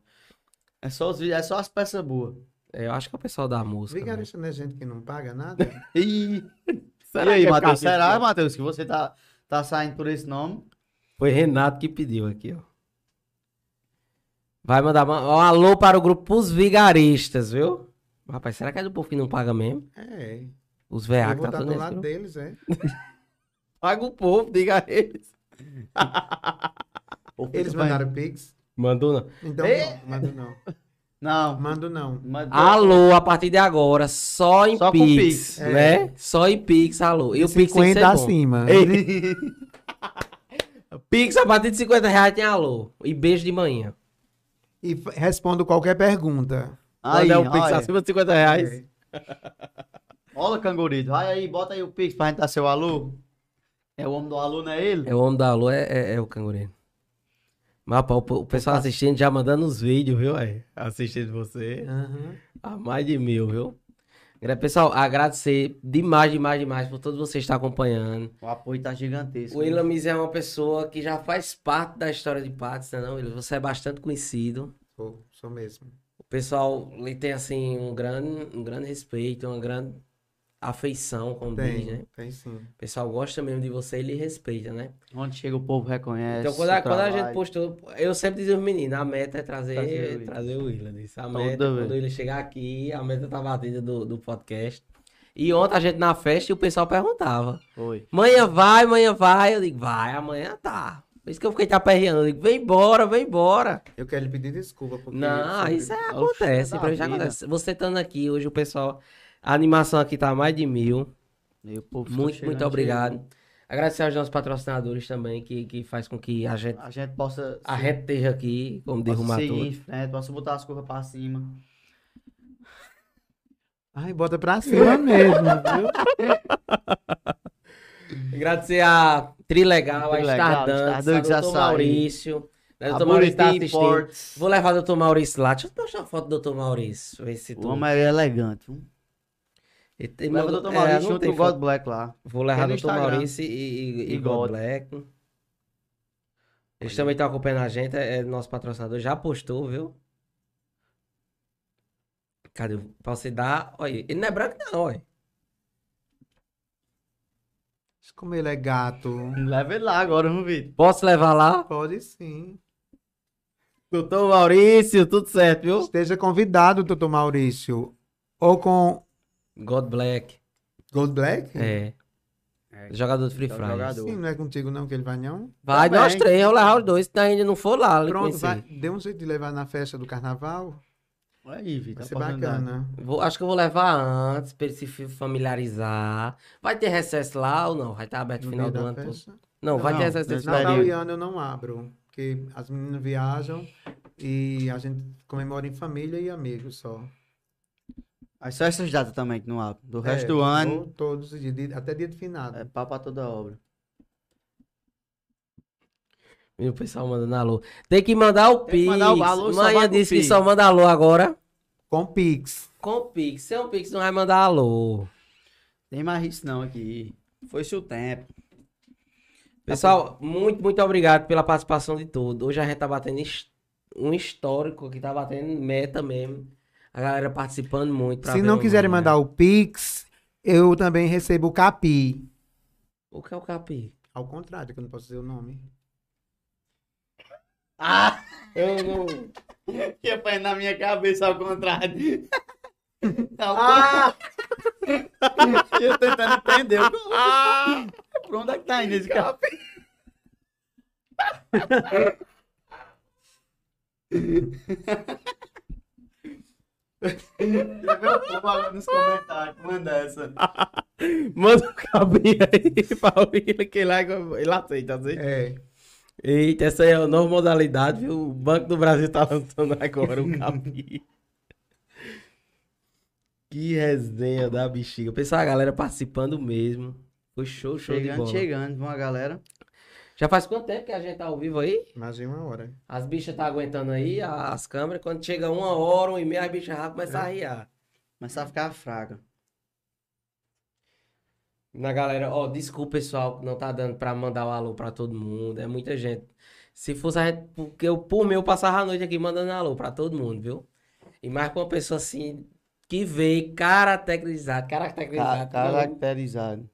Speaker 1: É só, os, vi- é só as peças boas.
Speaker 2: É, eu acho que é o pessoal da música. né?
Speaker 3: Vigarista não é gente que não paga nada?
Speaker 1: E,
Speaker 2: Será
Speaker 1: e aí,
Speaker 2: que é
Speaker 1: Matheus?
Speaker 2: por causa
Speaker 1: Será,
Speaker 2: disso?
Speaker 1: Matheus, que você tá, tá saindo por esse nome?
Speaker 2: Foi Renato que pediu aqui, ó. Vai mandar ma- um alô para o grupo Os Vigaristas, viu? Rapaz, será que é do povo que não paga mesmo?
Speaker 3: É.
Speaker 2: Os
Speaker 3: Eu
Speaker 2: VA que
Speaker 3: vou
Speaker 2: tá
Speaker 3: estar
Speaker 2: tudo
Speaker 3: do
Speaker 2: nesse
Speaker 3: lado
Speaker 2: grupo?
Speaker 3: deles, é.
Speaker 2: Paga o povo, diga eles.
Speaker 3: Eles mandaram Pix.
Speaker 2: Mandou não.
Speaker 3: Então,
Speaker 1: É.
Speaker 3: não, mando não.
Speaker 1: Não.
Speaker 3: Mando não.
Speaker 1: Mandou.
Speaker 2: Alô, a partir de agora, só em
Speaker 1: Só com
Speaker 2: Pix,
Speaker 1: Pix,
Speaker 2: né? Só em Pix, alô. E o Pix tem que ser bom.
Speaker 3: acima.
Speaker 2: Pix a partir de 50 reais tem alô. E beijo de manhã.
Speaker 3: E f- respondo qualquer pergunta.
Speaker 1: Aí,
Speaker 2: Mandar um pix
Speaker 1: olha.
Speaker 2: acima de 50 reais.
Speaker 3: É.
Speaker 1: assim. Olha, cangurito. Vai aí, bota aí o pix pra gente dar seu alô. É o homem do alô, não é ele?
Speaker 2: É o homem da lua, é, é- é o cangurino. Mas, pá, o, o pessoal assistindo já mandando os vídeos, viu, aí? Assistindo você.
Speaker 3: Aham.
Speaker 2: A mais de mil, viu? Gra- Pessoal, agradecer demais, demais, demais por todos vocês que estão acompanhando.
Speaker 1: O apoio tá gigantesco.
Speaker 2: O Ilamis é uma pessoa que já faz parte da história de Patos, né não, Ilamis? Você é bastante conhecido.
Speaker 3: Sou, sou mesmo.
Speaker 2: O pessoal lhe tem, assim, um grande, um grande respeito, uma grande afeição, como diz, né?
Speaker 3: Tem, tem sim.
Speaker 2: O pessoal gosta mesmo de você e lhe respeita, né?
Speaker 1: Onde chega o povo reconhece.
Speaker 2: Então, quando
Speaker 1: o
Speaker 2: a, quando a gente
Speaker 1: É trabalho.
Speaker 2: postou, eu sempre dizia aos meninos, a meta é trazer,
Speaker 1: Trazer o Willis.
Speaker 2: trazer o Willan. disse, A
Speaker 1: Toda
Speaker 2: meta,
Speaker 1: vez.
Speaker 2: quando o Willan chegar aqui, a meta tá batida do, do podcast. E ontem a gente na festa e o pessoal perguntava,
Speaker 1: Foi.
Speaker 2: manhã vai, manhã vai? Eu digo, vai, amanhã tá. Por isso que eu fiquei taperreando, eu digo, vem embora, vem embora.
Speaker 3: Eu quero lhe pedir desculpa porque.
Speaker 2: Não,
Speaker 3: sobre-
Speaker 2: isso é,
Speaker 1: Oxe,
Speaker 2: acontece,
Speaker 1: é da
Speaker 2: pra mim já
Speaker 1: vida.
Speaker 2: acontece. Você estando aqui hoje, o pessoal, a animação aqui tá mais de mil.
Speaker 1: E o povo fica
Speaker 2: Muito, muito
Speaker 1: chegando,
Speaker 2: obrigado. Agradecer aos nossos patrocinadores também, que, que faz com que a gente
Speaker 1: chega. A gente possa.
Speaker 2: a reta esteja aqui, como derrubar
Speaker 1: possa seguir
Speaker 2: tudo.
Speaker 1: em frente, possa botar as curvas pra cima.
Speaker 3: Ai, bota pra cima mesmo, viu?
Speaker 2: Agradecer a Trilegal, a
Speaker 1: Trilegal,
Speaker 2: Stardance,
Speaker 1: Stardance,
Speaker 2: a Dr.
Speaker 1: açaí.
Speaker 2: Maurício. né,
Speaker 1: A
Speaker 2: Dr. Maurício tá
Speaker 1: Buriti
Speaker 2: assistindo.
Speaker 1: Ports.
Speaker 2: Vou levar o Dr. Maurício lá. Deixa eu postar uma foto do Dr. Maurício. Ver se
Speaker 1: O
Speaker 2: tu...
Speaker 1: homem é elegante. viu?
Speaker 2: Ele tem-
Speaker 1: Leva o Dr.
Speaker 2: é,
Speaker 1: Maurício
Speaker 2: não
Speaker 1: junto
Speaker 2: tem
Speaker 1: com o
Speaker 2: foto.
Speaker 1: God Black lá.
Speaker 2: Vou
Speaker 1: Tem
Speaker 2: levar o
Speaker 1: no
Speaker 2: Dr.
Speaker 1: Instagram.
Speaker 2: Maurício e, e, e
Speaker 1: E
Speaker 2: God
Speaker 1: God.
Speaker 2: Black. Eles
Speaker 1: Olha.
Speaker 2: também estão acompanhando a gente. É é nosso patrocinador. Já postou, viu? Cadê? Pra você dar... Olha, ele não é branco não, olha.
Speaker 3: Mas Como ele é gato.
Speaker 1: Leva ele lá agora, vamos ver.
Speaker 2: Posso levar lá?
Speaker 3: Pode sim.
Speaker 2: Doutor Maurício, tudo certo, viu?
Speaker 3: Esteja convidado, doutor Maurício. Ou com
Speaker 2: God Black.
Speaker 3: Gold Black?
Speaker 2: É.
Speaker 1: É.
Speaker 2: Jogador de Free
Speaker 1: É um
Speaker 2: Fire.
Speaker 1: jogador.
Speaker 3: Sim, não é contigo não que ele vai não?
Speaker 2: Vai
Speaker 1: Também.
Speaker 2: nós três, eu levar os dois, se ainda não for lá. lhe
Speaker 3: Pronto,
Speaker 2: conhecer.
Speaker 3: vai. Dê um jeito de levar na festa do carnaval.
Speaker 1: Olha aí, Vitor.
Speaker 3: Vai ser
Speaker 1: oportunidade.
Speaker 3: bacana.
Speaker 2: Vou- acho que eu vou levar antes, pra ele se fi- familiarizar. Vai ter recesso lá ou não? Vai estar aberto
Speaker 3: No
Speaker 2: no É final
Speaker 3: meio
Speaker 2: do
Speaker 3: da
Speaker 2: ano todo.
Speaker 3: festa.
Speaker 2: Não, vai
Speaker 1: Não,
Speaker 2: ter recesso
Speaker 1: não,
Speaker 2: nesse
Speaker 1: não,
Speaker 2: período.
Speaker 3: Natal e ano eu não abro, porque as meninas viajam e a gente comemora em família e amigos só.
Speaker 1: Aí só essas datas também que não abre. Do resto
Speaker 3: É,
Speaker 1: do
Speaker 3: vou
Speaker 1: ano,
Speaker 3: Todos, os dias, até dia de finado.
Speaker 1: é pá pra toda obra.
Speaker 2: E o pessoal mandando alô. Tem que mandar o
Speaker 1: Tem que
Speaker 2: Pix.
Speaker 1: mandar o alô, só
Speaker 2: Manhã
Speaker 1: vai com o
Speaker 2: disse que
Speaker 1: Pix.
Speaker 2: só manda alô agora.
Speaker 3: Com Pix.
Speaker 2: Com o Pix. Sem o Pix não vai mandar alô.
Speaker 1: Tem mais isso não aqui. Foi-se o tempo.
Speaker 2: Pessoal, muito, muito obrigado pela participação de todos. Hoje a gente tá batendo his- um histórico que tá batendo meta mesmo. A galera participando muito. pra
Speaker 3: Se
Speaker 2: ver
Speaker 3: não
Speaker 2: o né?
Speaker 3: quiserem
Speaker 2: Manhã.
Speaker 3: mandar o Pix, eu também recebo o Capi.
Speaker 2: O que é o capi?
Speaker 3: Ao contrário, que eu não posso dizer o nome.
Speaker 1: Ah!
Speaker 2: Eu não.
Speaker 1: Que foi na minha cabeça ao contrário.
Speaker 3: Ah!
Speaker 1: Eu tentando entender. Pra onde é que tá indo esse cara? Escreveu o povo agora nos comentários. Manda essa.
Speaker 2: Manda o capi aí pra Willa, que lá tá ele aceita, aceita.
Speaker 3: É.
Speaker 2: Eita, essa é a nova modalidade, viu? O Banco do Brasil tá lançando agora um o capi. que resenha da bexiga. Pessoal, a galera participando mesmo. Foi show, show de
Speaker 1: Chegando,
Speaker 2: bola.
Speaker 1: chegando. Vamos, galera.
Speaker 2: Já faz quanto tempo que a gente tá ao vivo aí?
Speaker 3: Mais de uma hora.
Speaker 2: As bichas tá aguentando aí, a- as câmeras. Quando chega uma hora, uma e meia, as bichas já começam
Speaker 1: É.
Speaker 2: a riar.
Speaker 1: Começar a ficar fraca.
Speaker 2: Na galera, ó, desculpa pessoal que não tá dando pra mandar o alô pra todo mundo. É muita gente. Se fosse a gente, porque eu, por mim, eu passava a noite aqui mandando alô pra todo mundo, viu? E mais com uma pessoa assim, que veio caracterizado,
Speaker 1: Ca- é?
Speaker 2: caracterizado
Speaker 1: tá caracterizado.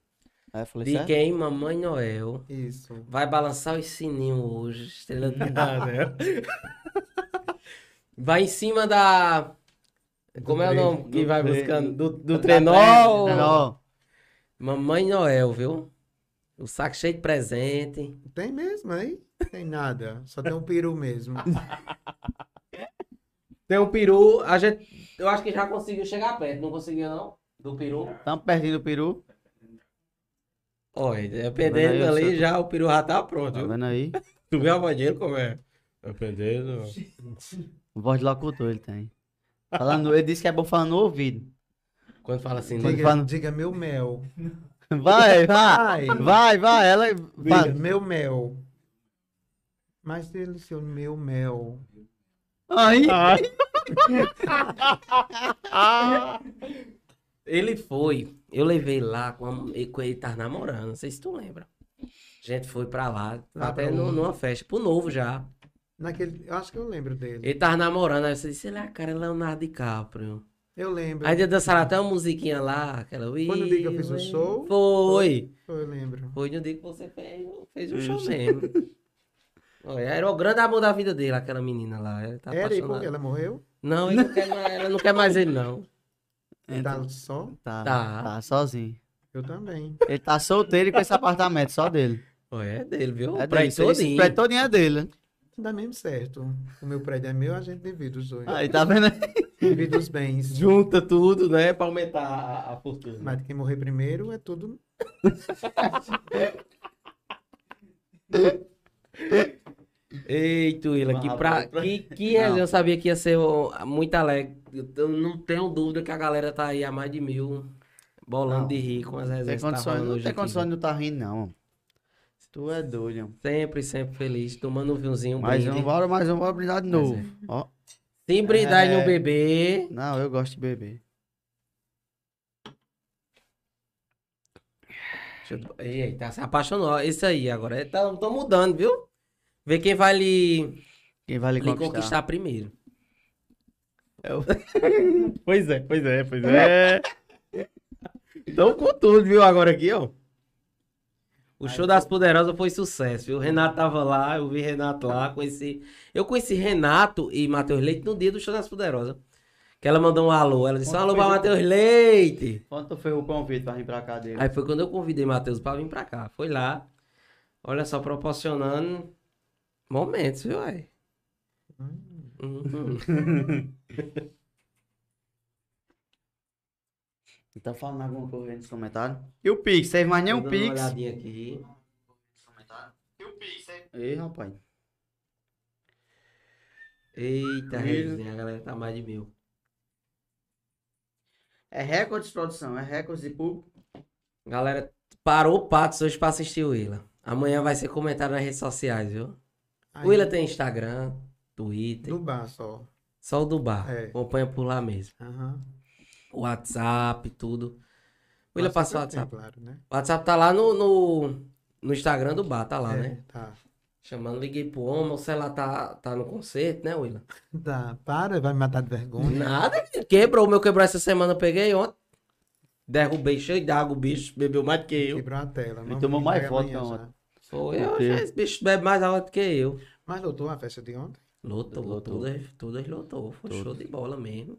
Speaker 1: Aí eu falei,
Speaker 2: de
Speaker 1: certo?
Speaker 2: quem? Mamãe Noel.
Speaker 3: Isso.
Speaker 2: Vai balançar os sininhos hoje, estrela de nada. Vai em cima da. Como é o
Speaker 3: tre-
Speaker 2: nome que
Speaker 1: do
Speaker 2: vai
Speaker 1: tre-
Speaker 2: buscando? Do, do
Speaker 1: Tá
Speaker 2: trenó?
Speaker 1: atrás, trenó.
Speaker 2: Mamãe Noel, viu? O saco cheio de presente.
Speaker 3: Tem mesmo aí? Tem nada. Só tem um peru mesmo.
Speaker 2: Tem um peru, a gente. Eu acho que já conseguiu chegar perto, não conseguiu não? Do peru.
Speaker 1: Tamo perdendo o peru.
Speaker 2: Olha,
Speaker 1: Mas
Speaker 2: dependendo
Speaker 1: aí
Speaker 2: ali,
Speaker 1: você-
Speaker 2: já o peru já tá pronto.
Speaker 1: Tá
Speaker 2: viu?
Speaker 1: vendo aí?
Speaker 2: Tu vê a mãe dele como é? Dependendo.
Speaker 1: Voz de locutor ele tem. Falando, ele disse que é bom falar no ouvido.
Speaker 2: Quando fala Ah, assim, né?
Speaker 1: Quando
Speaker 3: Diga,
Speaker 1: fala-
Speaker 3: diga meu mel.
Speaker 1: Vai, vai,
Speaker 3: Ai.
Speaker 1: vai, vai. Ela é-
Speaker 3: Diga,
Speaker 1: vai.
Speaker 3: meu mel. Mas ele, seu meu mel.
Speaker 1: Aí,
Speaker 2: Ah. Ele foi, eu levei lá com, a- ele- com ele tava namorando, não sei se tu lembra. A gente foi pra lá,
Speaker 3: Ah,
Speaker 2: até
Speaker 3: pra
Speaker 2: nu-
Speaker 3: um-
Speaker 2: numa festa, pro novo já.
Speaker 3: Naquele, eu acho que eu lembro dele.
Speaker 2: Ele tava namorando, aí você disse, ele é a cara de Leonardo DiCaprio.
Speaker 3: Eu lembro.
Speaker 2: Aí eles dançaram até uma musiquinha lá, aquela...
Speaker 3: Foi no dia que eu fiz o show?
Speaker 2: Foi,
Speaker 3: Eu lembro.
Speaker 2: foi no dia que você fez, fez o show mesmo. Olha, era o grande amor da vida dele, aquela menina lá, ela tá
Speaker 3: Era e por
Speaker 2: apaixonada.
Speaker 3: que ela morreu?
Speaker 2: Não, ele não quer mais, ela não quer mais ele não. É,
Speaker 1: Entra.
Speaker 2: então.
Speaker 3: Tá só?
Speaker 1: Tá,
Speaker 2: Tá.
Speaker 1: tá sozinho.
Speaker 3: Eu também.
Speaker 1: Ele tá solteiro e com esse apartamento, só dele.
Speaker 2: Olha, é dele, viu?
Speaker 1: É
Speaker 2: É
Speaker 1: dele.
Speaker 2: dele,
Speaker 1: Esse prédio todinho é dele.
Speaker 3: Dá mesmo certo. O meu prédio é meu, a gente divide os dois.
Speaker 1: Aí, tá vendo?
Speaker 3: Divide os bens.
Speaker 2: Junta tudo, né? Pra aumentar a, a fortuna.
Speaker 3: Mas quem morrer primeiro é tudo.
Speaker 2: Eita, Willa, que,
Speaker 1: Mas,
Speaker 2: pra,
Speaker 1: rapaz, pra-
Speaker 2: que, que resenha,
Speaker 1: Não.
Speaker 2: eu sabia que ia ser ó, muito alegre. Eu eu não tenho dúvida que a galera tá aí há mais de mil, bolando
Speaker 1: Não.
Speaker 2: de rir com as
Speaker 1: Tem
Speaker 2: resenhas que tá
Speaker 1: condições,
Speaker 2: rolando
Speaker 1: não
Speaker 2: hoje
Speaker 1: tem
Speaker 2: aqui,
Speaker 1: condições de
Speaker 2: velho.
Speaker 1: não tá rindo, não. Tu é doido, irmão.
Speaker 2: Sempre, sempre feliz, tomando um vinhozinho, um
Speaker 1: Mais um,
Speaker 2: brinde.
Speaker 1: bora, mais um, bora brindar de
Speaker 2: Mas
Speaker 1: novo. Ó,
Speaker 2: Se brindar em um
Speaker 1: É.
Speaker 2: bebê,
Speaker 1: não, eu gosto de beber.
Speaker 2: Deixa eu- Ei, tá se apaixonou. ó, Esse aí agora. Tá, tô mudando, viu? Ver quem vai lhe,
Speaker 1: Quem vai lhe
Speaker 2: lhe
Speaker 1: conquistar? É
Speaker 2: conquistar. primeiro.
Speaker 1: Pois é, pois é, pois é.
Speaker 2: Então com tudo, viu? Agora aqui, ó. O show das Poderosas foi sucesso, viu? O Renato tava lá, eu vi Renato lá, conheci. Eu conheci Renato e Matheus Leite no dia do show das Poderosas. Que ela mandou um alô. Ela disse:
Speaker 1: Quando
Speaker 2: alô
Speaker 1: foi
Speaker 2: pra
Speaker 1: o-
Speaker 2: Matheus Leite.
Speaker 1: Quanto foi o convite pra vir pra cá dele?
Speaker 2: Aí foi quando eu convidei Matheus pra vir pra cá. Foi lá. Olha só, proporcionando momentos, viu, aí?
Speaker 3: Hum,
Speaker 2: Uhum.
Speaker 1: Tá falando alguma coisa aí nos comentários? E o Pix? Teve mais
Speaker 3: um
Speaker 1: nenhum
Speaker 2: Tô dando uma
Speaker 1: Pix?
Speaker 2: olhadinha aqui.
Speaker 1: E o Pix, hein? Ei, rapaz.
Speaker 2: Eita,
Speaker 1: Mesmo.
Speaker 2: resenha, a galera tá mais de mil.
Speaker 1: É recorde de produção, é recorde de público.
Speaker 2: Galera, parou o Patos hoje pra assistir o Willa. Amanhã vai ser comentário nas redes sociais, viu?
Speaker 3: aí,
Speaker 2: O Willa tem Instagram, Twitter,
Speaker 3: Do bar só.
Speaker 2: só o do bar.
Speaker 3: É.
Speaker 2: Acompanha por lá mesmo.
Speaker 3: Aham.
Speaker 2: O WhatsApp, tudo. O Willa
Speaker 3: Nossa,
Speaker 2: passou o
Speaker 3: eu tenho,
Speaker 2: WhatsApp.
Speaker 3: Claro, né?
Speaker 2: O WhatsApp tá lá no, no, no Instagram do bar, tá lá,
Speaker 3: é,
Speaker 2: né?
Speaker 3: Tá.
Speaker 2: Chamando, liguei pro homem, o celular tá, tá no concerto, né, Willa?
Speaker 3: Tá, para, vai me matar de vergonha.
Speaker 2: Nada, menino. quebrou. O meu quebrou essa semana, eu peguei ontem. Derrubei cheio de água, o bicho bebeu mais do que eu.
Speaker 3: Quebrou a tela.
Speaker 1: Ele
Speaker 3: não
Speaker 1: tomou
Speaker 3: vi,
Speaker 1: mais
Speaker 3: vai
Speaker 1: vodka
Speaker 3: amanhã já.
Speaker 1: ontem.
Speaker 2: Foi,
Speaker 1: Meu
Speaker 2: eu,
Speaker 1: Deus.
Speaker 2: já- esse bicho bebe mais a hora do que eu.
Speaker 3: Mas lotou a festa de ontem?
Speaker 2: Lotou,
Speaker 1: Lotou.
Speaker 2: Todas, todas lotou. Foi show de bola mesmo.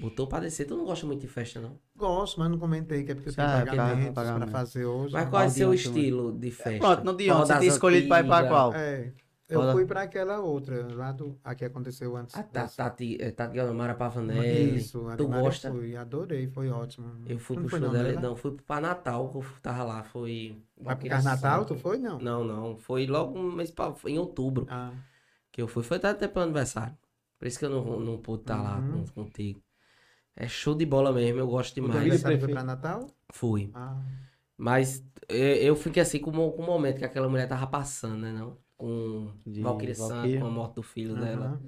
Speaker 2: Botou pra descer. Tu não gosta muito de festa, não?
Speaker 3: Gosto, mas não comentei que é porque eu tenho
Speaker 1: Ah, é, porque
Speaker 3: pagamentos
Speaker 1: tem
Speaker 3: pra
Speaker 1: pagamento.
Speaker 3: fazer hoje.
Speaker 2: né? Mas qual é o seu
Speaker 1: adianta,
Speaker 2: estilo de festa?
Speaker 1: Pronto, não de
Speaker 2: Qual
Speaker 1: ontem. Você
Speaker 2: das
Speaker 1: tinha escolhido pra ir pra
Speaker 2: antigas?
Speaker 1: qual?
Speaker 3: É, eu
Speaker 1: Fala.
Speaker 3: fui pra aquela outra, lá do. A que aconteceu antes.
Speaker 2: A Ta-
Speaker 3: dessa.
Speaker 2: Tati, eh, Tati Guanamara Pavanelli.
Speaker 3: Isso, a
Speaker 2: né? tu
Speaker 3: Dimara eu
Speaker 2: gosta?
Speaker 3: fui, adorei, foi ótimo.
Speaker 2: Eu fui
Speaker 3: Tu não
Speaker 2: pro
Speaker 3: foi
Speaker 2: show
Speaker 3: não,
Speaker 2: dela.
Speaker 3: né, lá?
Speaker 2: Não, fui pra Natal, que eu fu- tava lá. Foi.
Speaker 3: Vai pro Carnatal, tu foi? Não.
Speaker 2: Não, não. Foi logo um mês pra, foi em outubro
Speaker 3: Ah,
Speaker 2: que eu fui. Foi até pro aniversário. Por isso que eu não, não pude estar lá
Speaker 3: Uhum.
Speaker 2: com- contigo. É show de bola mesmo, eu gosto
Speaker 3: o teu
Speaker 2: demais.
Speaker 3: aniversário foi pra Natal?
Speaker 2: Fui.
Speaker 3: Ah,
Speaker 2: Mas eh, eu fiquei assim com o mo- com o momento que aquela mulher tava passando, né, não? Com
Speaker 1: De
Speaker 2: Valkyrie Santos,
Speaker 1: Valkyrie.
Speaker 2: com a morte do filho dela.
Speaker 3: aham.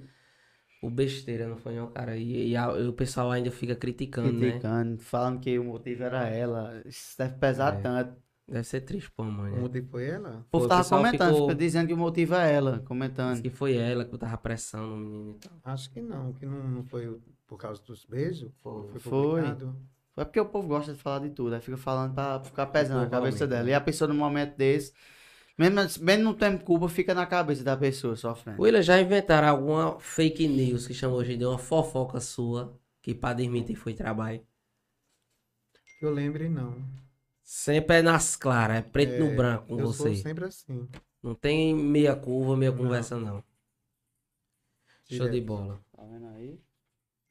Speaker 2: O besteira, não foi não, cara? E, e a- e o pessoal ainda fica criticando, né?
Speaker 1: Criticando, falando que o motivo era ela. Isso deve pesar
Speaker 2: É.
Speaker 1: tanto.
Speaker 2: Deve ser triste pra mãe,
Speaker 3: O
Speaker 2: né?
Speaker 3: motivo foi ela?
Speaker 1: O povo
Speaker 2: Pô,
Speaker 1: tava
Speaker 2: pessoal
Speaker 1: comentando,
Speaker 2: ficou-
Speaker 1: fica dizendo que o motivo é ela, comentando.
Speaker 2: Diz que foi ela que tava pressionando o menino e tal.
Speaker 3: Acho que não, que não, não foi o- por causa dos beijos.
Speaker 2: Foi.
Speaker 3: Foi
Speaker 1: Foi.
Speaker 3: complicado.
Speaker 1: É porque o povo gosta de falar de tudo, aí fica falando pra ficar pesando a
Speaker 2: O povo
Speaker 1: cabeça
Speaker 2: aumenta,
Speaker 1: dela.
Speaker 2: né?
Speaker 1: E a pessoa num momento desse, mesmo, mesmo não tendo culpa, fica na cabeça da pessoa sofrendo.
Speaker 2: Willa, já inventaram alguma fake news que chama hoje de uma fofoca sua que pra desmentir foi trabalho?
Speaker 3: Que eu lembre, não.
Speaker 2: Sempre é nas claras, é preto no branco com
Speaker 3: eu
Speaker 2: você.
Speaker 3: sou sempre assim.
Speaker 2: Não tem meia curva, meia
Speaker 3: Não.
Speaker 2: conversa, não. Show de
Speaker 3: Direto.
Speaker 2: bola.
Speaker 1: Tá vendo aí?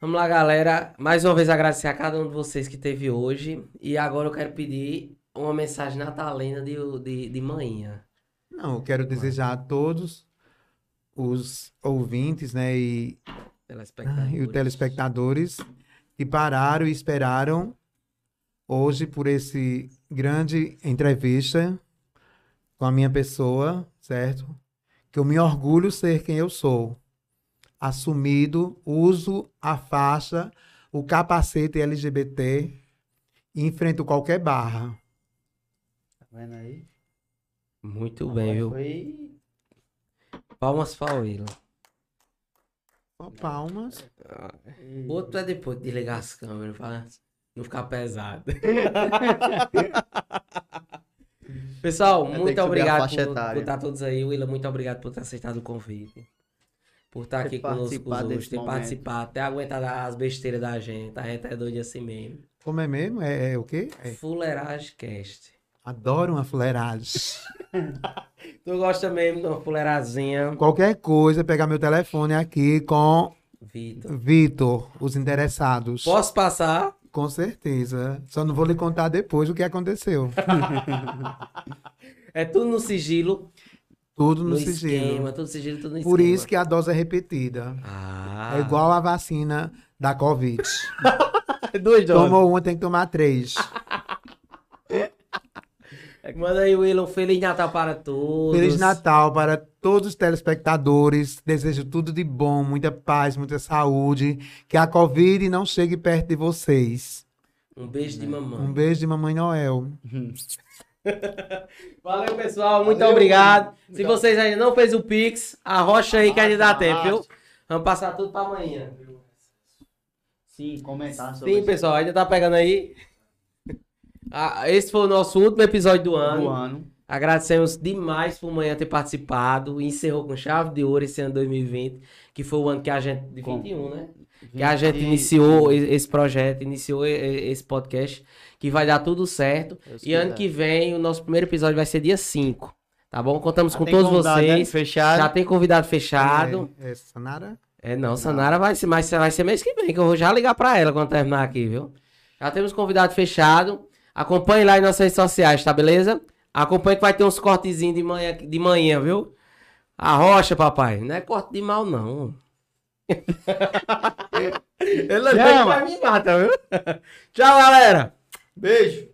Speaker 2: Vamos lá, galera. Mais uma vez agradecer a cada um de vocês que teve hoje. E agora eu quero pedir uma mensagem natalina de, de, de manhã.
Speaker 3: Não, eu quero desejar a todos os ouvintes, né, e
Speaker 2: Telespectadores.
Speaker 3: e os telespectadores que pararam e esperaram hoje por esse grande entrevista com a minha pessoa, certo? Que eu me orgulho ser quem eu sou. Assumido, uso a faixa, o capacete LGBT e enfrento qualquer barra.
Speaker 1: Tá vendo aí?
Speaker 2: Muito bem,
Speaker 1: Rapaz,
Speaker 2: viu?
Speaker 1: Foi...
Speaker 2: Palmas pra Willan.
Speaker 3: Só palmas.
Speaker 2: Outro é depois de ligar as câmeras, pra não ficar pesado. Pessoal,
Speaker 1: Vai ter que
Speaker 2: muito
Speaker 1: subir a
Speaker 2: obrigado
Speaker 1: faixa
Speaker 2: por, por
Speaker 1: etária.
Speaker 2: estar todos aí. Willa, muito obrigado por ter aceitado o convite. Por estar
Speaker 1: Ter
Speaker 2: aqui conosco
Speaker 1: participado
Speaker 2: hoje,
Speaker 1: desse
Speaker 2: ter
Speaker 1: momento.
Speaker 2: participado, ter aguentado as besteiras da gente. A gente é doido assim mesmo.
Speaker 3: Como é mesmo? É, é o quê? É.
Speaker 2: Fuleiragem Cast.
Speaker 3: Adoro uma fuleiragem.
Speaker 2: Tu gosta mesmo de uma fuleirazinha,
Speaker 3: Qualquer coisa, pegar meu telefone aqui com
Speaker 2: Vitor?
Speaker 3: Vitor, os interessados.
Speaker 2: Posso passar?
Speaker 3: Com certeza. Só não vou lhe contar depois o que aconteceu.
Speaker 2: É tudo no sigilo,
Speaker 3: Tudo
Speaker 2: no,
Speaker 3: no sigilo.
Speaker 2: esquema, tudo sigilo, tudo no
Speaker 3: Por
Speaker 2: esquema.
Speaker 3: isso que a dose é repetida.
Speaker 2: Ah,
Speaker 3: É igual a vacina da Covid.
Speaker 2: É
Speaker 1: Duas doses.
Speaker 3: Tomou uma, tem que tomar três.
Speaker 2: Manda aí, Willow. Feliz Natal para todos.
Speaker 3: Feliz Natal para todos os telespectadores. Desejo tudo de bom, muita paz, muita saúde. Que a Covid não chegue perto de vocês.
Speaker 2: Um beijo de
Speaker 3: Um
Speaker 2: mamãe.
Speaker 3: beijo de Mamãe Noel.
Speaker 2: Valeu, pessoal. Muito
Speaker 1: Valeu.
Speaker 2: obrigado. Se
Speaker 1: Muito
Speaker 2: vocês ainda não fez o Pix, arrocha aí que ainda dá
Speaker 1: Arrasta,
Speaker 2: tempo, viu?
Speaker 1: arrasta.
Speaker 2: Vamos passar tudo para amanhã.
Speaker 1: Sim, comentar sobre
Speaker 2: Sim, pessoal. Ainda tá pegando aí? Ah, esse foi o nosso último episódio do ano.
Speaker 1: o ano.
Speaker 2: Agradecemos demais por manhã ter participado. Encerrou com chave de ouro esse ano 2020, que foi o ano que a gente. De
Speaker 1: Com-
Speaker 2: 21, né? Que a gente iniciou e- esse projeto, iniciou e- e- esse podcast, que vai dar tudo certo.
Speaker 1: Deus
Speaker 2: E ano
Speaker 1: quiser.
Speaker 2: que vem, o nosso primeiro episódio vai ser dia 5, tá bom? Contamos
Speaker 1: Já
Speaker 2: com
Speaker 1: tem
Speaker 2: todos
Speaker 1: convidado, né?
Speaker 2: vocês.
Speaker 1: Fechado.
Speaker 2: Já tem convidado fechado.
Speaker 3: É, é, Sanara?
Speaker 2: É, não, Sanara vai ser, mas vai ser mês que vem, que eu vou já ligar pra ela quando terminar aqui, viu? Já temos convidado fechado. Acompanhe lá em nossas redes sociais, tá beleza? Acompanhe que vai ter uns cortezinhos de manhã, de manhã, viu? A rocha, papai. Não é corte de mal, não. Ele
Speaker 1: Chama.
Speaker 2: vai me matar, viu? Tchau, galera.
Speaker 1: Beijo.